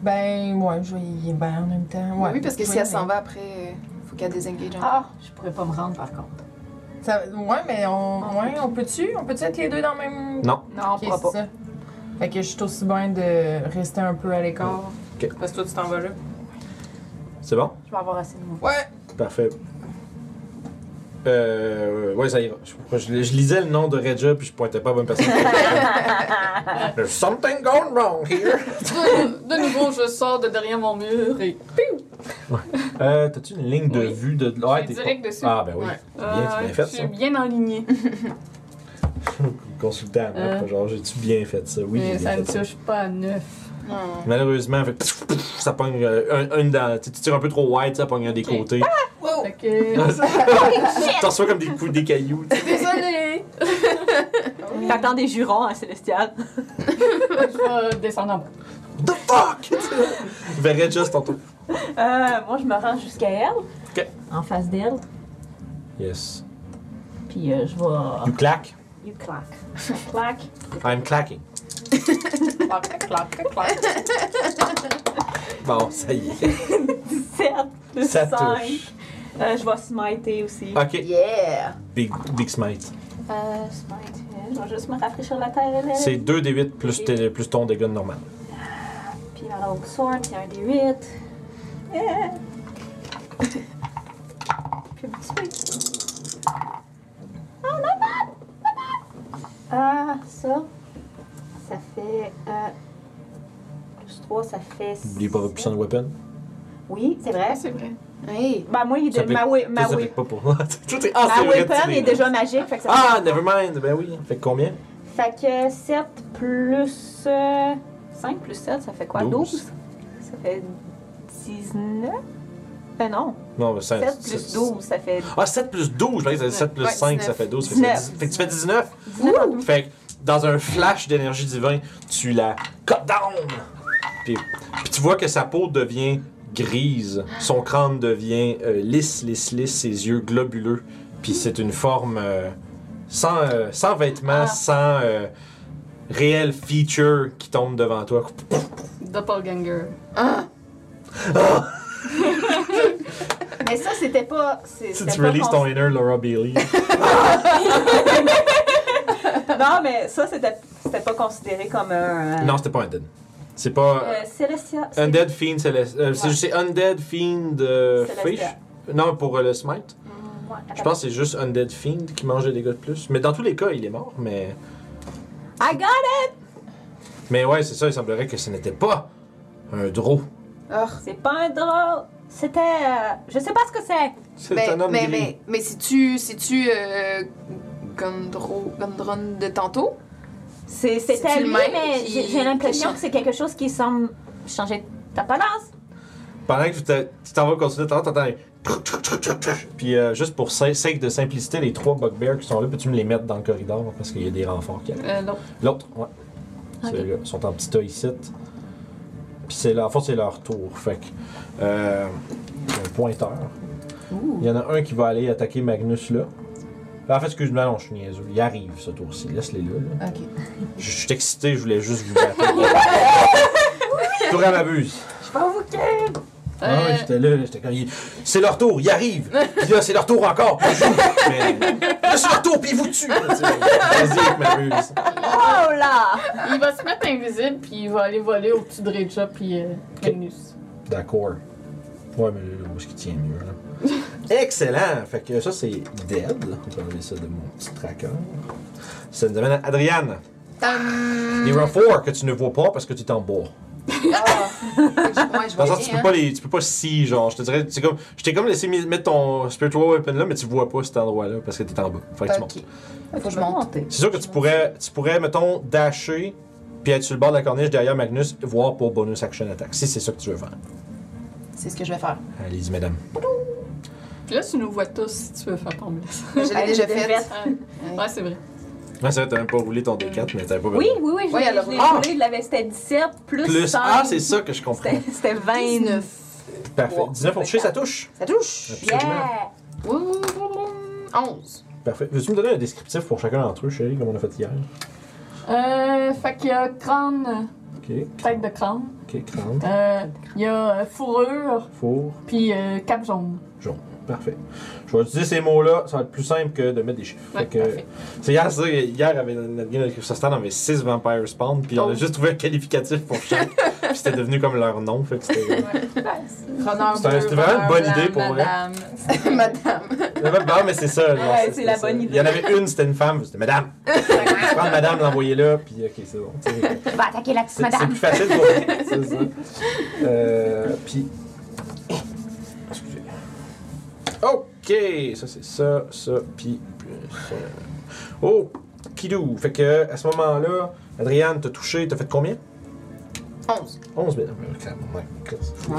J: ben ouais, je vais y ben en même temps. Ouais.
G: oui, parce que
J: Je
G: si
J: vais
G: elle
J: y
G: s'en
J: aller.
G: va après,
J: euh,
G: il faut qu'elle désengage. un
I: Ah, je pourrais pas me rendre par contre.
J: Ça- ouais, mais on ouais, on peut-tu on peut-tu être les deux dans le même
A: Non.
I: Non,
J: Ok,
I: on pourra
J: c'est ça. Fait que je suis aussi bien de rester un peu à l'écart.
E: Parce que toi, tu t'en vas là.
A: C'est bon?
B: Je vais avoir assez de mouvement.
A: Parfait. Euh, ouais, ça ira. Je, pourquoi je- je lisais le nom de Reja puis je pointais pas à la bonne personne. There's something going wrong here.
F: De, de nouveau, je sors de derrière mon mur et.
A: Euh, T'as-tu une ligne de
F: Oui.
A: vue de. de- Ouais,
F: Je suis
A: t'es-
F: direct dessus.
A: Ah, ben oui.
F: Ouais.
A: Bien, c'est bien fait,
F: je suis
A: ça.
F: bien enlignée.
A: Consultant, hein,
F: Euh.
A: genre, j'ai-tu bien fait ça? Oui, j'ai
F: mais
A: bien
F: ça ne
A: fait ça.
F: touche pas à neuf.
A: Malheureusement, fait que pff, pff, ça pogne euh, un, une dans. Tu tu tires un peu trop wide, ça pogne un des
F: Ok.
A: côtés.
F: Fait que. euh,
A: Tu reçois comme des coups, des cailloux. tu sais.
F: Désolée!
B: T'entends des jurons à Célestial.
F: je vais descendre en bas.
A: The fuck! Verrais juste tantôt.
B: Euh, moi, je me rends jusqu'à elle. En face d'elle.
A: Yes.
B: Puis euh, je vais.
A: You clack.
B: You clack. clack.
A: I'm clacking.
E: Clac, clac, clac.
A: Bon, ça y est.
B: 17 plus
A: Ça
B: 5.
A: touche.
B: Euh, je vais smiter aussi.
A: Ok.
J: Yeah.
A: Big, big smite.
B: Euh, smite. euh, Je vais juste me rafraîchir la terre. elle, elle.
A: C'est 2 d8 plus, tes- plus ton dégât normal.
B: Puis la longue sword, c'est un Eh! des 8. Puis un petit peu. Oh, not bad! Not bad! Ah, ça. Ça fait. Euh, plus 3, ça fait.
A: N'oublie pas votre puissant de weapon.
B: Oui, c'est vrai.
F: C'est vrai.
J: Hey.
B: Ben, moi, il est
A: Ça
B: de, ma, we-
A: Ça,
B: ma,
A: ça
B: we-
A: fait pas pour moi. Tout est. Ah,
B: ma
A: c'est vrai,
B: weapon
A: tu
B: est
A: l'es.
B: déjà magique. Fait que ça
A: Ah, never mind. Ben oui. Fait que combien?
B: Fait que 7 plus 5 plus 7, ça fait quoi? 12?
A: Douze.
B: Ça fait 19? Ben non,
A: Non, ben,
B: 7
A: ça-
B: plus
A: ça-
B: 12, ça fait
A: Ah, 7 plus 12. Je 7 plus
J: Ouais,
A: 5, ça
J: 19.
A: fait 12. Fait que, ça fait
B: 19.
A: dix- fait que tu fais 19.
B: 19 en douze.
A: Fait que dans un flash d'énergie divin, tu la cut down. Puis, puis tu vois que sa peau devient grise, son crâne devient euh, lisse, lisse, lisse, ses yeux globuleux. Puis c'est une forme euh, sans, euh, sans vêtements, sans euh, réel feature qui tombe devant toi.
F: Doppelganger.
J: Mais ça c'était pas c'est-
A: Si
J: c'était
A: tu
J: pas
A: releases ton inner Laura Bailey.
B: Non, mais ça, c'était c'était pas considéré comme un. euh,
A: non, c'était pas Undead. C'est pas.
B: euh, Célestia. c'est-
A: Undead Fiend Céleste. euh, c'est-
B: Ouais.
A: C'est Undead Fiend euh, Fish.
B: Célestia.
A: Non, pour euh, le Smite.
B: Mm, ouais,
A: Je
B: attends.
A: pense que c'est juste Undead Fiend qui mange des dégâts de plus. Mais dans tous les cas, il est mort, mais...
B: I got it!
A: Mais ouais, c'est ça, il semblerait que ce n'était pas un draw.
J: Ah.
B: C'est pas un drôle. C'était. euh, je sais pas ce que c'est.
A: C'est
J: Mais,
A: un homme
J: Ben, mais,
A: gris.
J: mais, mais si tu, si tu euh, Gondro, Gondron de tantôt,
B: C'est-
J: C'est-tu
B: C'était
J: le
B: lui,
J: même
B: mais
J: qui-
B: j'ai j'ai l'impression que c'est quelque chose qui semble changer d'apparence.
A: Pendant que tu te- tu t'en vas continuer, t'entends, t'entends... un truc, truc, truc, truc, truc. Puis euh, juste pour sa- sake de simplicité, les trois bugbears qui sont là, peux-tu me les mettre dans le corridor? Parce qu'il y a des renforts qui arrivent.
F: Euh, non.
A: L'autre, ouais. Ceux-là sont en petit tas ici. Puis c'est leur, en fait, c'est leur tour. Fait que. euh, un pointeur. Il y en a un qui va aller attaquer Magnus là. Ah, En fait, excuse-moi, non, je suis niaiseux. Il arrive ce tour-ci. Laisse-les là. là.
J: Ok.
A: Je, je suis excité, je voulais juste vous battre. tour à m'abuse. Ah ouais, j'étais là, j'étais comme. il- C'est leur tour, ils arrivent! Puis là, c'est leur tour encore! puis ils jouent. Mais. Là, c'est leur tour, puis ils vous tuent! là, tu sais. Vas-y, m'abuse.
B: Oh là!
F: Il va se mettre invisible, puis il va aller voler au-dessus de Reja, puis euh, Magnus.
A: D'accord. Ouais, mais là, où est-ce qu'il tient mieux, là? Excellent! Fait que ça, c'est dead. là. Je vais enlever ça de mon petit tracker. Ça nous amène à Adriane. Les
J: Ah.
A: rough four que tu ne vois pas parce que tu es en bois.
J: Ouais, je
A: Dans le
J: vois
A: sens, tu
J: bien,
A: peux
J: hein.
A: pas les, tu peux pas si genre, je te dirais, c'est comme, je t'ai comme laissé mi- mettre ton spiritual weapon là, mais tu vois pas cet endroit là parce que t'es en bas. Fait que tu
J: Ok.
A: montes.
J: Faut que je monte.
A: C'est sûr que tu pourrais, tu pourrais, mettons, dasher puis être sur le bord de la corniche derrière Magnus, voir pour bonus action attack. Si c'est ça que tu veux faire.
J: C'est ce que je vais faire.
A: Allez-y, mesdames.
F: Puis là, tu nous vois tous si tu veux faire tomber ça.
J: Je l'ai déjà fait.
F: ouais, c'est vrai.
A: Ouais, c'est vrai, t'as même pas roulé ton D4, mais t'avais pas
B: Oui, oui, oui, je
J: Oui,
B: l'ai-
J: alors-
B: je l'ai
A: Ah!
B: roulé, je l'avais- c'était 17 plus,
A: Plus.
B: 5.
A: Ah, c'est ça que je comprends.
B: C'était- C'était 20.
J: 19.
A: Parfait. 19 pour toucher, ça touche.
J: Ça touche.
A: Absolument.
J: 11.
A: Parfait. Veux-tu me donner un descriptif pour chacun d'entre eux, chérie, comme on a fait hier?
F: Euh, fait qu'il y a crâne,
A: Ok,
F: tête de crâne.
A: ok, crâne,
F: Euh, il y a euh, fourrure,
A: four,
F: puis euh, cap jaune.
A: jaune. Parfait. Je vais utiliser ces mots-là, ça va être plus simple que de mettre des chiffres.
F: Ouais,
A: Fait que-
F: parfait.
A: C'est hier, c'est ça, hier, avec notre game de Stand, on avait 6 Vampire Spawn, puis
B: Oh.
A: on a juste trouvé un qualificatif pour chaque, puis c'était devenu comme leur nom, fait que c'était...
E: Runner
A: C'est un-
E: bleu,
A: c'était vraiment une
E: runner
A: bonne idée
E: blanc,
A: pour vrai.
E: madame.
J: Madame.
A: Non, mais- non, Ah, ben, mais c'est ça. genre,
B: Ouais,
A: c'est-
B: c'est la
A: ça.
B: bonne idée.
A: Il y en avait une, c'était une femme, c'était Madame. Je prends Madame, l'envoyer là, puis ok, c'est bon. tu sais.
B: Je vais attaquer la petite
A: C'est c'est
B: madame.
A: plus facile pour C'est ça. Euh, puis. Excusez. Ok, ça c'est ça, ça, puis plus. euh, Oh, Kidou. Fait que à ce moment-là, Adriane t'a touché, t'as fait combien
J: 11.
A: 11 000. Ouais, Christ.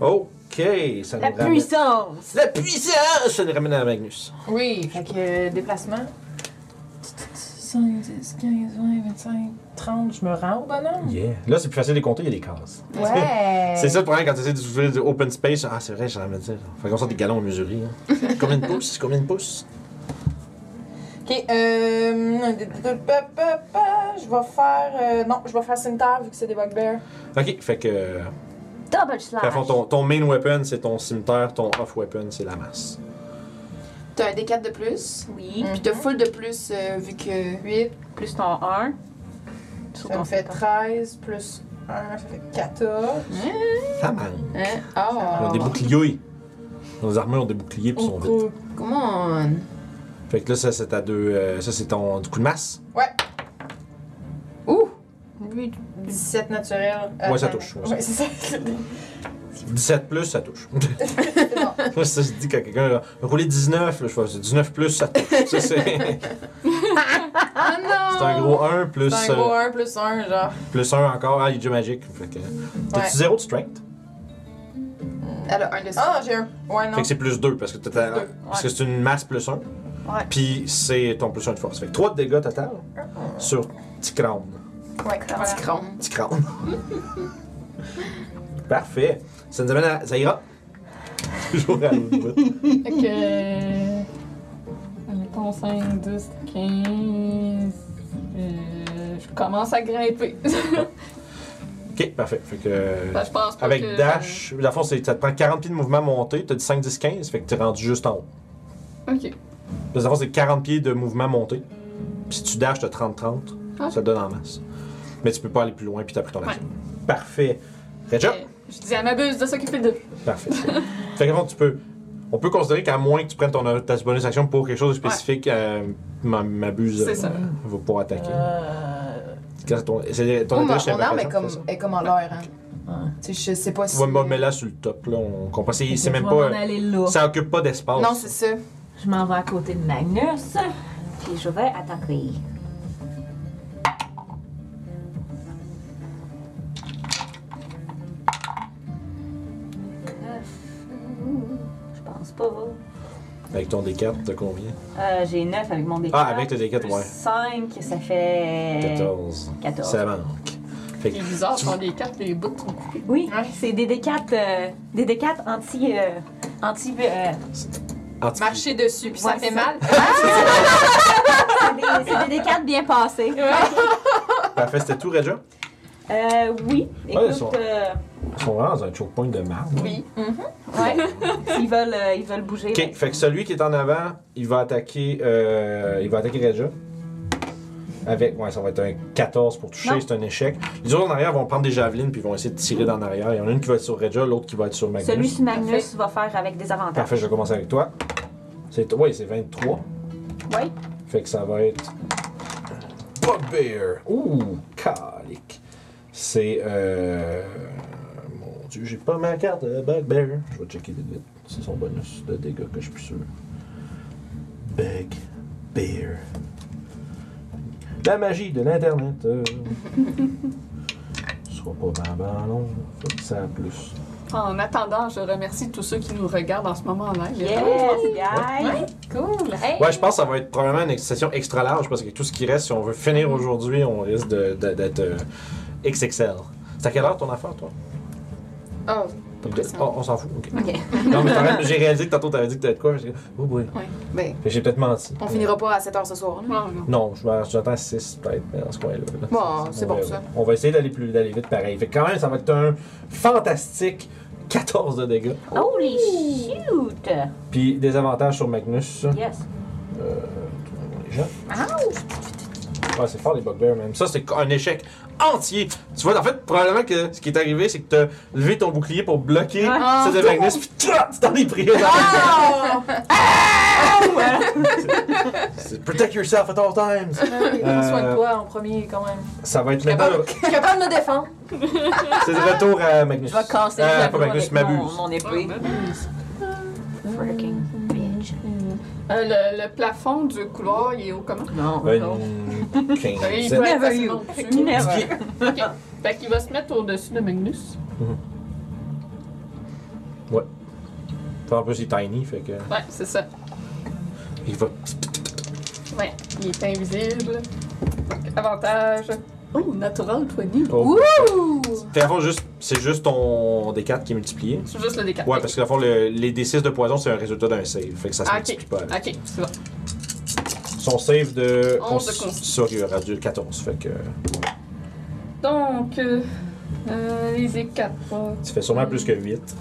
A: Ok, ça
B: La
A: nous ramène.
B: puissance!
A: La puissance Ça nous ramène à Magnus.
E: Oui, fait que euh, déplacement. 5, 10, 15, 20, 25, 30, je me rends au bonhomme.
A: Yeah. Là, c'est plus facile de les compter, il y a des cases.
E: Ouais.
B: Euh.
A: C'est ça le problème quand tu essaies d'ouvrir du open space. Ah, c'est vrai, j'ai rien à dire. Fait qu'on sort des galons à mesurer. hein. Combien de pouces Combien de pouces
E: Ok, euh. Je vais faire. euh, non, je vais faire cimetière vu que c'est des bugbears.
A: Ok, fait que.
B: Double
A: Fait à fond,
B: slash!
A: ton, ton main weapon, c'est ton cimetière, ton off weapon, c'est la masse.
G: T'as un D4 de plus,
B: Oui,
G: puis t'as full de plus euh, vu que.
E: 8,
B: plus ton 1. Sur
E: ça
B: ton
E: me fait
B: fait
E: 13, plus 1, ça fait 14.
A: Ça manque.
G: Hein? Ah!
A: Ils ont des boucliers. Nos armures ont des boucliers puis ils sont vite.
G: Come on!
A: Fait que là, ça, c'est ta deux. euh, ça, c'est ton du coup de masse.
E: 17 naturel.
A: Ouais, ça touche, ouais, ça
E: Euh, ben, Ouais, c'est ça.
A: 17 plus, ça touche. Moi, ça, je dis quand quelqu'un a roulé 19, là, je fais c'est 19 plus, ça touche. Ça, c'est
G: Ah non!
A: c'est un gros 1 plus.
E: C'est un gros
A: euh,
E: 1 plus 1, genre.
A: Plus 1 encore. Ah, il est déjà magique. Fait que. T'as-tu 0 de strength?
G: Elle a un de
E: Ah, j'ai un. Ouais,
A: Fait
E: non.
A: que c'est plus 2 parce que t'as ta-
E: Plus deux,
A: parce que
E: ouais.
A: c'est une masse plus 1. Puis c'est ton plus 1 de force. Fait que 3 de dégâts total sur petit crâne.
E: Ouais, voilà.
G: Chrome.
A: Petit crâne. Parfait. Ça nous amène à Zaira. Toujours à l'autre bout.
F: Fait que. euh, Mettons 5, 10, 15. euh, je commence à grimper.
A: Ok, parfait. Fait que.
F: Ben, je pense pas
A: Avec
F: que-
A: Dash, dans le fond, c'est- ça te prend 40 pieds de mouvement à monter, t'as dit 5, 10, 15, fait que t'es rendu juste en haut.
F: Ok.
A: Parce que dans le fond, c'est 40 pieds de mouvement monté. Puis si tu dashes, t'as 30-30,
F: Ah.
A: ça te donne en masse. Mais tu peux pas aller plus loin, puis t'as pris ton action. Parfait. Reja?
F: Euh, Je dis, elle m'abuse de s'occuper de.
A: Parfait. fait que, en fait, tu peux. On peut considérer qu'à moins que tu prennes ton ta bonus action pour quelque chose de spécifique, euh, m'a- m'abuse.
F: C'est ça.
A: Va pouvoir attaquer.
J: Euh...
A: Quand c'est ton c'est ton
J: oh,
A: attaque,
J: mon,
A: c'est
J: mon arme est
A: intéressant,
J: comme,
A: ça.
J: est comme en l'air. Hein. Tu sais, je sais pas si.
A: Ouais, mais- mais là, sur le top, là, on comprend. C'est c'est même
B: Je vais m'en
A: pas.
B: aller là.
A: Ça occupe pas d'espace.
G: Non, c'est ça.
B: Je m'en vais à côté de Magnus. Puis je vais attaquer. Neuf. Je pense pas.
A: Avec ton D4, t'as combien
B: Euh, J'ai 9 avec mon D4.
A: Ah, avec le D4, ouais.
B: 5, ça fait.
A: 14.
B: 14.
A: Ça manque. Fait
F: C'est
A: que.
F: bizarre, sur les cartes, les bouts sont coupés.
B: Oui, c'est des D4, euh, des D4 anti. euh, anti. euh,
A: anti-
E: Marcher dessus, puis ça
B: Ouais,
E: fait
B: ça. Ah!
E: mal.
B: c'est des, c'est des D4 bien passés.
A: Parfait, c'était tout, Reja
B: Euh, oui,
A: ils
B: écoute,
A: sont-
B: euh,
A: Ils sont vraiment dans un choke point de marbre.
E: Oui.
B: ouais, ils, veulent, euh, ils veulent bouger.
A: Ok, fait que celui qui est en avant, il va attaquer. euh, il va attaquer Reja. Avec, ouais, ça va être un 14 pour toucher,
I: Non.
A: c'est un échec. Les autres en arrière vont prendre des javelines puis ils vont essayer de tirer d'en arrière. Il y en a une qui va être sur Regia, l'autre qui va être sur Magnus.
B: Celui sur Magnus va faire avec des avantages.
A: Parfait, je vais commencer avec toi. C'est, ouais, c'est 23.
B: Oui.
A: Fait que ça va être. Bugbear! Ouh, calique! C'est. Euh... Mon dieu, j'ai pas ma carte de Bugbear. Je vais checker vite vite. C'est son bonus de dégâts que je suis plus sûr. Bugbear. La magie de l'Internet. euh. Ce sera pas ben, ben long. Fait que ça a plus.
F: En attendant, je remercie tous ceux qui nous regardent en ce moment en live.
B: Yes, guys!
F: Cool!
B: Hey!
A: Ouais, je pense que ça va être probablement une session extra large parce que tout ce qui reste, si on veut finir aujourd'hui, on risque de- de- d'être euh, XXL. C'est à quelle heure ton affaire, toi
G: Oh,
A: Oh, on s'en fout, ok.
G: ok.
A: non, mais quand même, j'ai réalisé que tantôt t'avais dit que t'avais de quoi. J'ai dit, oh boy.
G: Ouais. Ben,
A: Fait que J'ai peut-être menti.
G: on finira pas à 7 h ce soir. là.
A: Non, je vais- j'attends 6 peut-être mais dans ce coin-là. là.
G: Bon, c'est
A: On
G: bon,
A: verra.
G: ça.
A: On va essayer d'aller plus d'aller vite pareil. Fait que quand même, ça va être un fantastique 14 de dégâts.
B: Holy shoot!
A: Puis des avantages sur Magnus.
B: Yes.
A: Euh, les gens. Ouais, c'est fort les bugbears même. Ça, c'est un échec entier. Tu vois, en fait, probablement que ce qui est arrivé, c'est que t'as levé ton bouclier pour bloquer
B: Ouais.
E: Ah.
A: celle de Magnus, puis tchouah, tu t'en es pris. C'est Protect yourself at all
H: Ah
A: times. Euh,
E: Prends soin de toi en premier, quand même.
A: Ça va être maintenant. le-
E: Je suis capable de me défendre.
A: C'est le retour à Magnus.
H: Je vais casser
A: Euh,
H: le
A: pas
H: javelot
A: Magnus,
H: avec mon,
A: m'abuse.
H: mon épée.
B: Freaking bitch.
F: Euh, le, le plafond du couloir, il est haut comment?
H: Non. non.
A: Une
F: Euh, il
A: quinzaine.
F: peut être
H: Never
F: facilement au-dessus.
A: Dix pieds.
F: Ok. Fait qu'il va se mettre au-dessus de Magnus.
A: En plus, il est tiny, fait que.
F: Ouais, c'est ça.
A: Il va.
F: Ouais, il est invisible. Donc, avantage. Oh, natural 20.
A: Oh.
F: Wouh!
A: Fait à fond, juste, c'est juste ton D4 qui est multiplié.
F: C'est juste le décalage.
A: Ouais, parce que à fond, le- les D6 de poison, c'est un résultat d'un save. Fait que ça se
F: Ah, ok,
A: multiplie pas. avec.
F: ok, c'est bon.
A: Son save de.
F: Onze de con.
A: Sur il aura du 14. Fait que
F: Donc, euh, euh, les D4,
A: tu fais sûrement plus que 8.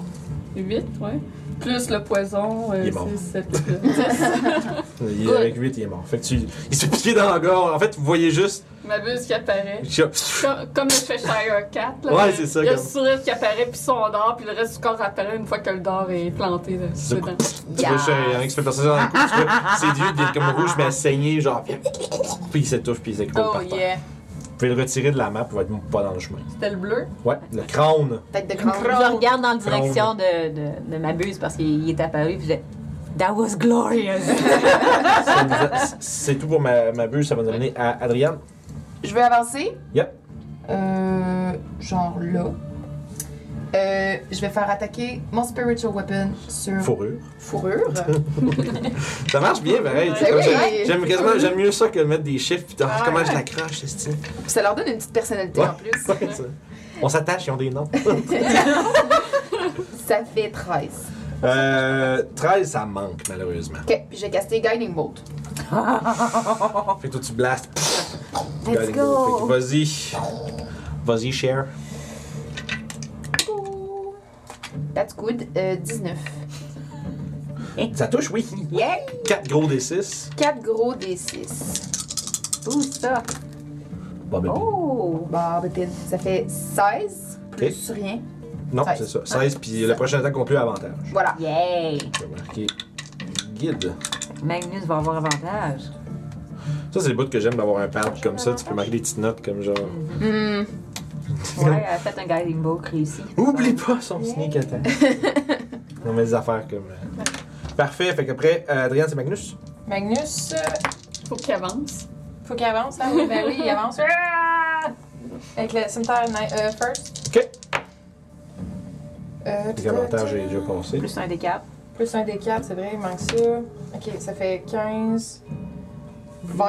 F: 8, ouais. Plus le poison,
A: Il
F: euh,
A: est mort.
F: c'est 7. euh,
A: Il-
F: Good.
A: avec 8, il est mort. Fait que tu. Il se fait piquer dans la gorge. En fait, vous voyez juste.
F: Ma buse qui apparaît.
A: Chia-
F: Comme, comme le Cheshire Cat. Là,
A: Ouais, c'est ça,
F: Il y a
A: comme-
F: le sourire qui apparaît, puis son dard, puis le reste du corps apparaît une fois que le dard est planté là,
A: C'est
F: dedans.
A: Tu vois, juste, il y en a qui se fait passer ça dans le cou. Tu vois, ses yeux deviennent comme rouges, mais à saigner, genre. Puis il s'étouffe, puis il s'écroule
E: Oh
A: par terre.
E: yeah.
A: Vous pouvez le retirer de la map, il va être pas dans le chemin.
E: C'était le bleu.
A: Ouais, le crâne.
G: Tête de
H: Je
G: crâne.
H: le regarde dans la direction de, de, de ma buse parce qu'il est apparu puis j'ai That was glorious!
A: Ça nous a- C'est tout pour ma, ma bulle, ça va nous amener à Adriane.
G: Je veux avancer.
A: Yep.
G: Euh, genre là. Euh, je vais faire attaquer mon spiritual weapon sur
A: Fourrure.
G: fourrure.
A: Ça marche bien, pareil.
G: Ben oui,
A: J'aime-
G: ouais.
A: J'aime quasiment, j'aime mieux ça que mettre des chiffres pis ah,
G: Ouais.
A: comment je l'accroche, c'est style.
G: Ça leur donne une petite personnalité en plus.
A: Ouais, ça. On s'attache, ils ont des noms.
G: Ça fait 13.
A: Euh, 13, ça manque, malheureusement.
G: Ok, puis j'ai casté Guiding Bolt. Oh.
A: Fait que toi, tu blastes. Pfff. Fait que
H: go.
A: Vas-y. Vas-y, share.
G: That's good. Euh, 19.
A: Ça touche, oui.
G: Eh. Yeah!
A: 4 gros des 6.
G: 4 gros D6.
B: Où ça?
A: Bah, ben,
G: Oh! Bah, ben, pin. ça fait 16 plus rien.
A: ben. Non,
G: seize.
A: c'est ça. 16, puis le prochain attaque, on peut avantage.
G: Voilà.
B: Yay!
A: Je vais marquer guide.
B: Magnus va avoir avantage.
A: Ça, c'est le bout que j'aime d'avoir un pad comme ça. Tu peux marquer des petites notes comme genre.
G: Hmm.
B: Ouais, elle a fait un guiding book réussi.
A: Oublie pas son sneak attack. On met des affaires comme. euh. Parfait, fait qu'après, euh, Adrien, c'est Magnus.
E: Magnus, euh,
F: Faut qu'il avance.
E: faut qu'il avance. Là. Oui, ben oui, il avance. Ah! Avec le cimetière ni- euh, first.
A: Ok.
E: Euh,
A: Les avantages, j'ai déjà passé.
B: Plus un des quatre.
E: Plus un des quatre, c'est vrai, il manque ça. Ok, ça fait 15, 20,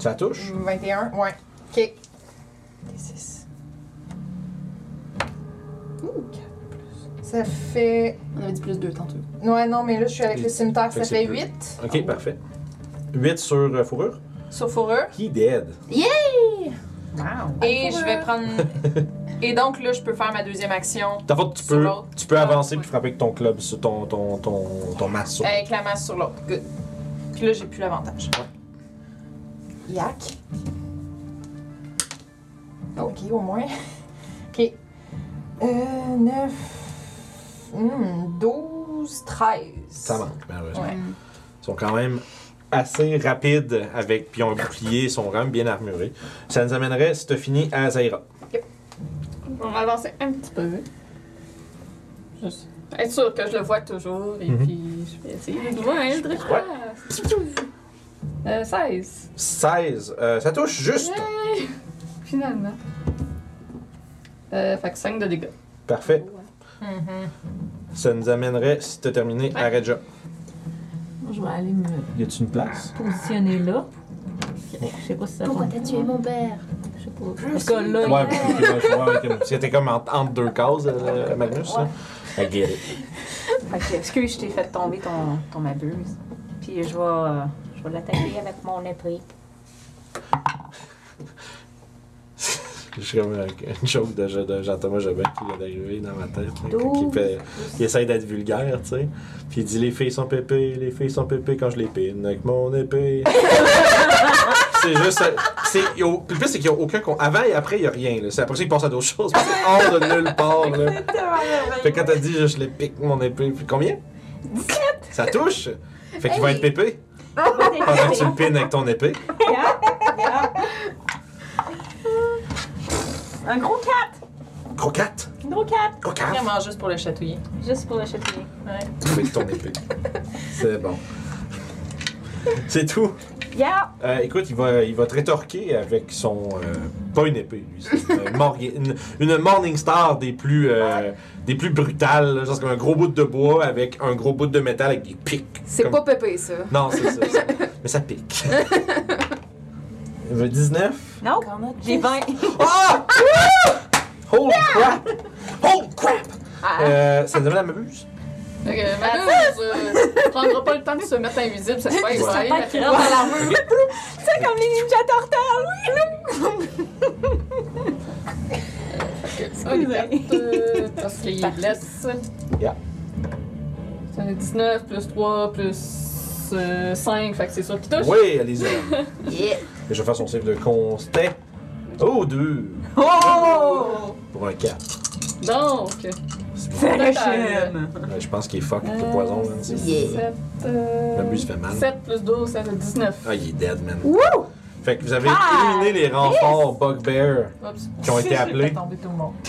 A: Ça touche.
E: 21, ouais. Ok. Des 6. Ouh, 4 plus. Ça fait.
G: On avait dit plus 2 tantôt.
E: Ouais, non, mais là, je suis avec le cimetière,
A: Fait
E: ça
A: que
E: fait
A: c'est plus.
E: 8
A: Ok, parfait. 8 sur euh, fourrure.
E: sur fourrure.
A: He dead.
B: Wow!
E: Et je vais prendre. Et donc, là, je peux faire ma deuxième action
A: Dans le fond, tu
E: Sur
A: peux,
E: l'autre.
A: tu peux
E: Ah,
A: avancer
E: ouais.
A: puis frapper avec ton club sur ton, ton, ton, ton masque. sur-
E: avec la masse sur l'autre. Good. Puis là, j'ai plus l'avantage.
G: Yak.
E: Ok, au moins. Ok. Euh, Hmm, 9. 12, 13.
A: Ça manque, malheureusement.
E: Ouais.
A: Ils sont quand même assez rapides avec. Puis ils ont un bouclier, ils sont quand même bien armurés. Ça nous amènerait, si t'as fini, à Zaira.
F: On va avancer un petit peu. Juste être sûr que je le vois toujours et
A: Mhm.
F: puis je vais essayer de voir le drift
A: Ouais.
F: pass. Euh, 16.
A: 16. euh, ça touche juste.
F: Yay! Finalement. Euh, fait que 5 de dégâts.
A: Parfait. Ça nous amènerait, si t'as terminé, à Regia.
H: Moi, je vais aller me
A: Y a-tu une place?
H: positionner là. Je sais pas si ça
C: Pourquoi
H: va-
C: t'as tué mon père?
H: Je sais pas. Parce que là,
A: Ouais, parce que- ouais, ouais, comme- c'était comme en- entre deux cases, euh, Magnus. là. I get it.
B: Fait que, excuse, je t'ai fait tomber ton, ton mabuse. Puis je vais, euh, je vais l'attaquer avec mon épée.
A: Je suis comme euh, une joke de, Jean- de Jean-Thomas Jobin qui vient d'arriver dans ma tête. là, quand
B: Douze.
A: il, fait- il essaie d'être vulgaire, tu sais. Puis il dit Les filles sont pépées, les filles sont pépées quand je les pine avec mon épée. c'est juste. euh, c'est, il y a- le plus, c'est qu'il n'y a aucun. con- Avant et après, il n'y a rien. Là. C'est après ça qu'il passe à d'autres choses. parce que C'est hors de nulle part. Là. Fait que quand t'as dit Je les pique mon épée, puis combien 17 Ça touche Fait qu'il va être pépé. Pendant que tu le pines avec ton épée.
B: Hein? Un gros 4!
A: Gros 4
B: Un gros 4!
A: Gros 4
E: Vraiment juste pour le chatouiller.
B: Juste pour le châtier.
A: avec ton épée. C'est bon. C'est tout.
B: Yeah!
A: Euh, écoute, il va, il va te rétorquer avec son. euh, pas une épée, lui. c'est Une, mor- une, une Morning Star des plus, euh, des plus brutales. là, genre c'est comme un gros bout de bois avec un gros bout de métal avec des pics.
G: C'est
A: Comme-
G: pas pépé, ça.
A: Non, c'est ça. c'est- Mais ça pique. Il veut 19.
B: Non? J'ai 20.
A: Ah! Holy crap! Holy crap!
E: Ah.
A: Euh, ça devient la même buse?
F: Fait que Manu, euh, prendra pas le temps de se mettre invisible, ça se fait
A: Ça
F: ouais.
B: Pas qu'il rentre dans la rue. Tu sais, comme les ninjas turtles!
F: Ah, les cartes, euh, parce qu'il blesse.
A: Yeah.
F: C'est un 19 plus 3 plus euh, 5, fait que c'est sûr qu'il touche.
A: Oui, allez-y.
B: Yeah!
A: Et je vais faire son save de constat. Oh, deux!
B: Oh!
A: Pour un 4.
F: Donc,
A: C'est bon.
B: C'est le
A: Ouais, je pense qu'il est fuck avec le poison, man. C'est-
F: sept, euh,
A: La muse fait mal.
F: 7 plus 12, ça fait 19.
A: Ah, il est dead, man. Fait que vous avez
E: Ah!
A: éliminé les renforts Bugbear
F: Oups.
A: qui ont été appelés
E: tombé tout le monde.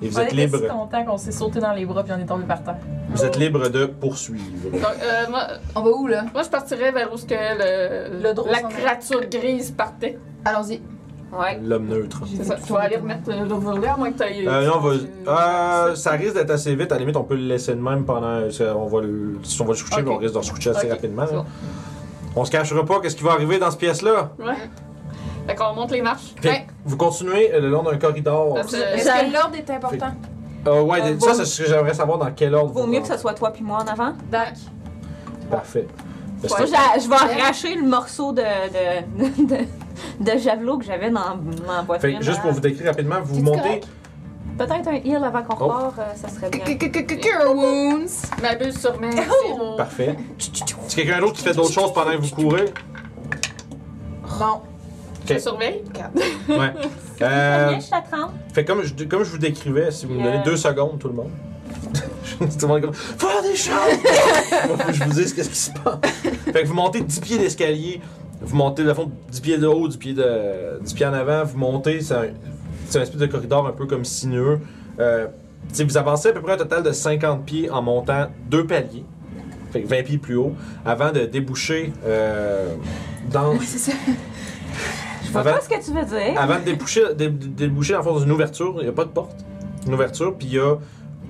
A: et vous
E: on
A: êtes
E: était si
A: libre.
E: contents qu'on s'est sauté dans les bras puis on est tombé par terre.
A: Vous êtes libre de poursuivre.
F: Donc, euh, moi,
J: On va où, là?
G: Euh,
F: moi, je partirais vers où ce que le,
J: Le drôle
F: la
J: s'en est.
F: créature grise partait.
J: Allons-y.
B: Ouais.
A: L'homme neutre.
F: C'est ça, faut aller remettre euh, l'overlay à moins que t'ailles.
A: Euh, non, on va- euh, ça risque d'être assez vite. À la limite, on peut le laisser de même pendant. ça, On va le, si on va le scoucher,
F: Ok.
A: on risque de le scoucher assez
F: Ok,
A: rapidement.
F: c'est
A: là.
F: bon.
A: On se cachera pas qu'est-ce qui va arriver dans cette pièce-là.
F: Ouais. Fait qu'on monte les marches.
A: Fait que
F: Ouais.
A: Vous continuez euh, le long d'un corridor.
F: Parce que-
G: Est-ce que l'ordre est important?
A: Euh, ouais,
B: Euh,
A: ça,
B: vaut-
A: c'est ce que j'aimerais savoir dans quel ordre.
B: Vaut
A: vous
B: mieux que ce
A: rentrez.
B: soit toi puis moi en avant.
F: Dac.
A: Parfait. Parce que-
B: Moi, j'a- je vais arracher le morceau de, de, de, de javelot que j'avais dans ma
A: Fait
B: poitrine.
A: que juste pour vous décrire rapidement, vous
G: T'es-tu
A: montez.
G: correct?
B: Peut-être un heal avant qu'on
A: Oh.
B: repart, euh, ça serait bien.
G: Cure wounds.
F: Ma bulle sur mes zéro.
A: Parfait. C'est quelqu'un d'autre qui fait d'autres choses pendant que vous courez?
E: Non.
F: Je surveille.
A: Ouais.
B: Combien
A: Euh,
B: je suis à 30?
A: fait comme je, comme je vous décrivais, si vous me donnez
B: Euh.
A: deux secondes, tout le monde. tout le monde est comme Faire des choses! Faut que je vous dise qu'est-ce qui se passe. Fait que vous montez 10 pieds d'escalier, vous montez de fond 10 pieds de haut, 10 pieds, de, 10 pieds en avant, vous montez, c'est un, c'est un espèce de corridor un peu comme sinueux. Euh, tu sais, vous avancez à peu près un total de 50 pieds en montant deux paliers, fait que 20 pieds plus haut, avant de déboucher euh, dans.
B: Je
A: Avant- Ah.
B: vois pas ce que tu veux dire.
A: Avant de déboucher, dé- dé- déboucher en fond d'une ouverture, il n'y a pas de porte. Une ouverture, puis il y a,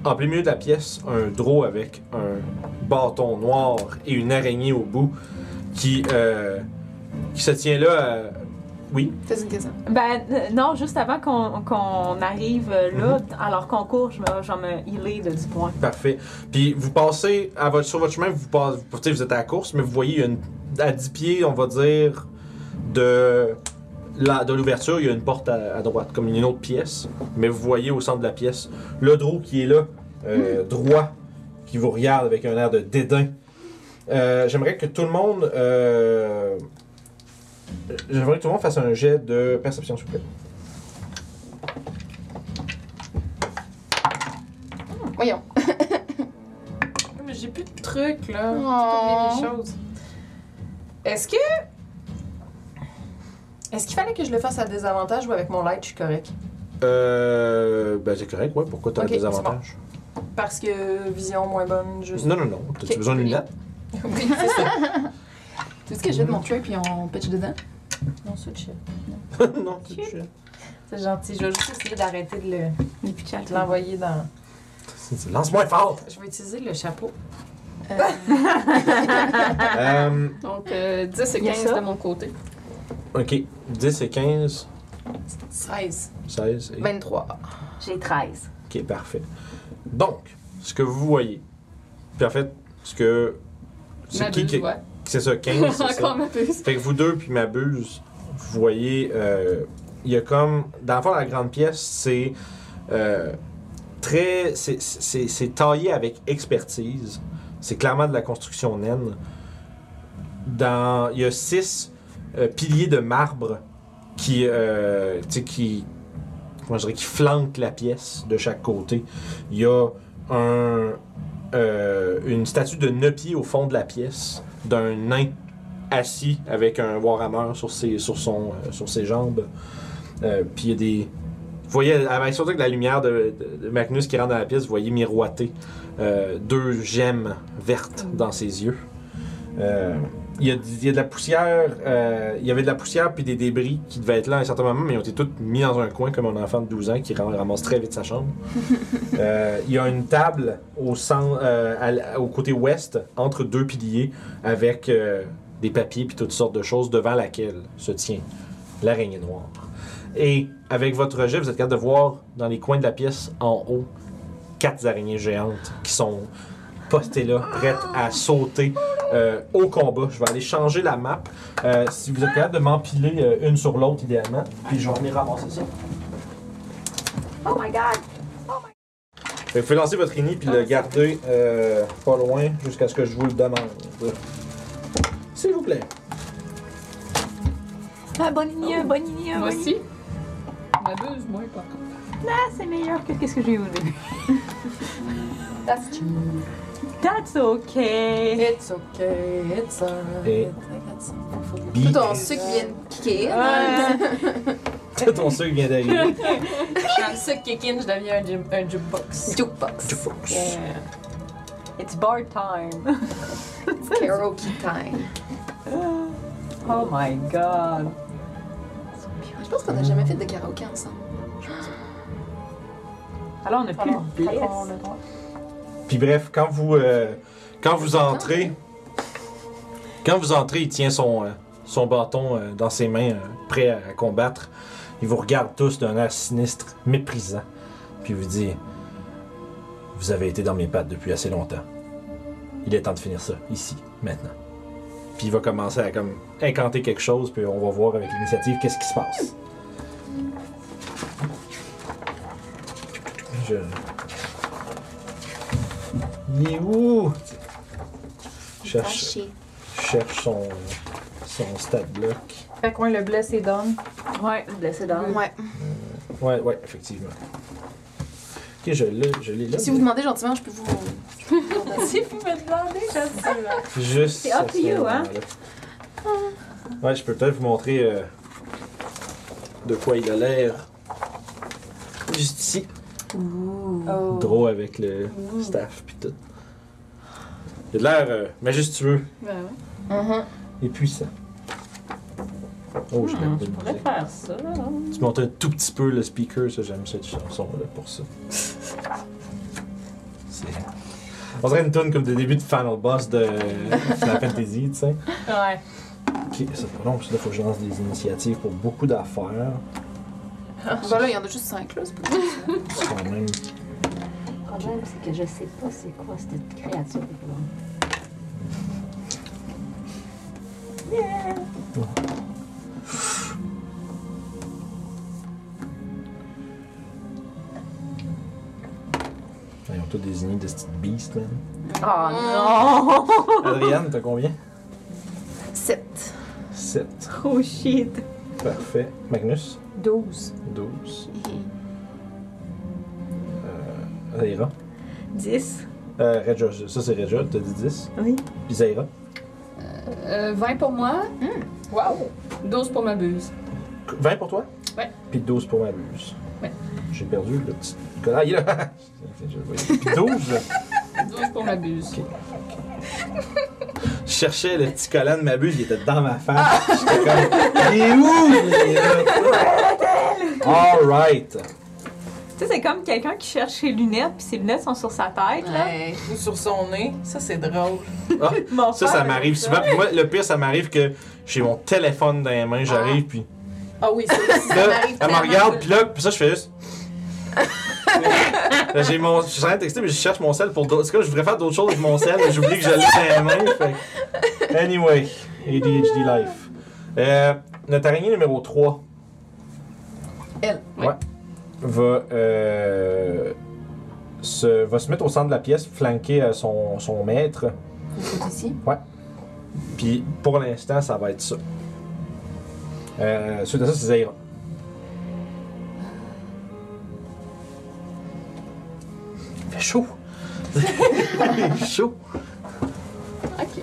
A: en plein milieu de la pièce, un draw avec un bâton noir et une araignée au bout qui, euh, qui se tient là. euh, Oui,
G: Fais une question.
B: Ben euh, non, juste avant qu'on qu'on arrive euh, là,
A: Mhm.
B: alors qu'on court, je me, je vais me healer de 10 points.
A: parfait. Puis vous passez, à votre, sur votre chemin, vous, passez, vous, tu sais, vous êtes à la course, mais vous voyez, il y a une, à 10 pieds, on va dire, de. la- de l'ouverture, il y a une porte à, à droite, comme une autre pièce, mais vous voyez au centre de la pièce le drôle qui est là, euh,
E: Mm.
A: droit, qui vous regarde avec un air de dédain. Euh, J'aimerais que tout le monde. euh, J'aimerais que tout le monde fasse un jet de perception, s'il vous plaît.
G: Voyons.
E: Mais j'ai plus de trucs, là.
G: Oh.
E: J'ai oublié les choses. Est-ce que. Est-ce qu'il fallait que je le fasse à désavantage ou avec mon light, je suis correct?
A: Euh. Ben, c'est correct, ouais. Pourquoi t'as
E: Ok,
A: des avantages?
E: Parce que vision moins bonne, juste.
A: Non, non, non. T'as-tu
E: Ok.
A: besoin d'une lunette?
E: Oui, c'est ça.
G: Tu veux que j'ai de mon trait puis on pitch dedans?
E: Non, switch.
A: non, tu tu-
E: C'est gentil. Je vais juste essayer d'arrêter de le-
B: Et puis,
E: de l'envoyer dans.
A: tu- Lance moins fort!
E: Je vais utiliser le chapeau.
A: Euh,
F: Donc, euh, 10 et
B: Il y a
F: 15
B: ça.
F: de mon côté.
A: ok. 10 et 15,
E: 16.
A: 16
F: Ben-
A: et.
G: 23.
B: J'ai 13.
A: Ok, parfait. Donc, ce que vous voyez. Puis en fait, ce que.
F: Ma
A: C'est qui
F: bulle,
A: qui.
F: ouais.
A: C'est ça, 15. c'est ça.
F: Encore ma puce.
A: Fait que vous deux, puis ma buse, vous voyez, euh, il y a comme. Dans le fond, la grande pièce, c'est. euh, très. c'est- C'est c'est taillé avec expertise. C'est clairement de la construction naine. Dans, il y a six euh, piliers de marbre qui. euh, tu sais, qui. Comment je dirais, qui flanquent la pièce de chaque côté. Il y a un. euh, une statue de neuf pieds au fond de la pièce d'un nain assis avec un Warhammer sur ses, sur son, euh, sur ses jambes. Euh, puis il y a des. Vous voyez, avec surtout avec la lumière de, de- de Magnus qui rentre dans la pièce, vous voyez miroiter euh, deux gemmes vertes dans ses yeux. Euh, Il y, a, il y a de la poussière, euh, il y avait de la poussière puis des débris qui devaient être là à un certain moment, mais ils ont été tous mis dans un coin comme un enfant de 12 ans qui ram- ramasse très vite sa chambre. Euh, il y a une table au, centre, euh, à l- au côté ouest, entre deux piliers, avec euh, des papiers puis toutes sortes de choses devant laquelle se tient l'araignée noire. Et avec votre jet, vous êtes capable de voir dans les coins de la pièce en haut quatre araignées géantes qui sont postées là, prêtes à sauter euh, au combat. Je vais aller changer la map. Euh, si vous êtes capable de m'empiler euh, une sur l'autre idéalement, puis je vais venir ramasser ça.
C: Oh my god!
A: Fait que vous pouvez lancer votre ini puis le garder euh, pas loin jusqu'à ce que je vous le demande. S'il vous plaît.
B: Ah, bonne ligne, bonne ligne,
F: Moi
B: bonne ligne.
F: aussi. Ma buse, moi, par contre.
B: Ah, c'est meilleur que qu'est-ce que j'ai eu au début. That's okay.
E: It's okay, it's
J: Euh,
E: alright.
J: Tout
A: Et-
J: ton sucre vient de kicker.
A: Tout ton sucre vient d'arriver.
E: Quand le sucre kick in, je deviens un, ju- un
G: Ah.
E: jukebox.
J: Jukebox.
E: Yeah.
B: Euh, It's bar time.
J: Karaoke time.
B: Oh my god.
G: Je pense qu'on n'a jamais fait de karaoké ensemble.
B: Alors, on n'a plus
E: Alors,
B: de
E: on
B: bless.
E: a le droit.
A: Puis bref, quand vous, euh, quand vous entrez, quand vous entrez, il tient son, euh, son bâton euh, dans ses mains, euh, prêt à, à combattre. Il vous regarde tous d'un air sinistre, méprisant. Puis il vous dit Vous avez été dans mes pattes depuis assez longtemps. Il est temps de finir ça, ici, maintenant. Puis il va commencer à comme incanter quelque chose, puis on va voir avec l'initiative qu'est-ce qui se passe. Je- Il est où? Cherche, cherche son, son stat bloc.
E: Fait que ouais, le bless est down.
B: Ouais, blessé d'âme.
G: Ouais.
A: Ouais, ouais, effectivement. Ok, je l'ai, je l'ai là.
G: Si vous demandez gentiment, je peux vous.
E: Si vous me demandez, je sais. là.
A: Juste.
B: C'est up
A: ça,
B: to you,
A: vraiment,
B: hein?
A: là. Ouais, je peux peut-être vous montrer euh, de quoi il a l'air. Juste ici.
E: Oh.
A: Drôle avec le staff pis tout. Il a l'air euh, majestueux
F: Ben ouais.
A: et puissant. Oh, je l'aime
B: Uh-huh. Hmm, Je pourrais faire ça.
A: Tu montes un tout petit peu le speaker, ça j'aime cette chanson-là pour ça. C'est- On dirait une tune comme des débuts de Final Boss de Final Fantasy, tu sais.
E: Ouais.
A: Ok, c'est pas long, parce que là, faut que je lance des initiatives pour beaucoup d'affaires.
G: Ah, Voilà, il y en a juste 5 là. c'est pas-
A: C'est quand même.
B: Le problème, c'est que je sais pas c'est quoi cette créature.
A: Ils ont tous désigné des petites beasts, man.
B: Oh non!
A: Adrienne, t'as combien
G: 7.
A: 7.
B: Oh shit!
A: Parfait. Magnus
E: 12.
A: 12. Euh. Aira
B: 10.
A: Euh, Reja, ça c'est Reja, t'as dit 10.
B: Oui.
A: Puis Zaira.
F: Euh, 20 pour moi.
J: Wow!
F: 12 pour ma buse.
A: 20 pour toi?
F: Ouais.
A: Puis 12 pour ma buse.
F: Ouais.
A: J'ai perdu le petit connard. Il est là. Je le voyais. Puis 12,
F: 12 pour ma buse.
A: je cherchais le petit collant de ma buse, il était dans ma face. J'étais comme, il est où? Il est là. All right.
B: Tu sais, c'est comme quelqu'un qui cherche ses lunettes, puis ses lunettes sont sur sa tête, là.
E: Ouais. Ou sur son nez. Ça, c'est drôle.
A: Ah,
B: Mon
A: ça,
B: frère,
A: ça m'arrive souvent. Puis moi, le pire, ça m'arrive que j'ai mon téléphone dans les mains, j'arrive, puis
E: Ah oui, ça aussi, ça
A: là,
E: m'arrive
A: elle me
E: tellement.
A: regarde, puis là, puis ça, je fais juste. Là, j'ai mon. Je suis en train de texter, mais je cherche mon sel pour d'autres. C'est comme je voudrais faire d'autres choses avec mon sel, mais j'oublie que je l'ai dans les mains. fait que- Anyway, ADHD life. Euh, notre araignée numéro 3.
J: Elle,
A: Ouais. Va. euh, se, va se mettre au centre de la pièce, flanquer euh, son, son maître.
J: C'est ici.
A: Puis pour l'instant, ça va être ça. Euh, suite à ça, c'est Zaira. Il fait chaud. Il fait chaud.
J: Ok.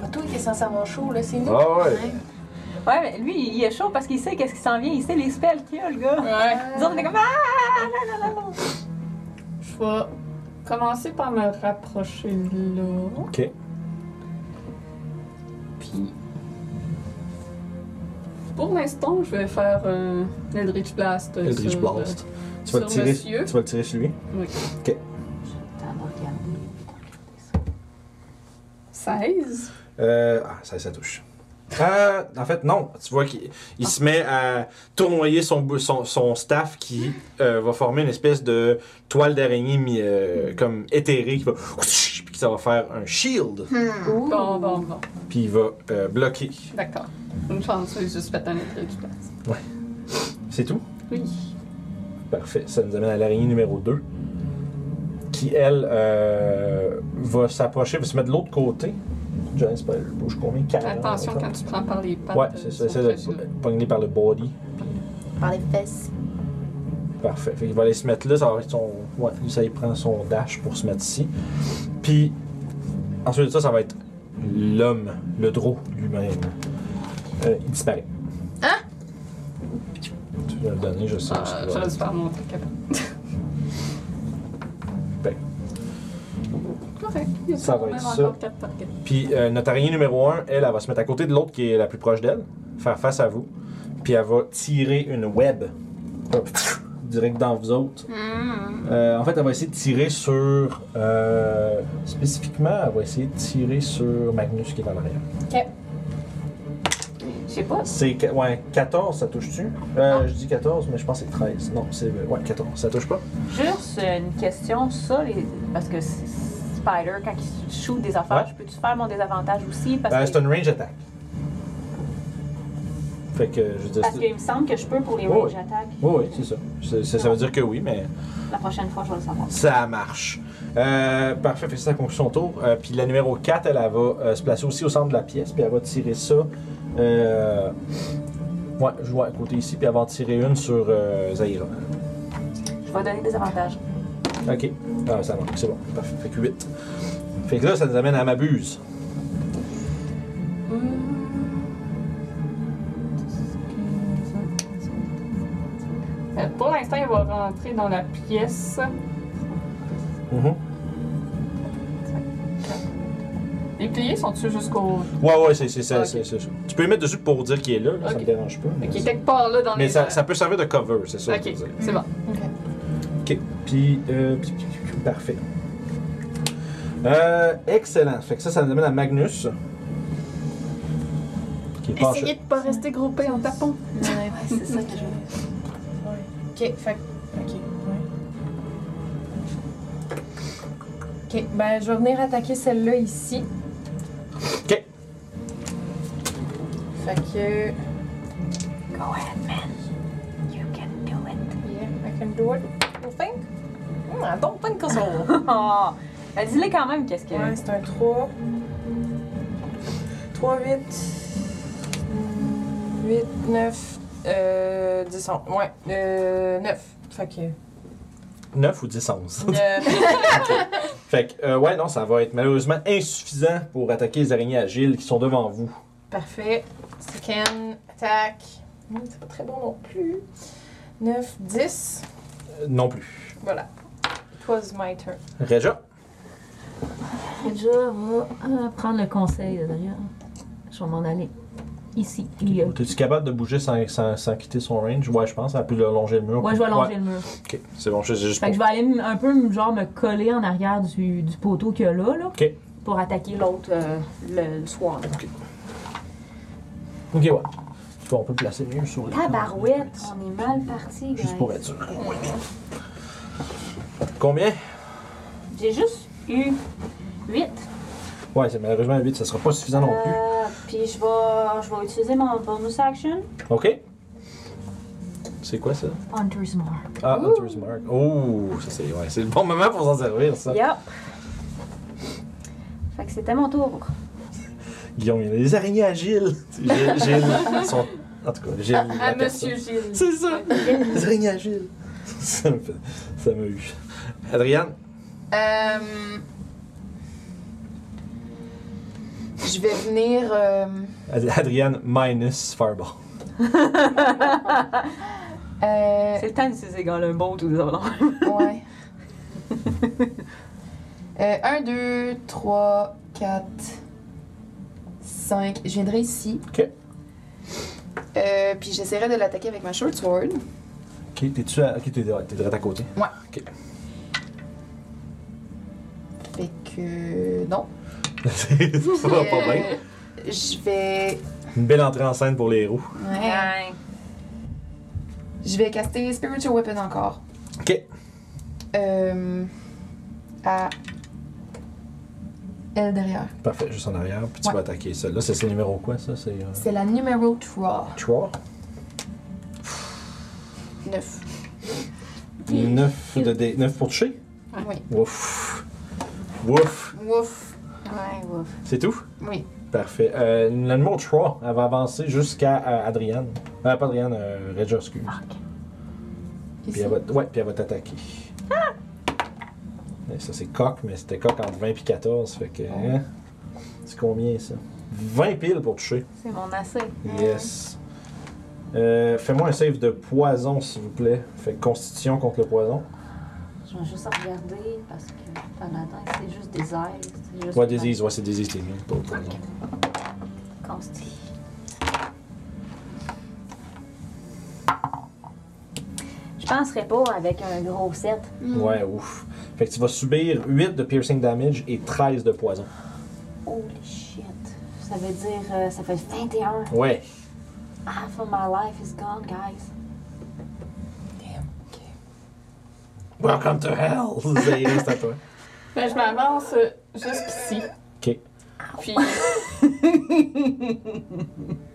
J: Pas toi qui est censé avoir chaud, là, c'est nous.
A: Ah ouais.
B: Ouais, mais lui, il est chaud parce qu'il sait qu'est-ce qui s'en vient. Il sait les spells qu'il a, le gars.
E: Ouais.
B: Nous autres, on est comme Ah, là, là, là, là.
F: Je vais commencer par me rapprocher de là.
A: Ok.
F: Puis. Pour l'instant, je vais faire euh, l'Eldritch Blast. euh,
A: Eldritch
F: sur-
A: Blast. Tu vas, le
F: sur
A: tirer,
F: monsieur.
A: tu vas le tirer sur lui.
F: Oui.
A: Ok.
B: Attends, on va regarder.
F: 16.
A: Euh, ah, ça, ça touche. Ah, en fait, non. Tu vois qu'il il se met à tournoyer son, bou- son, son staff qui euh, va former une espèce de toile d'araignée mi- euh, comme éthérée qui va. Puis ça va faire un shield.
F: Bon, bon, bon.
A: Puis il va euh, bloquer.
F: D'accord. Une chance, j'ai juste fait un Eldritch Blast.
A: C'est tout?
F: Oui.
A: Parfait. Ça nous amène à l'araignée numéro 2. Qui, elle, euh, va s'approcher, va se mettre de l'autre côté. Johnny, c'est pas- je bouge combien? 40,
F: Attention quand tu prends par les pattes.
A: Ouais,
F: euh,
A: c'est
F: ils
A: ça.
F: sont
A: Essaie
F: très
A: de
F: gênants.
A: pogner par le body.
J: Par les fesses.
A: Parfait. Fait il va aller se mettre là. Ça va être son. Ouais, lui, ça, il prend son dash pour se mettre ici. Puis, ensuite de ça, ça va être l'homme, le drô lui-même. Euh, il disparaît. Hein? Tu vas le donner, je sais.
F: Ah,
A: je sais pas.
F: J'aurais dû faire mon truc avant.
A: Ben.
F: Correct. Il y a
A: Ça va
F: quand même
A: être
F: encore
A: ça.
F: quatre targets.
A: Puis euh, notre araignée numéro 1, elle, elle va se mettre à côté de l'autre qui est la plus proche d'elle, faire face à vous. Puis elle va tirer une web hop, direct dans vous autres.
G: Hmm.
A: Euh, en fait, elle va essayer de tirer sur. euh, spécifiquement, elle va essayer de tirer sur Magnus qui est en arrière.
B: Je sais pas.
A: C'est qu- ouais, 14, ça touche-tu
B: Ah.
A: Euh, Je dis 14, mais je pense que c'est 13. Non, c'est. euh, Ouais, 14, ça touche pas.
B: Ah, Juste une question, ça, les- parce que c'est- Spider, quand il shoot des affaires,
A: Ouais.
B: je peux-tu faire mon désavantage aussi? Parce
A: Euh,
B: que-
A: c'est une range attack. Fait que, je veux dire.
B: Parce
A: c'est-
B: qu'il me semble que je peux pour les
A: Oui.
B: range attack.
A: Oui, oui, c'est ça. C'est- c'est- Ça veut dire que oui, mais.
B: La prochaine fois, je vais le savoir.
A: Ça marche. Euh, parfait, fait que ça conclut son tour. Euh, puis la numéro 4, elle, elle va euh, se placer aussi au centre de la pièce, puis elle va tirer ça. Euh, ouais, je vois à côté ici, puis elle va en tirer une sur euh, Zaira.
B: Je vais donner des avantages.
A: Ok, ah, ça marche, c'est bon. Parfait, fait que 8. Fait que là, ça nous amène à Mabuse.
F: Euh, Pour l'instant, il va rentrer dans la pièce. Mm-hmm.
A: Mhm.
F: Les piliers sont-ils jusqu'au.
A: Ouais, ouais, c'est c'est ça.
F: Ok.
A: c'est- c'est ça. Tu peux le mettre dessus pour dire qu'il est là, là, ça
F: Ok.
A: me dérange pas. Mais,
F: Ok, quelque part là dans
A: mais
F: les. euh,
A: ça, ça peut servir de cover, c'est ça.
F: Ok,
A: je veux dire.
F: c'est bon.
A: Ok, puis, euh, puis- puis- puis- puis- parfait. Euh, excellent. Fait que ça, ça nous amène à Magnus. Qui est pas en
F: Essayez de pas rester groupé en tapant.
J: Ouais, c'est ça que je
I: Ok, fait que- Ok, ouais. Ok, ben je vais venir attaquer celle-là ici.
A: Ok.
I: Fait que.
B: Go ahead, man. You can do it.
I: Yeah, I can do it. You think?
E: Hmm, I don't think so.
B: Oh! Ben, Dis-le quand même, qu'est-ce que.
E: Ouais, c'est un 3. 3, 8. 8, 9, euh, 10, 11. Ouais, euh, 9. Fait que.
A: 9 ou 10, 11.
E: Euh,
A: Fait que, euh, ouais, non, ça va être malheureusement insuffisant pour attaquer les araignées agiles qui sont devant vous.
E: Parfait. Second, attaque. Hum, C'est pas très bon non plus. 9, 10.
A: Euh, non plus.
E: Voilà. It was my turn.
A: Reja,
B: Déjà, on va euh, prendre le conseil de Daria. Je vais m'en aller. Ici. Et, euh,
A: t'es-tu capable de bouger sans, sans- sans quitter son range? Ouais, je pense, elle peut longer le mur.
B: ouais, je vais allonger le mur.
A: Ok, c'est bon, je sais juste
B: Fait que je vais aller m- un peu m- genre me coller en arrière du, du poteau qu'il y a là, là
A: Ok.
B: pour attaquer l'autre euh, le, le soir. là.
A: Ok, ouais. Tu vois, on peut le placer mieux sur le.
C: Tabarouette, on est mal parti,
A: Juste
C: guys.
A: pour être sûr. Combien?
C: J'ai juste eu 8.
A: Ouais, c'est malheureusement 8, ça sera pas suffisant non plus.
C: Euh, puis je vais, je vais utiliser mon bonus action.
A: Ok? C'est quoi ça?
B: Hunter's Mark.
A: Ah, Hunter's Mark. Oh, ça c'est ouais, c'est le bon moment pour s'en servir, ça.
C: Yup. Fait que c'était mon tour.
A: Guillaume, il y a des araignées agiles. Gilles, Gilles, son... En tout cas, Gilles. la
F: À
A: personne.
F: Ah, Monsieur Gilles.
A: C'est ça! Les araignées agiles. Ça me fait- ça m'a eu. Adriane,
J: Euh, Je vais venir. euh,
A: Ad- Adriane minus Fireball.
J: euh,
H: C'est le temps de ces gars-là, bon tout d'abord.
J: Ouais. 1, 2, 3, 4, 5. Je viendrai ici.
A: Ok.
J: Euh, puis j'essaierai de l'attaquer avec ma short sword.
A: Ok, t'es-tu à... Ok, t'es t'es direct à côté.
J: Fait que. Non.
A: ça va pas bien.
J: Euh, Je vais.
A: Une belle entrée en scène pour les héros.
J: Ouais. Je vais caster Spiritual Weapon encore.
A: Ok.
J: Euh, à. Elle derrière.
A: Parfait, juste en arrière, puis tu
J: Ouais.
A: vas attaquer ça. Là, c'est c'est numéro quoi, ça? C'est... Euh...
J: C'est la numéro 3.
A: 3?
J: 9.
A: 9, de dé- neuf pour toucher?
J: Oui.
A: Ouf! Ouf!
J: Wouf. Ouais, wouf.
A: C'est tout?
J: Oui.
A: Parfait. Euh, le numéro 3, elle va avancer jusqu'à euh, Adriane. Euh, pas Adriane, euh, Regia, excuse.
B: Ah,
A: Puis
J: Ici.
A: elle va, t- ouais, puis elle va t'attaquer.
B: Ah!
A: Et Ça, c'est coq, mais c'était coq entre 20 et 14. Fait que. hein? C'est combien ça 20 piles pour toucher.
B: C'est mon assez.
A: Yes. Euh, Fais-moi un save de poison, s'il vous plaît. Fait que constitution contre le poison.
B: Je vais juste regarder parce que pendant le temps, c'est juste des airs. C'est juste
A: Ouais, disease, ouais, c'est disease, t'es mieux pour le poison.
B: Consti.
C: Je penserais pas avec un gros 7.
A: Ouais, ouf. Fait que tu vas subir 8 de piercing damage et 13 de poison.
C: Holy shit. Ça veut dire, euh, ça fait 21.
A: Ouais.
C: Half of my life is gone, guys.
A: Welcome to hell! Zayus, c'est à toi.
F: Ben, je m'avance euh, jusqu'ici.
A: Ok.
F: Puis.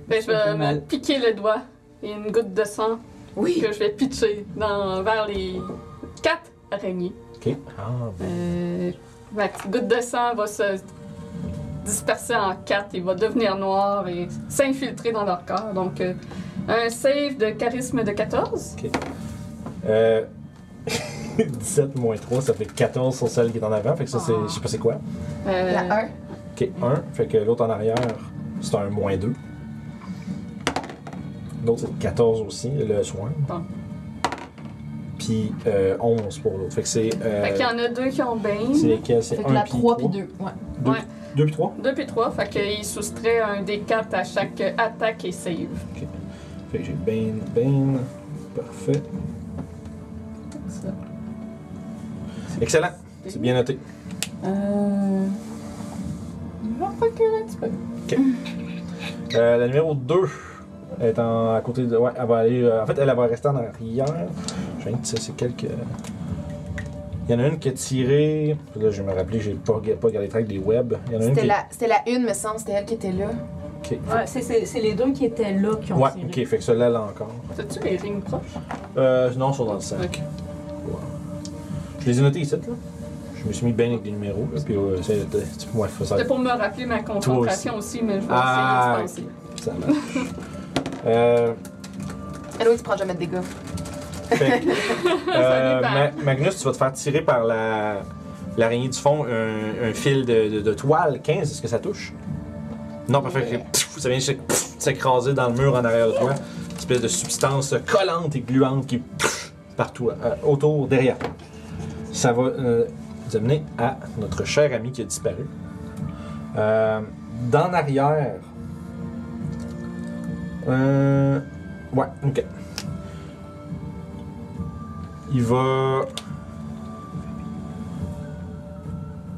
F: ben, je vais me piquer le doigt et une goutte de sang que je vais pitcher dans, vers les quatre araignées.
A: Ok. Ah, ben.
F: Euh, ma petite goutte de sang va se disperser en quatre et va devenir noire et s'infiltrer dans leur corps. Donc, euh, un save de charisme de 14.
A: Euh, 17 moins 3, ça fait 14 sur celle qui est en avant. Fait que ça, c'est. Je sais pas c'est quoi.
F: Euh,
J: La 1.
A: Ok, 1. Fait que l'autre en arrière, c'est un moins 2. L'autre, c'est 14 aussi, le soin.
F: Bon.
A: Puis euh, 11 pour l'autre. Fait que c'est. euh,
F: Fait qu'il y en a deux qui ont baigne.
A: c'est lesquels C'est
J: Fait
A: 1
J: que la
A: puis
J: 3 puis 2. Ouais.
A: 2
F: Ouais.
A: puis 3.
F: 2 puis 3, fait qu'il soustrait un des 4 à chaque attaque et save.
A: Fait que j'ai Bane, Bane. Parfait.
F: Ça.
A: Excellent. C'est bien noté.
D: Euh. Il va reculer un petit peu.
A: Euh, la numéro 2 est en, à côté de. Ouais, elle va aller. euh, en fait, elle va rester en arrière. Je viens de tirer, c'est quelques. Il y en a une qui a tiré. Là, je vais me rappeler, j'ai pas, pas gardé track des webs. Il y en a une
J: C'était
A: qui.
J: la, c'était la 1, me semble. C'était elle qui était là.
A: qui-
H: Ouais, c'est- c'est c'est les deux qui étaient là qui ont
A: Ouais,
H: tiré.
A: ok, fait que celle-là, là encore.
F: T'as-tu les rings proches?
A: Euh, non, ils sont dans le sac.
F: Ok.
A: Ouais. Je les ai notés ici, là. Je me suis mis bien avec des numéros, là, puis euh, c'est c'est pour moi, faut ça.
F: C'était pour me rappeler ma concentration aussi. mais je vais
A: Ah,
F: essayer de se penser.
A: ça marche. euh,
J: Hello, tu prends jamais de dégâts.
A: Fait que, euh, Ma- Magnus, tu vas te faire tirer par la l'araignée du fond un, un fil de, de- de toile. 15, est-ce que ça touche? Non, parfait. Fait que, pff, ça vient juste, pff, s'écraser dans le mur en arrière de toi. Une espèce de substance collante et gluante qui pff, partout, euh, autour, derrière. toi. Ça va euh, nous amener à notre cher ami qui a disparu. Euh, dans l'arrière. Euh, ouais, ok. Il va.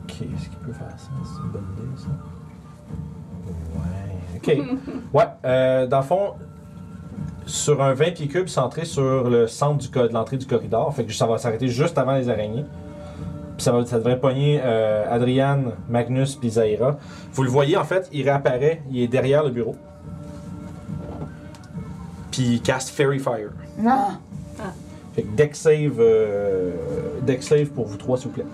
A: Ok, est-ce qu'il peut faire ça? C'est une bonne idée, ça? Ouais. Ok. ouais, euh, dans le fond, sur un 20 pieds cubes centré sur le centre du co- de l'entrée du corridor, fait que ça va s'arrêter juste avant les araignées. Puis ça, va, ça devrait pogner euh, Adriane, Magnus, puis Zaira. Vous le voyez, en fait, il réapparaît, il est derrière le bureau. Puis il cast Fairy Fire.
J: Non.
A: Fait que deck save, euh, deck save pour vous trois, s'il vous plaît.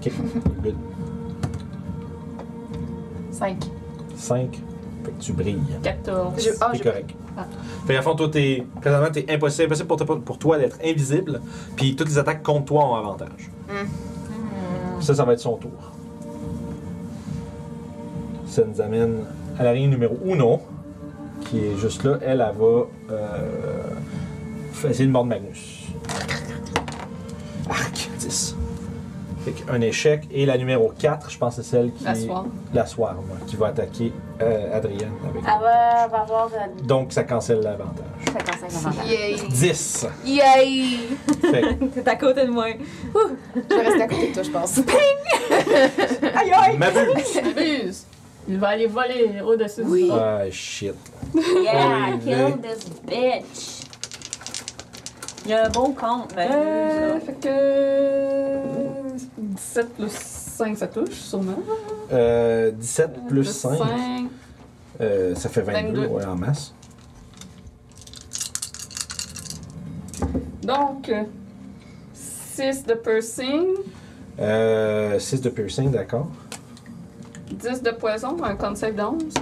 A: Ok, good.
J: 5.
A: 5. Fait que tu brilles.
J: 14. Je, ah,
A: C'est
J: je-
A: correct.
J: Ah.
A: Fait qu'à fond, toi, t'es. Présentement, t'es impossible, impossible pour, toi- pour toi d'être invisible, puis toutes les attaques contre toi ont avantage.
F: Hmm.
A: Ça, ça va être son tour. Ça nous amène à la ligne numéro non, qui est juste là. Elle, elle va euh, f- essayer de mordre Magnus. Arc, 10. Fait qu'un échec. Et la numéro 4, je pense que c'est celle qui.
F: La swarm. Ah,
A: La swarm, ouais, qui va attaquer euh, Adrienne
C: Elle
A: avec.
C: va, va avoir euh,
A: Donc, ça cancelle l'avantage.
C: 55 avantages.
J: Yay!
A: 10.
J: Yay!
A: Fait que
B: T'es à côté de moi.
J: Je vais rester à côté de toi, je pense.
F: Aïe aïe!
A: m'abuse.
F: Abuse! Il va aller voler au-dessus du
J: Oui.
F: drone.
A: Ah, shit.
B: Yeah,
A: Oui,
B: kill this bitch. Il y a un bon compte, ben, mais.
F: Euh, fait que. 17 plus 5, ça touche, sûrement.
A: Euh, 17 plus 5,
F: cinq.
A: euh, ça fait 22,
F: 22.
A: Ouais, en masse.
F: Donc, 6 de piercing,
A: Euh, 6 de piercing, d'accord.
F: 10 de poison pour un concept de 11.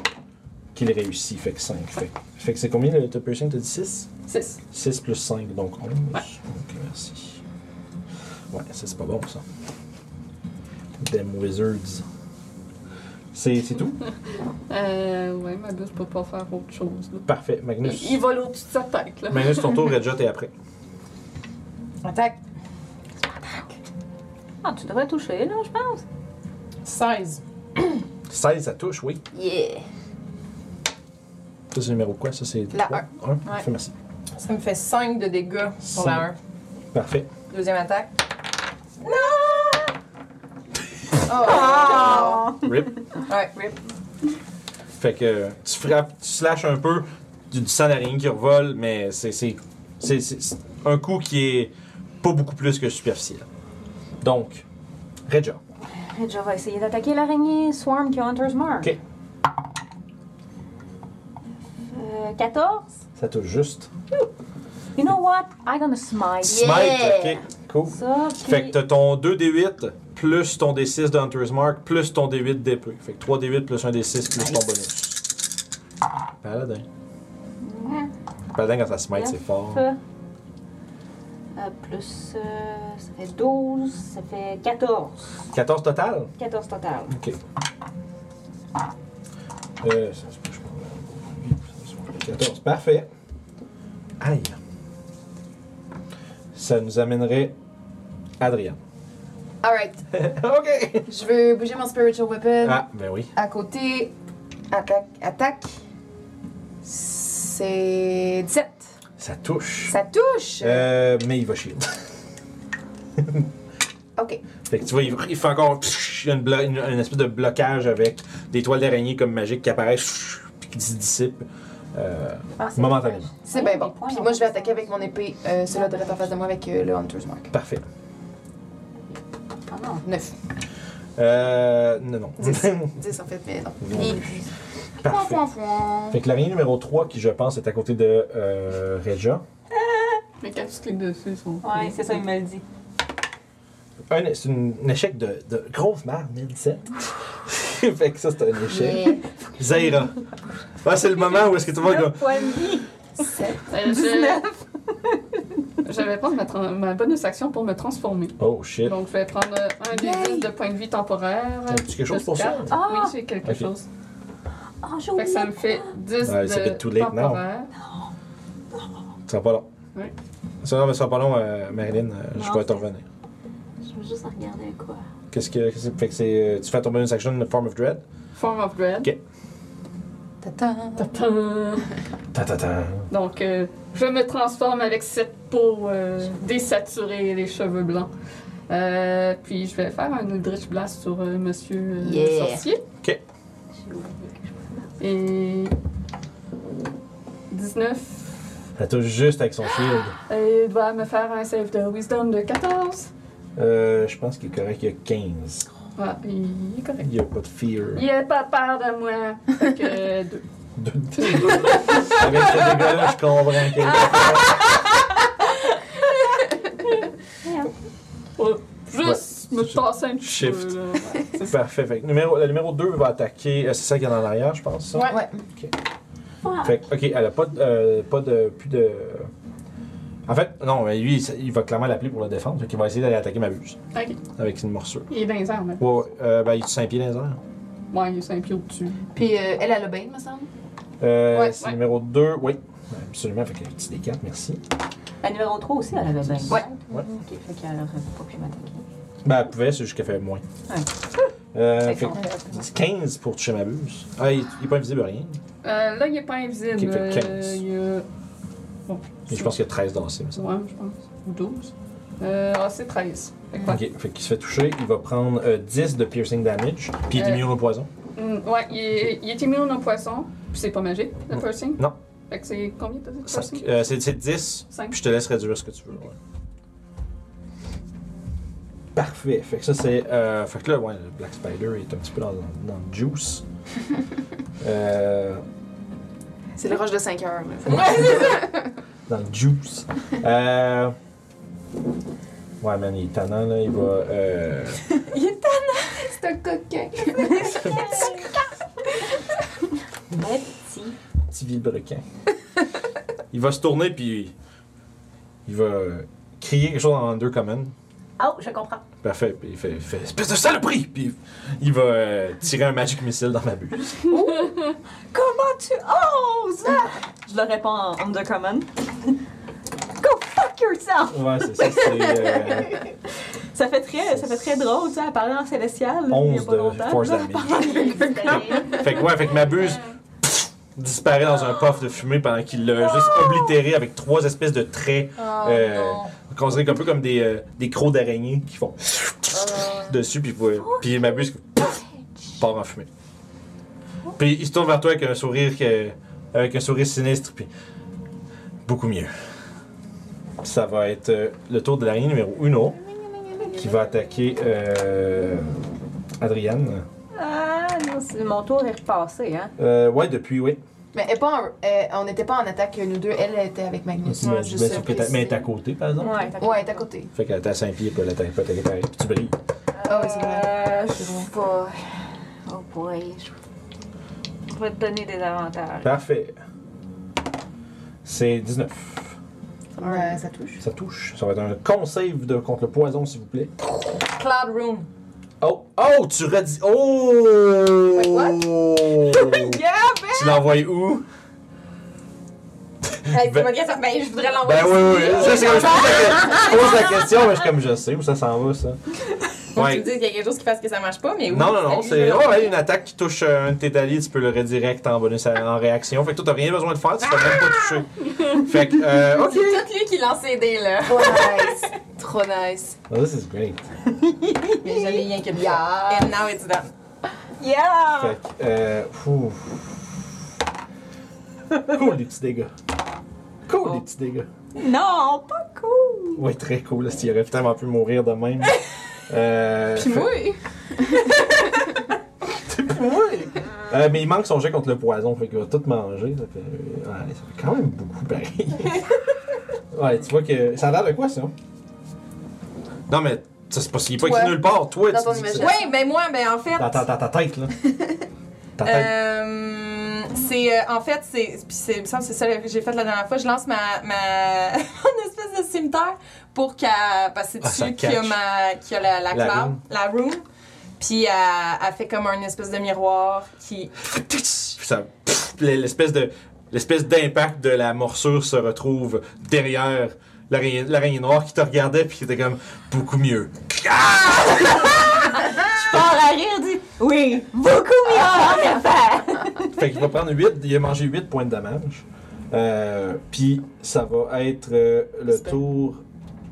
A: Qu'il réussit, fait que 5. Fait, fait que c'est combien le le piercing T'as dit 6
F: 6.
A: 6 plus 5, donc 11. Ok, merci. Ouais, ça c'est pas bon ça. Damn wizards. C'est c'est tout
F: Euh, ouais, ma bouche peut pas faire autre chose. là.
A: Parfait, Magnus.
F: Il, il vole au-dessus de sa tête, là.
A: Magnus, ton tour, Redja, t'es après.
E: Attaque
B: Ah, tu devrais toucher, là, je pense.
E: 16.
A: 16, ça touche, oui.
B: Yeah.
A: Ça c'est le numéro quoi Ça c'est.
E: La
A: 1. 1.
E: Ouais.
A: Fait merci.
E: Ça me fait 5 de dégâts sur
A: Cinq.
E: la 1.
A: Parfait.
E: Deuxième attaque.
A: Rip.
E: Ouais, rip.
A: Fait que tu frappes, tu slashes un peu, du, du sang d'araignée qui revole, mais c'est c'est- c'est- c'est- c'est un coup qui est pas beaucoup plus que superficiel. Donc, Regia.
B: Je vais essayer d'attaquer l'araignée Swarm qui a Hunter's Mark.
A: Ok.
B: Euh, 14.
A: Ça touche juste.
B: You know what? I'm gonna smite.
A: Smite, ok, cool.
B: Ça, puis...
A: Fait que t'as ton 2d8 plus ton d6 de Hunter's Mark plus ton d8 d'épée. Fait que 3d8 plus un d6 plus ton bonus. Paladin. Paladin quand ça smite, c'est fort.
B: Euh, euh, plus, euh, ça fait 12, ça fait 14.
A: 14 total?
B: 14 total.
A: Ok. Euh, ça se peut, je prends la- 14, parfait. Aïe. Ça nous amènerait Adrien.
J: Alright.
A: ok.
J: Je veux bouger mon spiritual weapon.
A: Ah, ben oui.
J: À côté. Attaque. Attaque. C'est 17.
A: Ça touche.
J: Ça touche!
A: Euh, mais il va shield.
J: Ok.
A: Fait que tu vois, il, il fait encore il y a une, blo- une- une espèce de blocage avec des toiles d'araignée comme magiques qui apparaissent puis qui se dissipent euh,
B: Ah,
A: momentanément.
J: C'est bien bon. Puis moi, je vais attaquer avec mon épée. Euh, Celui-là devrait être en face de moi avec euh, le Hunter's Mark.
A: Parfait.
J: 9.
A: Euh, non, non.
J: 10 en fait, mais non.
A: Oui.
J: Foin,
A: Parfait.
J: foin, foin.
A: Fait que l'araignée numéro 3, qui je pense est à côté de euh, Regia,
F: Mais quand tu cliques dessus, ils sont.
B: Ouais, c'est ça, il me le dit.
A: un- c'est une- un échec de, de grosse merde, 1007. fait que ça, c'est un échec.
J: Yeah.
A: Zaira. Ah, c'est le moment où est-ce que tout le monde.
C: Le point de vie.
F: Euh, je... je vais prendre ma, tran- ma bonus action pour me transformer.
A: Oh shit.
F: Donc, je vais prendre un des dix de points de vie temporaire.
A: As-tu quelque chose
F: plus
A: pour ça?
F: quatre.
B: Ah!
F: Oui, j'ai quelque
A: Ok.
F: chose.
B: Oh, j'ai
F: Fait que ça
B: oublié.
F: me fait 10
A: Ouais, ça fait too
F: de
A: late now.
F: temporaire.
A: Ça sera pas long.
F: Oui.
A: Ça non, mais ça sera pas long, euh, Marilyn. euh, je
B: Non,
A: pourrais te
B: c'est-
A: revenir.
B: Je veux juste regarder quoi.
A: Qu'est-ce que. qu'est-ce que- fait que c'est. euh, tu fais ton bonus action in the form of dread.
F: Form of Dread.
A: Ok.
G: Ta-ta.
F: Tadam!
A: Ta ta ta.
F: Donc, euh, je me transforme avec cette peau euh, désaturée et les cheveux blancs. Euh, puis, je vais faire un Eldritch Blast sur euh, Monsieur euh, le
B: Yeah.
F: Sorcier.
A: Ok.
B: J'ai oublié quelque chose.
F: Et. 19.
A: Elle touche juste avec son shield.
F: Euh, Il doit me faire un save de Wisdom de 14.
A: Euh, je pense qu'il est correct, il y a 15.
F: Ah, il est correct.
A: Il n'y a pas de fear.
F: Il a pas peur de moi. Fait que, euh, deux.
A: Deux- Avec ce dégât-là, je comprends que.
B: hein.
F: Oh, Juste me tasser un petit
A: Shift.
F: peu. là. Ouais, c'est ça.
A: Parfait. Fait que numéro, la numéro 2 eh, va attaquer. euh, c'est ça qu'il y en a en arrière, je pense. Ça?
J: Ouais. ouais.
A: Fait que, ok, elle a pas, de- euh, pas de. Plus de. En fait, non, mais lui, il- il va clairement l'appeler pour la défendre. Fait qu'il va essayer d'aller attaquer ma buse
F: Ok.
A: avec une morsure.
F: Il est dans les armes.
A: Ouais, ouais. Euh, ben, il est 5 pieds dans les airs.
F: Ouais, il est 5 pieds au-dessus.
J: Puis euh, elle, elle a bien, me semble.
A: Euh,
F: Ouais,
A: c'est
F: ouais.
A: numéro 2, oui. Absolument. Fait que petit des 4, merci.
B: La numéro 3 aussi, elle avait bien.
J: Ouais.
A: Ouais.
B: Ok, fait qu'elle aurait pas pu m'attaquer.
A: Ben, elle pouvait, c'est juste qu'elle fait moins.
B: Ouais.
A: Euh, fait que 15 pour toucher ma buse. Ah, il, il est pas invisible à rien.
F: Euh, là, il est pas invisible.
A: Ok, fait
F: Euh,
A: 15.
F: il y a- Bon.
A: Et je pense qu'il y a 13 dansés, mais ça.
F: Ouais, je pense. Ou 12. Euh, ah, c'est 13. Fait que,
A: Ok, fait qu'il se fait toucher, il va prendre euh, 10 de piercing damage, puis il est
F: Euh.
A: immune au poison.
F: Mm, ouais, il est, il est immune au poisson. Puis c'est pas magique, le
A: Mm.
F: piercing.
A: Non.
F: Fait que c'est combien de
A: Cinq.
F: piercing?
A: Euh, c'est c'est 10,
F: 5.
A: puis je te laisse réduire ce que tu veux. ouais. Parfait, fait que ça c'est. euh, fait que là, ouais, le Black Spider est un petit peu dans, dans le juice. euh,
G: C'est le rush de 5 heures. là.
A: dans le juice. Euh, ouais, man, il est tannant là, il va. euh,
J: C'est un coquin.
B: Petit.
A: petit vilebrequin. il va se tourner puis il va crier quelque chose en undercommon.
B: Oh, je comprends.
A: Parfait. Puis il fait, il fait, espèce de saloperie! Puis il va euh, tirer un magic missile dans ma buse.
B: Comment tu oses? Je le réponds en undercommon. Go fuck yourself!
A: Ouais, c'est ça. C'est euh,
B: Ça fait très, ça fait très drôle, tu sais, à parler en célestial. il y a
A: 11
B: pas
A: de
B: longtemps.
A: force
B: là.
A: damage. Fait que ouais, fait que ma buse pff, disparaît dans un puff de fumée pendant qu'il l'a juste oblitéré avec trois espèces de traits euh, considérés un peu comme des, euh, des crocs d'araignée qui font dessus. Puis, vous- puis ma buse pff, part en fumée. Puis il se tourne vers toi avec un sourire, que- avec un sourire sinistre. Puis beaucoup mieux. Ça va être euh, le tour de l'araignée numéro 1 qui va attaquer euh, Adrienne.
B: Ah, non, c'est- mon tour est repassé, hein.
A: Euh, ouais, depuis, oui.
J: Mais elle est pas en- euh, on n'était pas en attaque, nous deux. Elle, elle était avec Magnus.
A: Mais,
J: Ouais,
A: mais
J: juste,
A: sauf
J: euh,
A: que t'as- mais elle est à côté, par exemple.
B: Ouais.
J: Ouais, elle est à côté.
A: Fait qu'elle est à 5 pieds, puis elle attaque pas, t'attaque pareil, puis tu brilles.
J: Ah ouais, c'est vrai.
B: Euh,
J: C'est vrai.
B: je vais- Oh boy. Je vais te donner des avantages.
A: Parfait. C'est 19.
J: Ouais, ça touche.
A: Ça touche. Ça va être un con save de, contre le poison, s'il vous plaît.
E: Cloud Room.
A: Oh! Oh! Tu redis. Oh!
J: Wait, what? Oh,
A: tu l'envoies où?
E: Hey,
A: Ben-
E: c'est pas bien ça. Ben, je voudrais l'envoyer.
A: Ben oui, oui, oui. Ça, c'est comme je pose, la, je pose la question, mais je suis comme je sais où ça s'en va, ça.
E: Faut que Tu me dis qu'il y a quelque chose qui fasse que ça marche pas, mais oui.
A: Non, non, non,
E: salut,
A: c'est
E: je
A: oh,
E: vais
A: ouais, une attaque qui touche euh, un de tes alliés, tu peux le redirect en bonus à- en réaction. Fait que toi, t'as rien besoin de faire, tu t'as même pas touché. Fait que, euh, ok.
E: C'est tout lui qui lance ses dés, là.
J: Trop nice. Trop nice.
A: Oh, this is great.
E: Mais jamais rien que
J: Yeah.
E: And now it's done.
B: Yeah!
A: Fait que, euh, ouf. Cool, les petits dégâts. Cool, les petits dégâts.
B: Non, pas cool!
A: Ouais, très cool, s'il aurait tellement pu mourir de même. Euh, fait-
G: Oui.
A: Euh, mais il manque son jet contre le poison, fait qu'il va tout manger. Ça fait, euh, ouais, ça fait quand même beaucoup pareil. ouais, tu vois que. Ça a l'air de quoi ça? Non, mais ça, c'est parce qu'il est pas écrit
J: Toi.
A: nulle part. Toi,
J: Dans
A: tu
J: ton
A: dis que c'est-
J: imagination.
E: Oui, ben moi, ben en fait.
A: Dans ta, dans ta tête, là. Ta tête.
E: Euh, c'est euh, en fait c'est puis c'est il me semble que c'est ça que j'ai fait la dernière fois je lance ma, ma mon espèce de cimetière pour qu'elle parce que
A: Ah,
E: c'est
A: ça
E: dessus qu'il y a
A: catch.
E: ma qu'il y a la
A: La
E: la, clave,
A: room.
E: la room puis elle, elle fait comme un espèce de miroir qui
A: Puis ça- pff, l'espèce de l'espèce d'impact de la morsure se retrouve derrière l'araignée l'araignée noire qui te regardait puis qui était comme beaucoup mieux.
B: Je pars à rire, dit Oui, beaucoup mieux, en effet.
A: fait qu'il va prendre 8, il a mangé 8 points de dommage. Euh, puis ça va être euh, le tour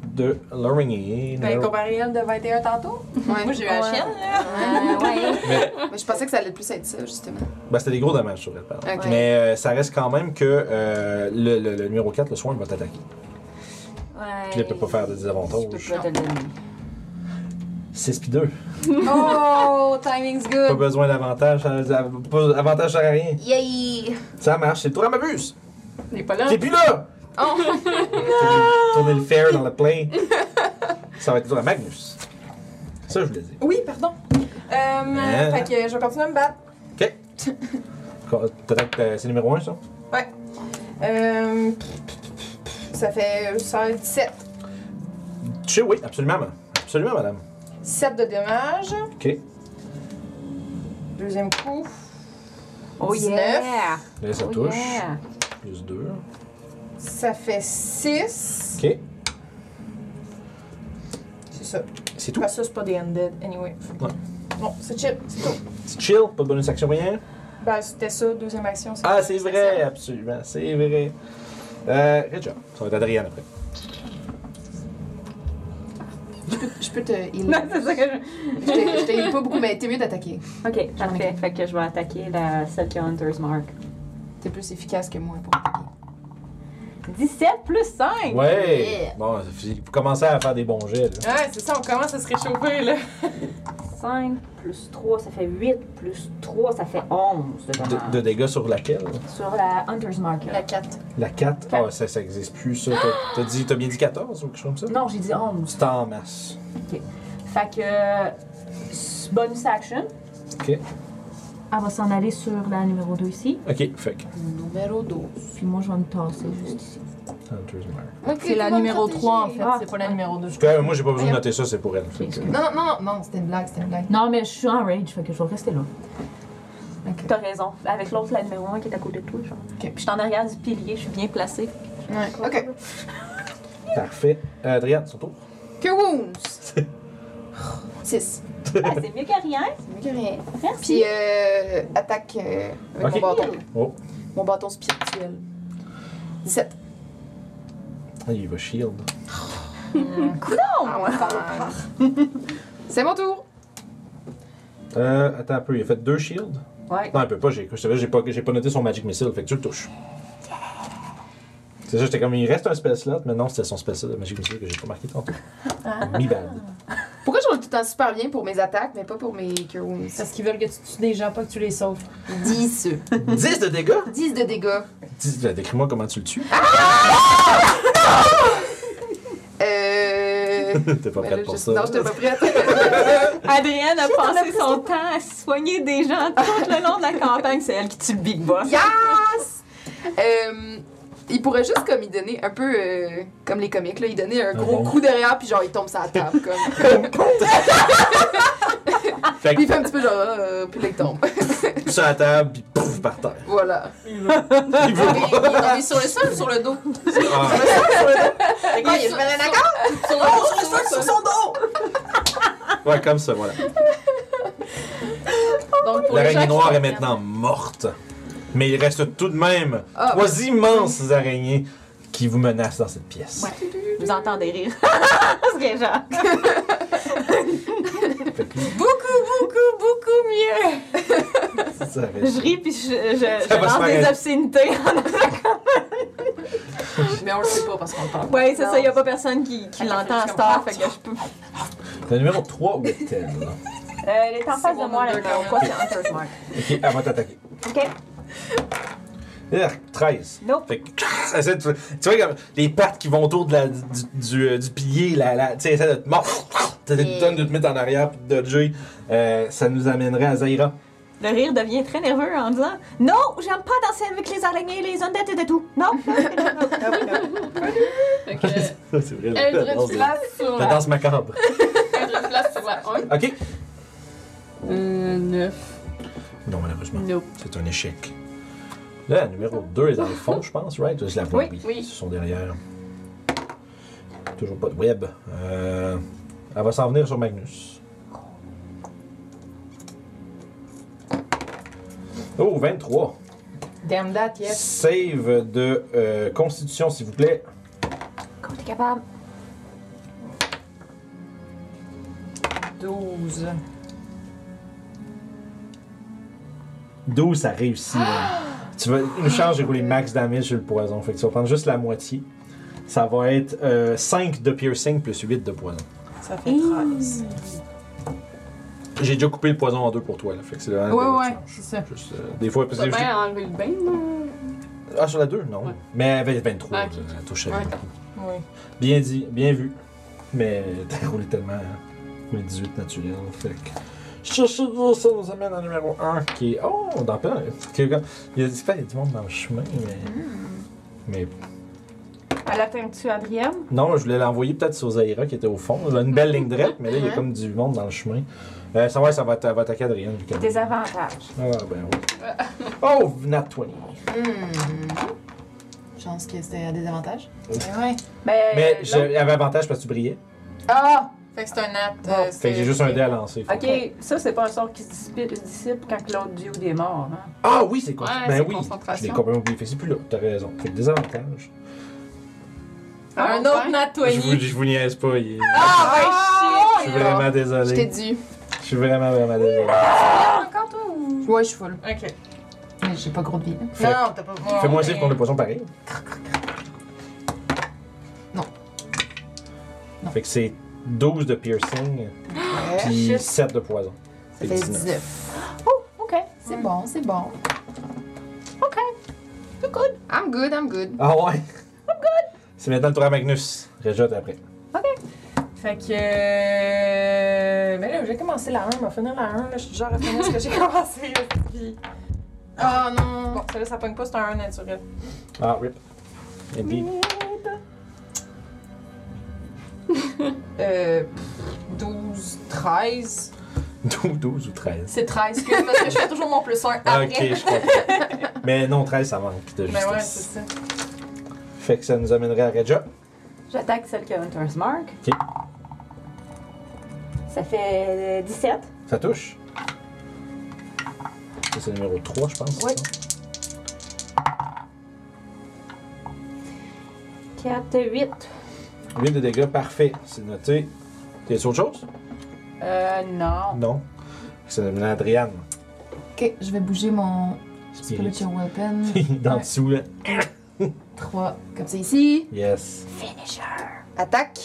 A: de l'araignée.
E: ben comparé à elle de 21 tantôt moi j'ai eu la
G: Ouais.
E: chienne là
A: Mais-
G: Mais je pensais que ça allait plus être ça, justement.
A: Ben, c'était des gros dommages sur elle, pardon.
G: Ok.
A: Mais euh, ça reste quand même que euh, le, le- le numéro 4, le soin, va t'attaquer.
B: Ouais.
A: Puis il peut pas faire de
B: Je peux
A: désavantages.
B: pas te le donner.
A: 6 puis 2.
E: oh timing's
A: Pas
E: good
A: besoin d'avantage, ça- ça- pas- avantage sert à rien.
G: Yay!
A: Ça marche, c'est le tour à ma buse.
F: Il est pas là.
A: T'es plus là!
G: Oh!
A: Tourner- Tourner le fair dans le play. ça va être le tour à Magnus. Ça, je voulais dire.
E: oui pardon euh,
A: Hein?
E: fait que je vais continuer à me battre
A: Ok. Quoi, Peut-être que c'est numéro 1, ça?
E: Euh, ça fait 17
A: Tu sais, oui, absolument. madame. Absolument, madame.
E: 7 de dommages
A: Ok.
E: deuxième coup
B: Oh
E: 19.
B: yeah!
A: Là, ça
B: Oh
A: touche.
B: yeah!
A: Plus 2.
E: Ça fait 6.
A: Ok.
E: C'est ça.
A: C'est tout.
E: Parce que ça, c'est pas des undead, anyway.
A: Ouais.
E: Bon, c'est chill, c'est tout.
A: Petit chill, pas de bonus action, rien.
E: Ben, c'était ça, deuxième action.
A: Ah, c'est vrai, absolument, c'est vrai. Euh, good job. Ça va être Adrienne après.
J: Je peux te heal.
B: Non, c'est ça que je.
J: Je te- je te heal pas beaucoup, mais t'es mieux d'attaquer.
B: Ok, parfait. Fait que je vais attaquer la celle qui a Hunter's Mark.
J: T'es plus efficace que moi pour attaquer.
B: 17 plus 5!
A: Ouais. Bon, vous commencez à faire des bons jets, là.
E: Ouais, c'est ça, on commence à se réchauffer, là.
B: 5 plus 3, ça fait 8 plus 3, ça fait 11 de
A: De,
B: dommage.
A: de dégâts sur laquelle?
B: Sur la Hunter's Mark. là.
G: La 4.
A: La 4? Ah, ça, ça existe plus, ça. T'as- T'as dit, t'as bien dit 14 ou quelque chose comme ça?
B: Non, j'ai dit 11.
A: C'est en masse.
B: Fait que. euh, Bonus action.
A: Ok.
B: Elle va s'en aller sur la numéro 2 ici.
A: Ok, fait que.
J: Numéro 12.
B: Puis moi, je vais me tasser juste ici.
A: Hunter's Mark.
E: C'est la numéro 3, en fait.
B: Ah,
E: c'est pas la numéro 2.
A: En tout cas, euh, moi, j'ai pas besoin de noter ça, c'est pour elle. Fait que-
J: Non, non, non, non, c'était une blague, c'était une blague.
B: Non, mais je suis en rage, fait que je vais rester là.
J: Ok.
B: T'as raison. Avec l'autre, la numéro 1 qui est à côté de toi, genre. Puis je suis en arrière du pilier, je suis bien placée.
J: Ouais, ok.
A: Parfait. Euh, Adrienne, son tour.
G: Cure Wounds! 6.
B: Ah, c'est mieux que rien.
G: C'est mieux que rien.
B: Merci.
G: Puis, euh, attaque euh, avec
A: Ok.
G: mon bâton.
A: Oh,
G: Mon bâton spirituel. 17.
A: Ah, il va shield.
G: Ah ouais. C'est mon tour.
A: Euh, attends un peu, il a fait deux shields?
B: Ouais.
A: Non, il peut pas, j'ai, je savais, j'ai pas, j'ai pas noté son Magic Missile, fait que tu le touches. C'est ça, j'étais comme, il reste un spell slot, mais non, c'était son spell slot de Magic Missile que j'ai pas marqué tantôt.
G: Ah.
A: Mi bad.
G: Pourquoi je roule tout le temps super bien pour mes attaques, mais pas pour mes cure wounds?
E: Parce qu'ils veulent que tu tues des gens, pas que tu les sauves.
G: 10.
A: 10 de dégâts?
G: 10 de dégâts.
A: Dis- là, Décris-moi comment tu le tues.
G: Euh...
A: T'es pas
G: ben
A: prête
G: là,
A: pour
G: je-
A: ça.
G: Non, j'étais pas prête.
B: Adrienne a passé son temps à soigner des gens tout le long de la campagne. C'est elle qui tue le Big Boss.
G: yes! Euh, il pourrait juste comme y donner un peu euh, comme les comiques, là, il donnait un gros
A: bon.
G: coup derrière puis genre il tombe sur la table comme.
A: Fait
G: puis il
A: que
G: fait un petit peu genre euh, puis là il tombe.
A: sur la table, puis pouf, par terre.
G: voilà.
A: Il veut pas.
E: Il est sur le sol ou sur le dos?
A: Ah,
G: Ah, il est malin d'accord?
E: Sur le dos, sur le sol, sur son dos!
A: ouais, comme ça, voilà.
G: Donc pour les gens
A: L'araignée
G: qui
A: noire est
G: sont-
A: maintenant morte. Mais il reste tout de même
G: Ah.
A: trois immenses araignées qui vous menacent dans cette pièce.
B: Vous entendez rire. Parce que genre.
A: Fait que
E: Beaucoup, beaucoup, beaucoup mieux!
A: ça va être-
B: Je ris puis je, je,
A: Ça va
B: je
A: se
B: lance
A: faire
B: des
A: un-
B: obscénités.
E: Mais on le sait pas parce qu'on le parle.
B: ouais, c'est ça, il a pas personne qui, qui
E: Fait que
B: l'entend à
E: je
B: cette heure. Fait que je peux.
A: Le numéro 3 où est-elle?
B: Euh, elle est en face de moi, la numéro 3, c'est Hunter's Mark.
A: Ok, elle va t'attaquer.
B: Ok.
A: Euh, 13.
B: Nope.
A: Fait que, elle essaie de- tu vois, comme les pattes qui vont autour de la, du, du, euh, du pilier, la, la, tu sais, elle essaie de te mordre. Tu te donnes de te mettre en arrière puis de dodger. Euh, ça nous amènerait à Zaira.
B: Le rire devient très nerveux en disant Non, j'aime pas danser avec les araignées, les ondettes et de tout. Non, non,
F: Fait que, euh,
A: C'est vrai, la
F: Eldritch
A: danse-
F: Blast sur
A: la
F: la
A: danse macabre.
F: Eldritch Blast sur la 1.
A: Ok.
F: Euh, 9.
A: Non, malheureusement.
F: Nope.
A: C'est un échec. Là, la numéro 2 est dans le fond, je pense, right? Je la vois,
F: Oui, oui.
A: Ils sont derrière. Toujours pas de web. Euh, elle va s'en venir sur Magnus. Oh, 23.
J: Damn that, yes.
A: Save de euh, Constitution, s'il vous plaît.
B: Quand t'es capable.
E: 12.
A: 12, ça réussit. là. Tu vas, une charge, j'ai roulé max damage sur le poison. Fait que tu vas prendre juste la moitié. Ça va être euh, 5 de piercing plus 8 de poison.
E: Ça fait 13.
A: J'ai déjà coupé le poison en deux pour toi. Là, fait que c'est la-
E: Ouais,
A: la-
E: ouais, c'est ça.
A: Juste, euh, des fois, parce
F: T'as
A: que j'ai-
F: bien enlevé le bain, là.
A: Ah, sur la 2, non.
F: ben, Ouais.
A: Mais euh, elle avait 23,
F: Ah, ok,
A: là, elle touchait
F: Ouais.
A: beaucoup.
E: Oui.
A: Bien dit, bien vu. Mais t'as roulé tellement. hein. roulé 18 naturel. Fait que. Ça, ça, ça, ça nous amène à numéro 1 qui est. Oh, on en parle. Il y a il y a du monde dans le chemin,
F: Hmm.
A: mais. Mais
I: Elle atteint-tu Adrienne?
A: Non, je voulais l'envoyer peut-être sur Zaira qui était au fond. Elle a une belle ligne droite, mais là, il y a comme du monde dans le chemin. Euh, ça va, ça va, atta- va attaquer Adrien. du coup.
I: Des avantages.
A: Ah, ben oui. Oh, Nat 20.
G: Hmm.
J: Je pense que c'était à des avantages.
E: Ouais.
I: Ben,
A: Mais
I: l'autre-
A: j'avais avantage parce que tu brillais.
E: Ah! Fait que c'est un acte. euh,
A: Fait que j'ai juste un dé à lancer. Fait que-
I: Ok, ça, c'est pas un sort qui se dissipe, dissipe quand l'autre dieu est mort. Hein?
A: Ah oui, c'est quoi?
F: Ouais,
A: ben
F: c'est
A: oui. Je l'ai
F: concentration.
A: complètement oublié. Fait que c'est plus là. T'as raison. Fait que des avantages.
E: Un autre nat 20.
A: Je vous, je vous niaise pas. il est-
E: Ah,
A: je suis
E: ben shit!
A: vraiment
G: Je t'ai
A: désolé.
G: dit.
A: Je suis vraiment, vraiment désolé.
E: Encore toi ou.
J: Ouais, je suis full.
E: Ok.
J: Mais j'ai pas gros de vie.
G: hein.
J: là.
A: Fait-
E: non, t'as pas.
A: Fais-moi
E: mais-
A: safe contre le poisson pareil.
J: Non. Non.
A: Fait que c'est 12 de piercing, puis 7 de poison.
J: Ça fait 19.
G: Oh,
I: Ok.
E: Hmm.
J: C'est bon, c'est bon.
I: Ok.
J: You're good. I'm good, I'm good.
A: Ah ouais? C'est maintenant le tour à Magnus. Réjette après.
E: Fait que. euh, Mais là, j'ai commencé la 1, on va finir la 1. Là, je suis du genre à finir ce que j'ai commencé. là, Puis...
J: Oh non.
E: Bon, celle-là, ça pogne pas, c'est un 1 naturel.
A: Ah, rip. Indeed.
E: Euh. pff, 12, 13.
A: 12, 12 ou 13.
E: C'est 13, excuse parce que je fais toujours mon plus 1
A: Ah,
E: après.
A: ok, je comprends. Mais non, 13, ça manque de
E: Ben ouais, c'est
A: justice.
E: ça.
A: fait que ça nous amènerait à Reja.
B: J'attaque celle qui a Hunter's Mark.
A: Ok.
B: Ça fait euh, 17.
A: Ça touche. Ça, c'est le numéro 3, je pense.
B: Oui.
A: c'est ça?
B: 4, 8.
A: 8 de dégâts, parfait. C'est noté. T'es sur autre chose?
I: Euh, non.
A: Non. C'est le nom Adriane.
J: Ok, je vais bouger mon
A: Spirit.
J: Spiritual Weapon.
A: Dans le dessous, là.
J: 3, comme c'est ici.
A: Yes.
G: Attaque.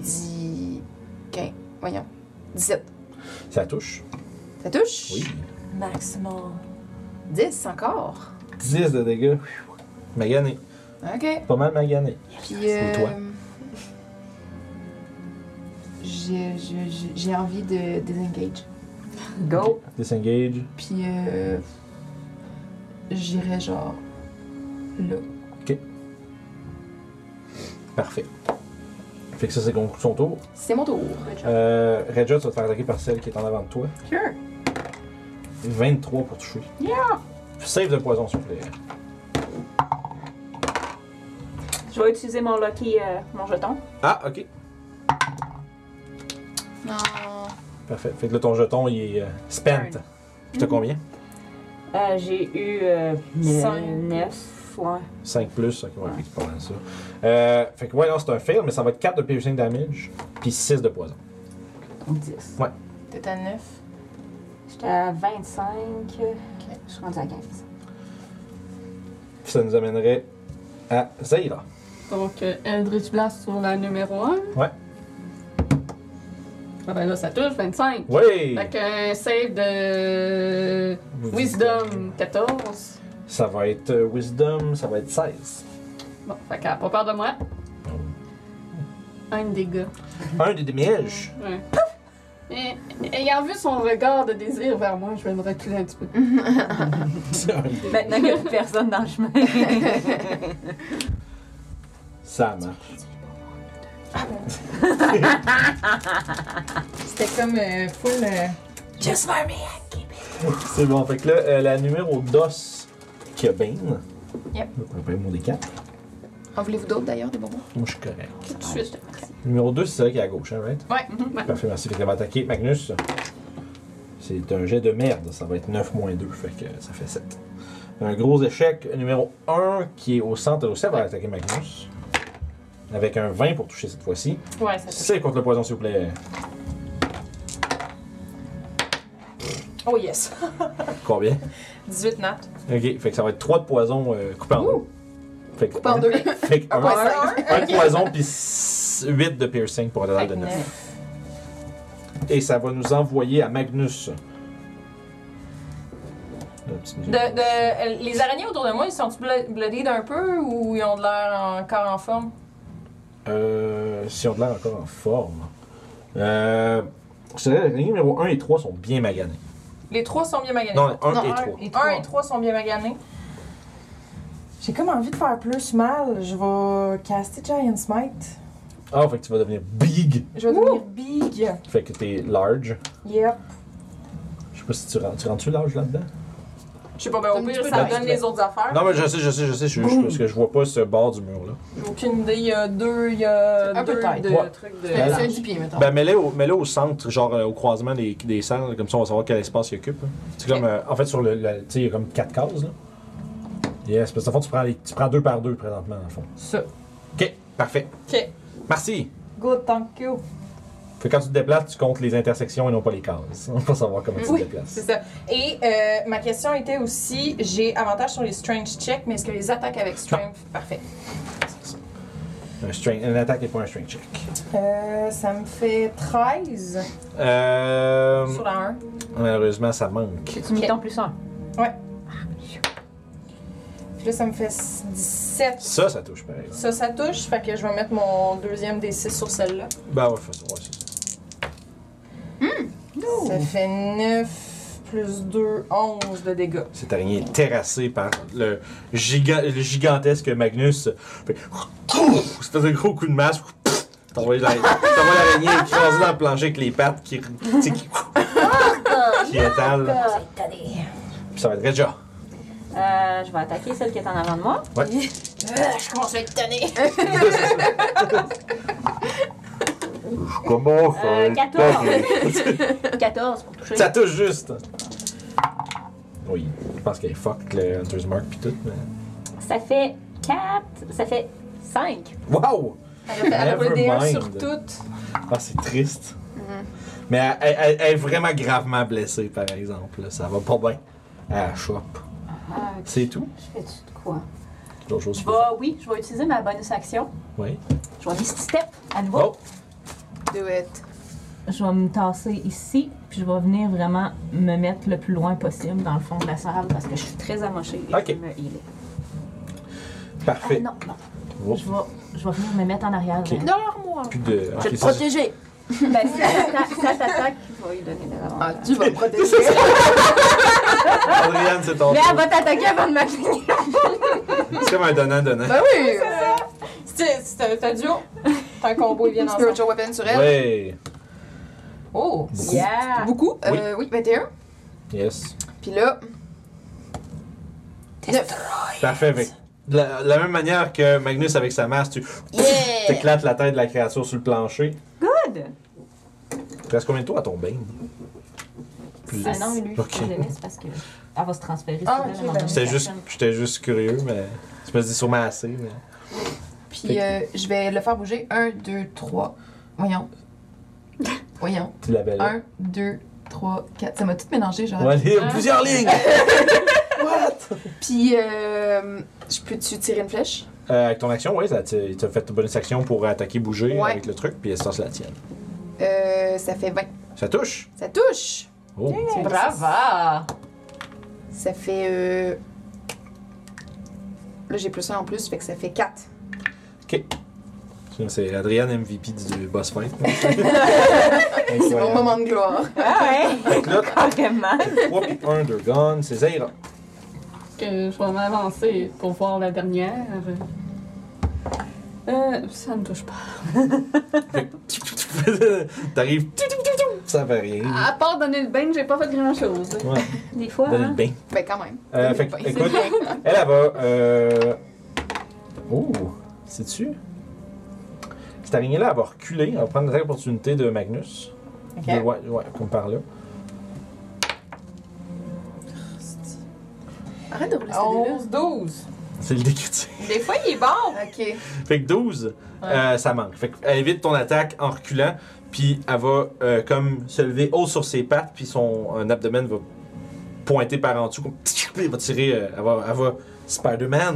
G: Dix. Quin- Voyons. 17.
A: Ça touche.
G: Ça touche?
A: Oui.
E: Maximum.
G: 10 encore.
A: 10 de dégâts. Magané.
G: OK.
A: Pas mal magané.
G: Puis. euh,
A: toi.
J: J'ai- je- je- J'ai envie de désengage.
I: Go.
A: Disengage.
J: Puis, euh, j'irai genre là.
A: Parfait. Fait que ça, c'est conclu son tour.
G: C'est mon tour.
A: Euh, Reja, tu vas te faire attaquer par celle qui est en avant de toi.
I: Sure.
A: 23 pour toucher. Yeah! Save de poison, s'il vous plaît.
B: Je vais utiliser mon lucky, euh, mon jeton.
A: Ah, ok.
G: Non.
A: Parfait. Fait que là, ton jeton, il est euh, spent. T'as combien?
B: Euh, j'ai eu euh,
E: Cinq.
B: 9. Ouais.
A: 5 plus, ok, ouais, fait que c'est pas mal ça. Euh, fait que ouais, non, c'est un fail, mais ça va être 4 de piercing damage, puis 6 de poison.
B: 10.
E: T'es à 9.
B: J'étais à 25. Je suis rendue à 15.
A: Puis ça nous amènerait à Zaira.
F: Donc, euh, Eldritch Blast sur la numéro 1.
A: Ouais.
F: Ah ben là, ça touche, 25.
A: Ouais!
F: Fait qu'un save de
A: Vous dites-
F: Wisdom 14.
A: Ça va être euh, Wisdom, ça va être 16.
F: Bon, fait qu'elle a pas peur de moi. Un dégât.
A: Un des demi-elges.
F: Ouais. Et, ayant vu son regard de désir vers moi, je vais me reculer un petit peu.
B: Maintenant qu'il n'y a plus personne dans le chemin.
A: Ça marche.
I: C'était comme euh, full. euh,
B: Just for me.
A: C'est bon, fait que là, euh, la numéro DOS qui a Bane.
G: Yep.
A: On va prendre mon D4.
G: En voulez-vous d'autres d'ailleurs, des bonbons?
A: Moi, je suis correct.
F: Tout de suite. Mhm.
A: Numéro 2, c'est celle qui est à gauche, hein, right?
F: Ouais. ouais.
A: Parfait, merci. Fait qu'elle va attaquer Magnus. C'est un jet de merde. Ça va être 9 moins 2, fait que ça fait 7. Un gros échec. Numéro 1, qui est au centre aussi, elle va attaquer Magnus. Avec un 20 pour toucher cette fois-ci.
I: Ouais, ça fait.
A: C'est contre le poison, s'il vous plaît.
E: Oh yes!
A: Combien?
E: 18 nattes.
A: Ok, fait que ça va être 3 de poison euh, coupé en deux. Fait que
G: Coupe en
A: un-
G: deux.
A: Fait que un,
G: Ouais,
A: un,
G: ça-
A: poison, puis 8 de piercing pour un total Ah, de 9. Et ça va nous envoyer à Magnus. La petite
E: De,
A: musique.
E: de- euh, les araignées autour de moi, ils sont-tu blo- bloodied un peu ou ils ont de l'air encore en forme?
A: Euh, si on a l'air encore en forme. Euh, je dirais que les numéros 1 et 3 sont bien maganés.
E: Les trois sont bien maganés.
A: Non, 1
G: Non,
A: et
G: un
A: 3.
I: Et
E: 1
I: trois.
E: et 3 sont bien maganés.
I: J'ai comme envie de faire plus mal. Je vais caster Giant Smite.
A: Ah, fait que tu vas devenir big.
I: Je vais devenir big.
A: Fait que t'es large.
I: Yep.
A: Je sais pas si tu rentres. Tu rentres-tu large là-dedans?
E: Je sais pas, ben, au
G: Un petit
E: pire,
G: peu
E: ça
A: de-
E: donne les autres affaires.
A: Non, mais je sais, je sais, je sais. Je, je- parce que je vois pas ce bord du mur là.
E: J'ai aucune idée. Il y a deux, il y a
I: Un peu
E: deux
I: euh, de taille.
E: de
A: Ouais.
E: trucs de.
A: Ben,
G: C'est du pied, mettons.
E: Ah.
A: Ben, mets-le au, mets-le au centre, genre euh, au croisement des, des salles, comme ça on va savoir quel espace il occupe. là. C'est comme, euh, en fait, sur le. le- tu sais, il y a comme quatre cases, là. Yes, parce que dans le fond, tu prends, les- tu prends deux par deux présentement, dans le fond.
I: Ça.
A: Ok, parfait.
E: Ok.
A: Merci!
I: Good, thank you.
A: Fait que quand tu te déplaces, tu comptes les intersections et non pas les cases. On va savoir comment tu
E: Oui.
A: te déplaces.
E: C'est ça. Et euh, ma question était aussi j'ai avantage sur les strange checks, mais est-ce que les attaques avec strength Parfait.
A: Un, string, une attaque et pas un string check.
I: Euh, ça me fait 13
A: Euh,
E: Sur la 1.
A: malheureusement, ça manque.
B: Tu mets ton plus un.
E: Puis là, ça me fait 17.
A: Ça, ça touche pareil. exemple.
E: Ça, ça touche. Fait que je vais mettre mon deuxième D6 sur celle-là.
A: Ben ouais, faut- ouais, c'est ça.
E: Ça fait 9 plus 2, 11 de dégâts.
A: Cette araignée est terrassée par le, giga- le gigantesque Magnus. Fait, ça fait un gros coup de masse. Pff, T'envoies la- t'envoies l'araignée écrasée dans le plancher avec les pattes qui, tu sais, qui, qui étale.
B: Attendez.
A: Puis ça va être déjà.
B: Euh, je vais attaquer celle qui est en avant de moi.
A: Ouais.
E: je commence à être tannée.
A: Comment
B: Euh, 14. 14 Euh, pour toucher.
A: Ça touche juste. Oui, je pense qu'elle fuck le Hunter's Mark pis tout, mais.
B: Ça fait 4. Ça fait 5.
A: Wow!
E: Elle a
A: Never
E: roulé un
A: mind.
E: sur toutes.
A: Ah, c'est triste.
B: Mm-hmm.
A: Mais elle, elle- elle est vraiment gravement blessée, par exemple. là. Ça va pas bien. Elle chope.
B: Ah,
A: C'est tout.
B: je fais-tu de quoi?
A: D'autres choses.
B: Je vais, oui, je vais utiliser ma bonus action.
A: Oui.
B: Je vais Misty Step à nouveau.
A: Oh!
G: Do it.
H: Je vais me tasser ici, puis je vais venir vraiment me mettre le plus loin possible dans le fond de la salle.
B: Ah, Parce que je suis très amochée et
A: Ok.
B: je me healer. Ah,
A: Parfait.
B: non, non.
A: Oh,
H: Je vais, je vais venir me mettre en arrière.
A: Ok.
H: vraiment.
G: Dors-moi.
A: plus de. Ah,
B: Je vais
A: ok,
B: te
A: ça,
B: protéger. ben, si elle t'attaque- si elle t'attaque, je vais lui donner de
G: Ah,
B: l'avantage.
G: tu vas me protéger.
A: c'est- Adriane, Oh, c'est ton.
B: Mais elle
A: tour.
B: va t'attaquer avant de m'attaquer.
A: C'est comme un donnant-donnant.
G: ben oui!
E: C'est c'est un- c'est un duo. C'est un combo, ils viennent ensemble.
G: Spiritual weapon sur elle.
A: Ouais.
E: Oh!
A: Beaucoup.
B: Yeah!
G: Beaucoup.
A: Oui.
G: Euh, oui, 21.
A: Yes.
G: Puis là. Neuf.
A: Parfait. Fait. que De la, de la même manière que Magnus avec sa masse, tu
G: Yeah!
A: t'éclates la tête de la créature sur le plancher.
B: Good!
A: Il reste combien de tours à ton bain?
B: Ah non, lui,
A: Ok.
B: je le laisse parce que.
H: Elle va se transférer
E: Ah,
H: sur elle à
E: ok,
H: un moment
E: ben.
H: donné.
A: J'étais juste, j'étais juste curieux, mais tu me dis sûrement assez. Mais...
J: Puis euh, je vais le faire bouger. 1, 2, 3. Voyons. Voyons.
A: Tu l'avais là.
J: 1, 2, 3, 4. Ça m'a tout mélangé, genre.
A: Ouais, il y a plusieurs lignes! What?
G: Puis, euh, je peux-tu tirer une flèche?
A: Euh, avec ton action, oui, ça, tu as fait ta bonus action pour attaquer, bouger
G: Ouais.
A: avec le truc, puis ça c'est la tienne.
G: Euh, ça fait 20.
A: Ça touche!
G: Ça touche!
A: Oh!
E: Brava!
G: Ça fait. euh, Là, j'ai plus un en plus, fait que ça fait 4.
A: C'est Adrienne MVP du boss fight.
G: C'est mon moment de gloire.
B: Ah ouais!
A: Fait que là,
B: Carrément.
A: 3 puis 1, 2 gone, c'est Zaira.
F: que je vais m'avancer pour voir la dernière. Euh, ça ne touche pas.
A: T'arrives, tou, tou, tou, tou, ça fait rien.
F: À part donner le bain, j'ai pas fait grand chose.
A: Ouais,
B: Des fois,
A: donne
B: hein?
A: le bain.
G: Ben, quand même.
A: Euh, fait que, écoute, elle, elle va. Euh... Oh, sais-tu? Cette araignée-là, elle va reculer. Elle va prendre l'opportunité de Magnus.
E: Ok.
A: De- ouais, ouais, comme par là.
G: Arrête de rouler ce dé-là.
E: 11, 12.
A: C'est le décuté.
E: Des fois, il est bon.
G: Ok.
A: Fait que 12, euh, ça manque. Fait qu'elle évite ton attaque en reculant, puis elle va euh, comme se lever haut sur ses pattes, puis son un abdomen va pointer par en dessous, comme tchou, puis elle va tirer, euh, elle va, elle va Spider-Man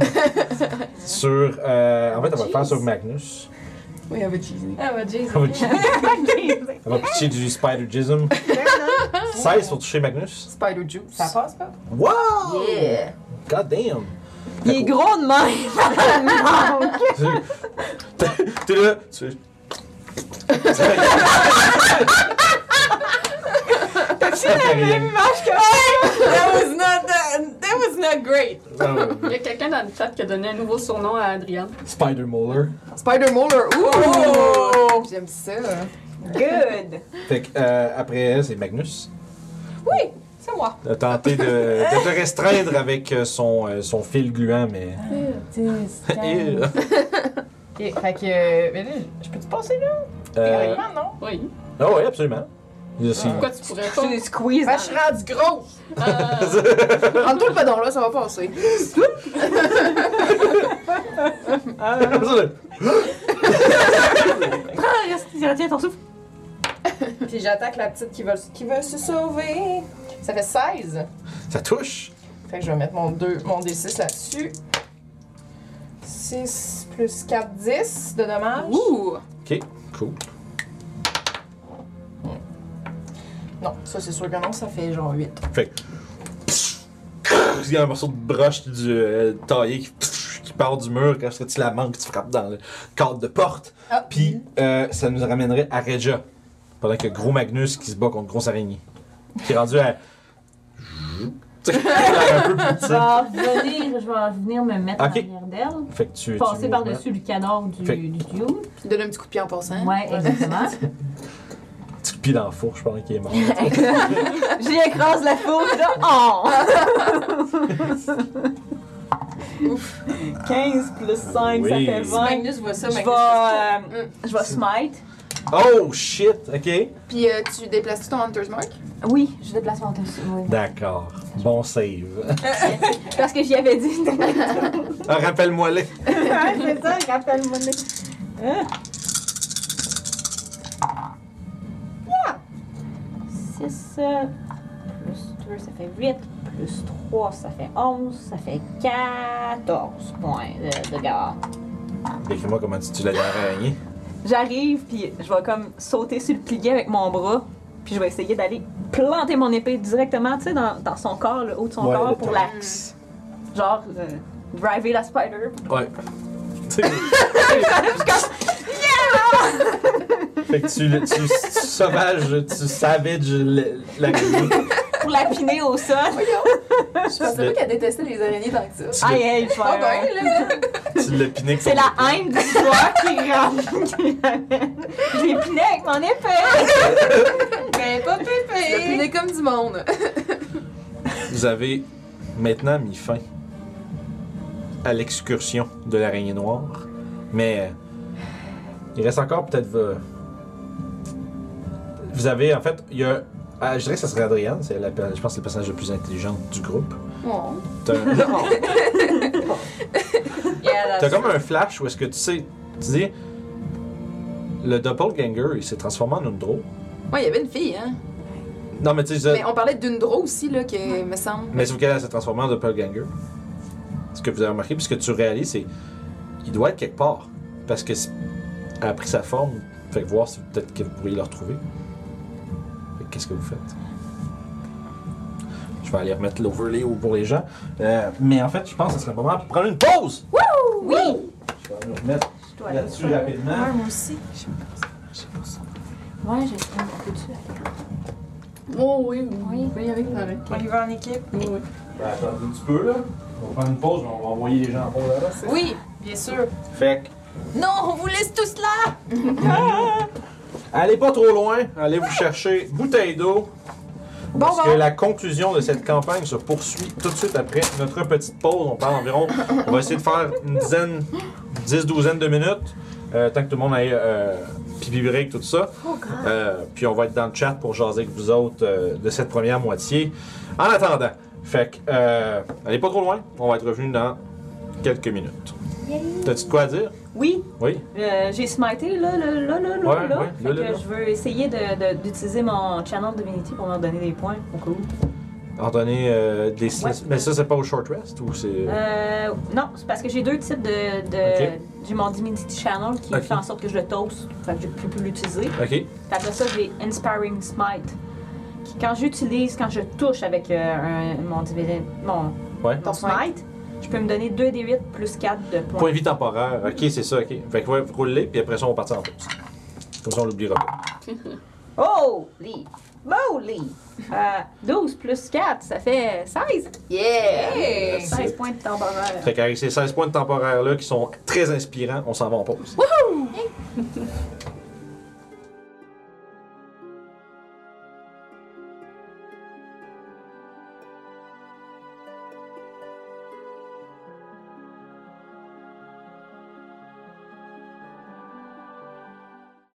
A: sur. euh, en fait, elle va le faire sur Magnus.
G: Oui, elle va cheeser.
E: Ah, bah,
A: Elle
E: Jason.
A: va, elle va pitcher du Spider-Jism. 16 pour toucher Magnus.
G: Spider Juice.
E: Ça passe pas?
A: Wow!
J: Yeah!
A: God damn!
B: Il est gros de même.
A: T'es- T'es là, tu fais. Ça fait rien.
E: That was not, that, that was not great.
A: Ah ouais.
F: Il y a quelqu'un dans le chat qui a donné un nouveau surnom à Adrienne.
A: Spider Molar.
G: Spider Molar.
E: Oh!
G: Ouh! Oh, J'aime ça. hein.
E: Good.
A: Fait que, euh, après elle, c'est Magnus.
E: Oui, c'est moi.
A: Elle a tenté de, de te restreindre avec euh, son, euh, son fil gluant, mais.
E: Ah,
A: Eh, euh,
E: Ok, fait que. euh, Mais là, je peux-tu passer là?
A: euh,
E: Théoriquement, non?
F: Oui.
A: Ah oui, absolument.
B: Ah.
A: Je sais.
F: Pourquoi tu pourrais pas?
B: Tu squeeze.
G: Fait que je suis rendue grosse. Prends tout le badon là, ça va passer.
B: Prends, reste, retiens ton souffle.
E: Puis j'attaque la petite qui veut, qui veut se sauver. Ça fait 16.
A: Ça touche.
E: Fait que je vais mettre mon, 2, mon D6 là-dessus. 6 plus 4, 10 de dommages.
G: Ouh!
A: Ok, cool.
E: Non, ça c'est sûr que non, ça fait genre 8.
A: Il y a un morceau de broche du euh, taillé qui, qui part du mur quand tu la manques, tu frappes dans le cadre de porte.
E: Ah.
A: Puis euh, ça nous ramènerait à Regia. Pendant que Gros Magnus qui se bat contre Grosse Araignée. Qui est rendu à. Tu sais, un peu plus
B: Je
A: petit.
B: vais en venir, Ah, je vais en venir me mettre
A: Ok.
B: en arrière d'elle.
A: Fait que tu. tu
B: Passer
A: mouvements.
B: par-dessus le cadavre du,
A: Fait-
B: du dude.
G: Donne un petit coup de pied en passant.
B: Ouais, exactement.
A: Petit coup de pied dans la fourche pendant qu'il est mort.
B: J'y écrase la fourche là. Oh! 15 plus 5, ça
A: Oui.
B: fait
A: Si
B: 20.
E: Magnus voit ça,
B: Je vais,
E: Magnus. fait
B: euh, je vais smite.
A: oh shit! Ok.
G: Puis euh, tu déplaces ton Hunter's Mark.
B: Oui, je déplace mon dessus. Oui.
A: D'accord. Bon save.
B: Parce que j'y avais dit.
A: Ah, Rappelle-moi les.
I: Ouais, c'est ça, rappelle-moi. les-
B: Hein? 6 plus 2, ça fait 8. Plus 3, ça fait 11. Ça fait 14 points de dégâts.
A: Décris-moi comment tu tues la dernière araignée.
B: J'arrive, puis je vais comme sauter sur le plié avec mon bras. Puis je vais essayer d'aller planter mon épée directement, tu sais, dans, dans son corps, le haut de son
A: Ouais, le
B: corps, pour la...
A: thorax.
B: Genre, euh, driver la spider.
A: Ouais. Tu sais,
B: je suis comme...
A: fait que tu, le- tu, tu sauvages, tu savages le- l'araignée.
B: pour la piner au sol.
G: Je pensais pas qu'elle détestait les araignées tant que ça.
A: Tu le-
B: I hate
G: Ah
B: fire.
G: ben, là,
A: Tu le piniques.
B: C'est la haine du soir qui ramène. qui ramène. Je l'ai piné avec mon épée.
E: Ben,
G: le
E: pas pépé.
G: punais comme du monde.
A: Vous avez maintenant mis fin à l'excursion de l'araignée noire. Mais euh, il reste encore peut-être. euh, Vous avez en fait. Il y a. ah, je dirais que ça serait Adrienne, c'est la, per- je pense que c'est le personnage le plus intelligent du groupe.
G: Oh.
A: T'as un-
E: Yeah,
A: t'as
E: that's-
A: comme un flash où est-ce que tu sais. Tu dis. Le doppelganger, il s'est transformé en Undro.
G: Ouais, il y avait une fille, hein.
A: Non, mais tu sais.
G: Mais on parlait d'une draw aussi, là, que me semble.
A: Mais sauf qu'elle elle s'est transformée en doppelganger. Ce que vous avez remarqué, puis ce que tu réalises, c'est il doit être quelque part. Parce que c'est- elle a pris sa forme. Fait que voir si peut-être que vous pourriez le retrouver. Fait que Qu'est-ce que vous faites? Je vais aller remettre l'overlay au- pour les gens. Euh, mais en fait, je pense que ce serait le moment pour prendre une pause!
B: Oui.
A: Je vais aller remettre
B: Je dois aller
A: là-dessus rapidement.
E: Ah, moi aussi.
B: Ouais, j'ai on peut-tu aller?
F: Oh oui,
B: Oui.
F: oui. Oui, avec Marie.
E: On y va en équipe?
F: Oui, oui.
A: Ben, attendez un petit peu, là. On va prendre une pause, mais on va envoyer les gens en pause là-bas.
E: Oui, bien sûr.
A: Fait que,
E: Non, on vous laisse tous là!
A: allez pas trop loin, allez vous chercher bouteille d'eau. Parce que la conclusion de cette campagne se poursuit tout de suite après notre petite pause. On parle environ. On va essayer de faire une dizaine, dix, douzaine de minutes. euh, tant que tout le monde aille euh, pipi break, tout ça. Euh, puis on va être dans le chat pour jaser avec vous autres euh, de cette première moitié. En attendant, fait que, euh, allez pas trop loin. On va être revenu dans quelques minutes. T'as-tu de quoi à dire?
B: Oui,
A: Oui?
B: euh, j'ai smité là, là, là, là, là,
A: Ouais,
B: là.
A: ouais,
B: Fait
A: là,
B: que
A: là, là.
B: je veux essayer de- de- d'utiliser mon channel Divinity pour me donner des points. au cas où.
A: Ordonner euh, des signes-
B: Ouais.
A: Mais ça, c'est pas au short rest ou c'est.
B: Euh, non, c'est parce que j'ai deux types de. de-
A: Ok.
B: J'ai mon Divinity Channel qui
A: Ok.
B: fait en sorte que je le toast. Fait que je peux plus l'utiliser.
A: Ok.
B: Puis Après ça, j'ai Inspiring Smite. Qui, quand j'utilise, quand je touche avec euh, un- mon, divini- mon,
A: Ouais.
B: mon Smite, je peux me donner 2d8 plus 4 de points.
A: Point de vie temporaire. Ok, c'est ça, ok. Fait que ouais, vous roulez, puis après ça, on va partir en pause. Comme ça, on l'oubliera pas.
B: Oh! Lee! Moly! Euh, 12 plus 4, ça fait 16! Yeah!
E: Hey!
B: 16 points de temporaire.
A: Fait qu'avec ces 16 points de temporaire-là qui sont très inspirants, on s'en va en pause.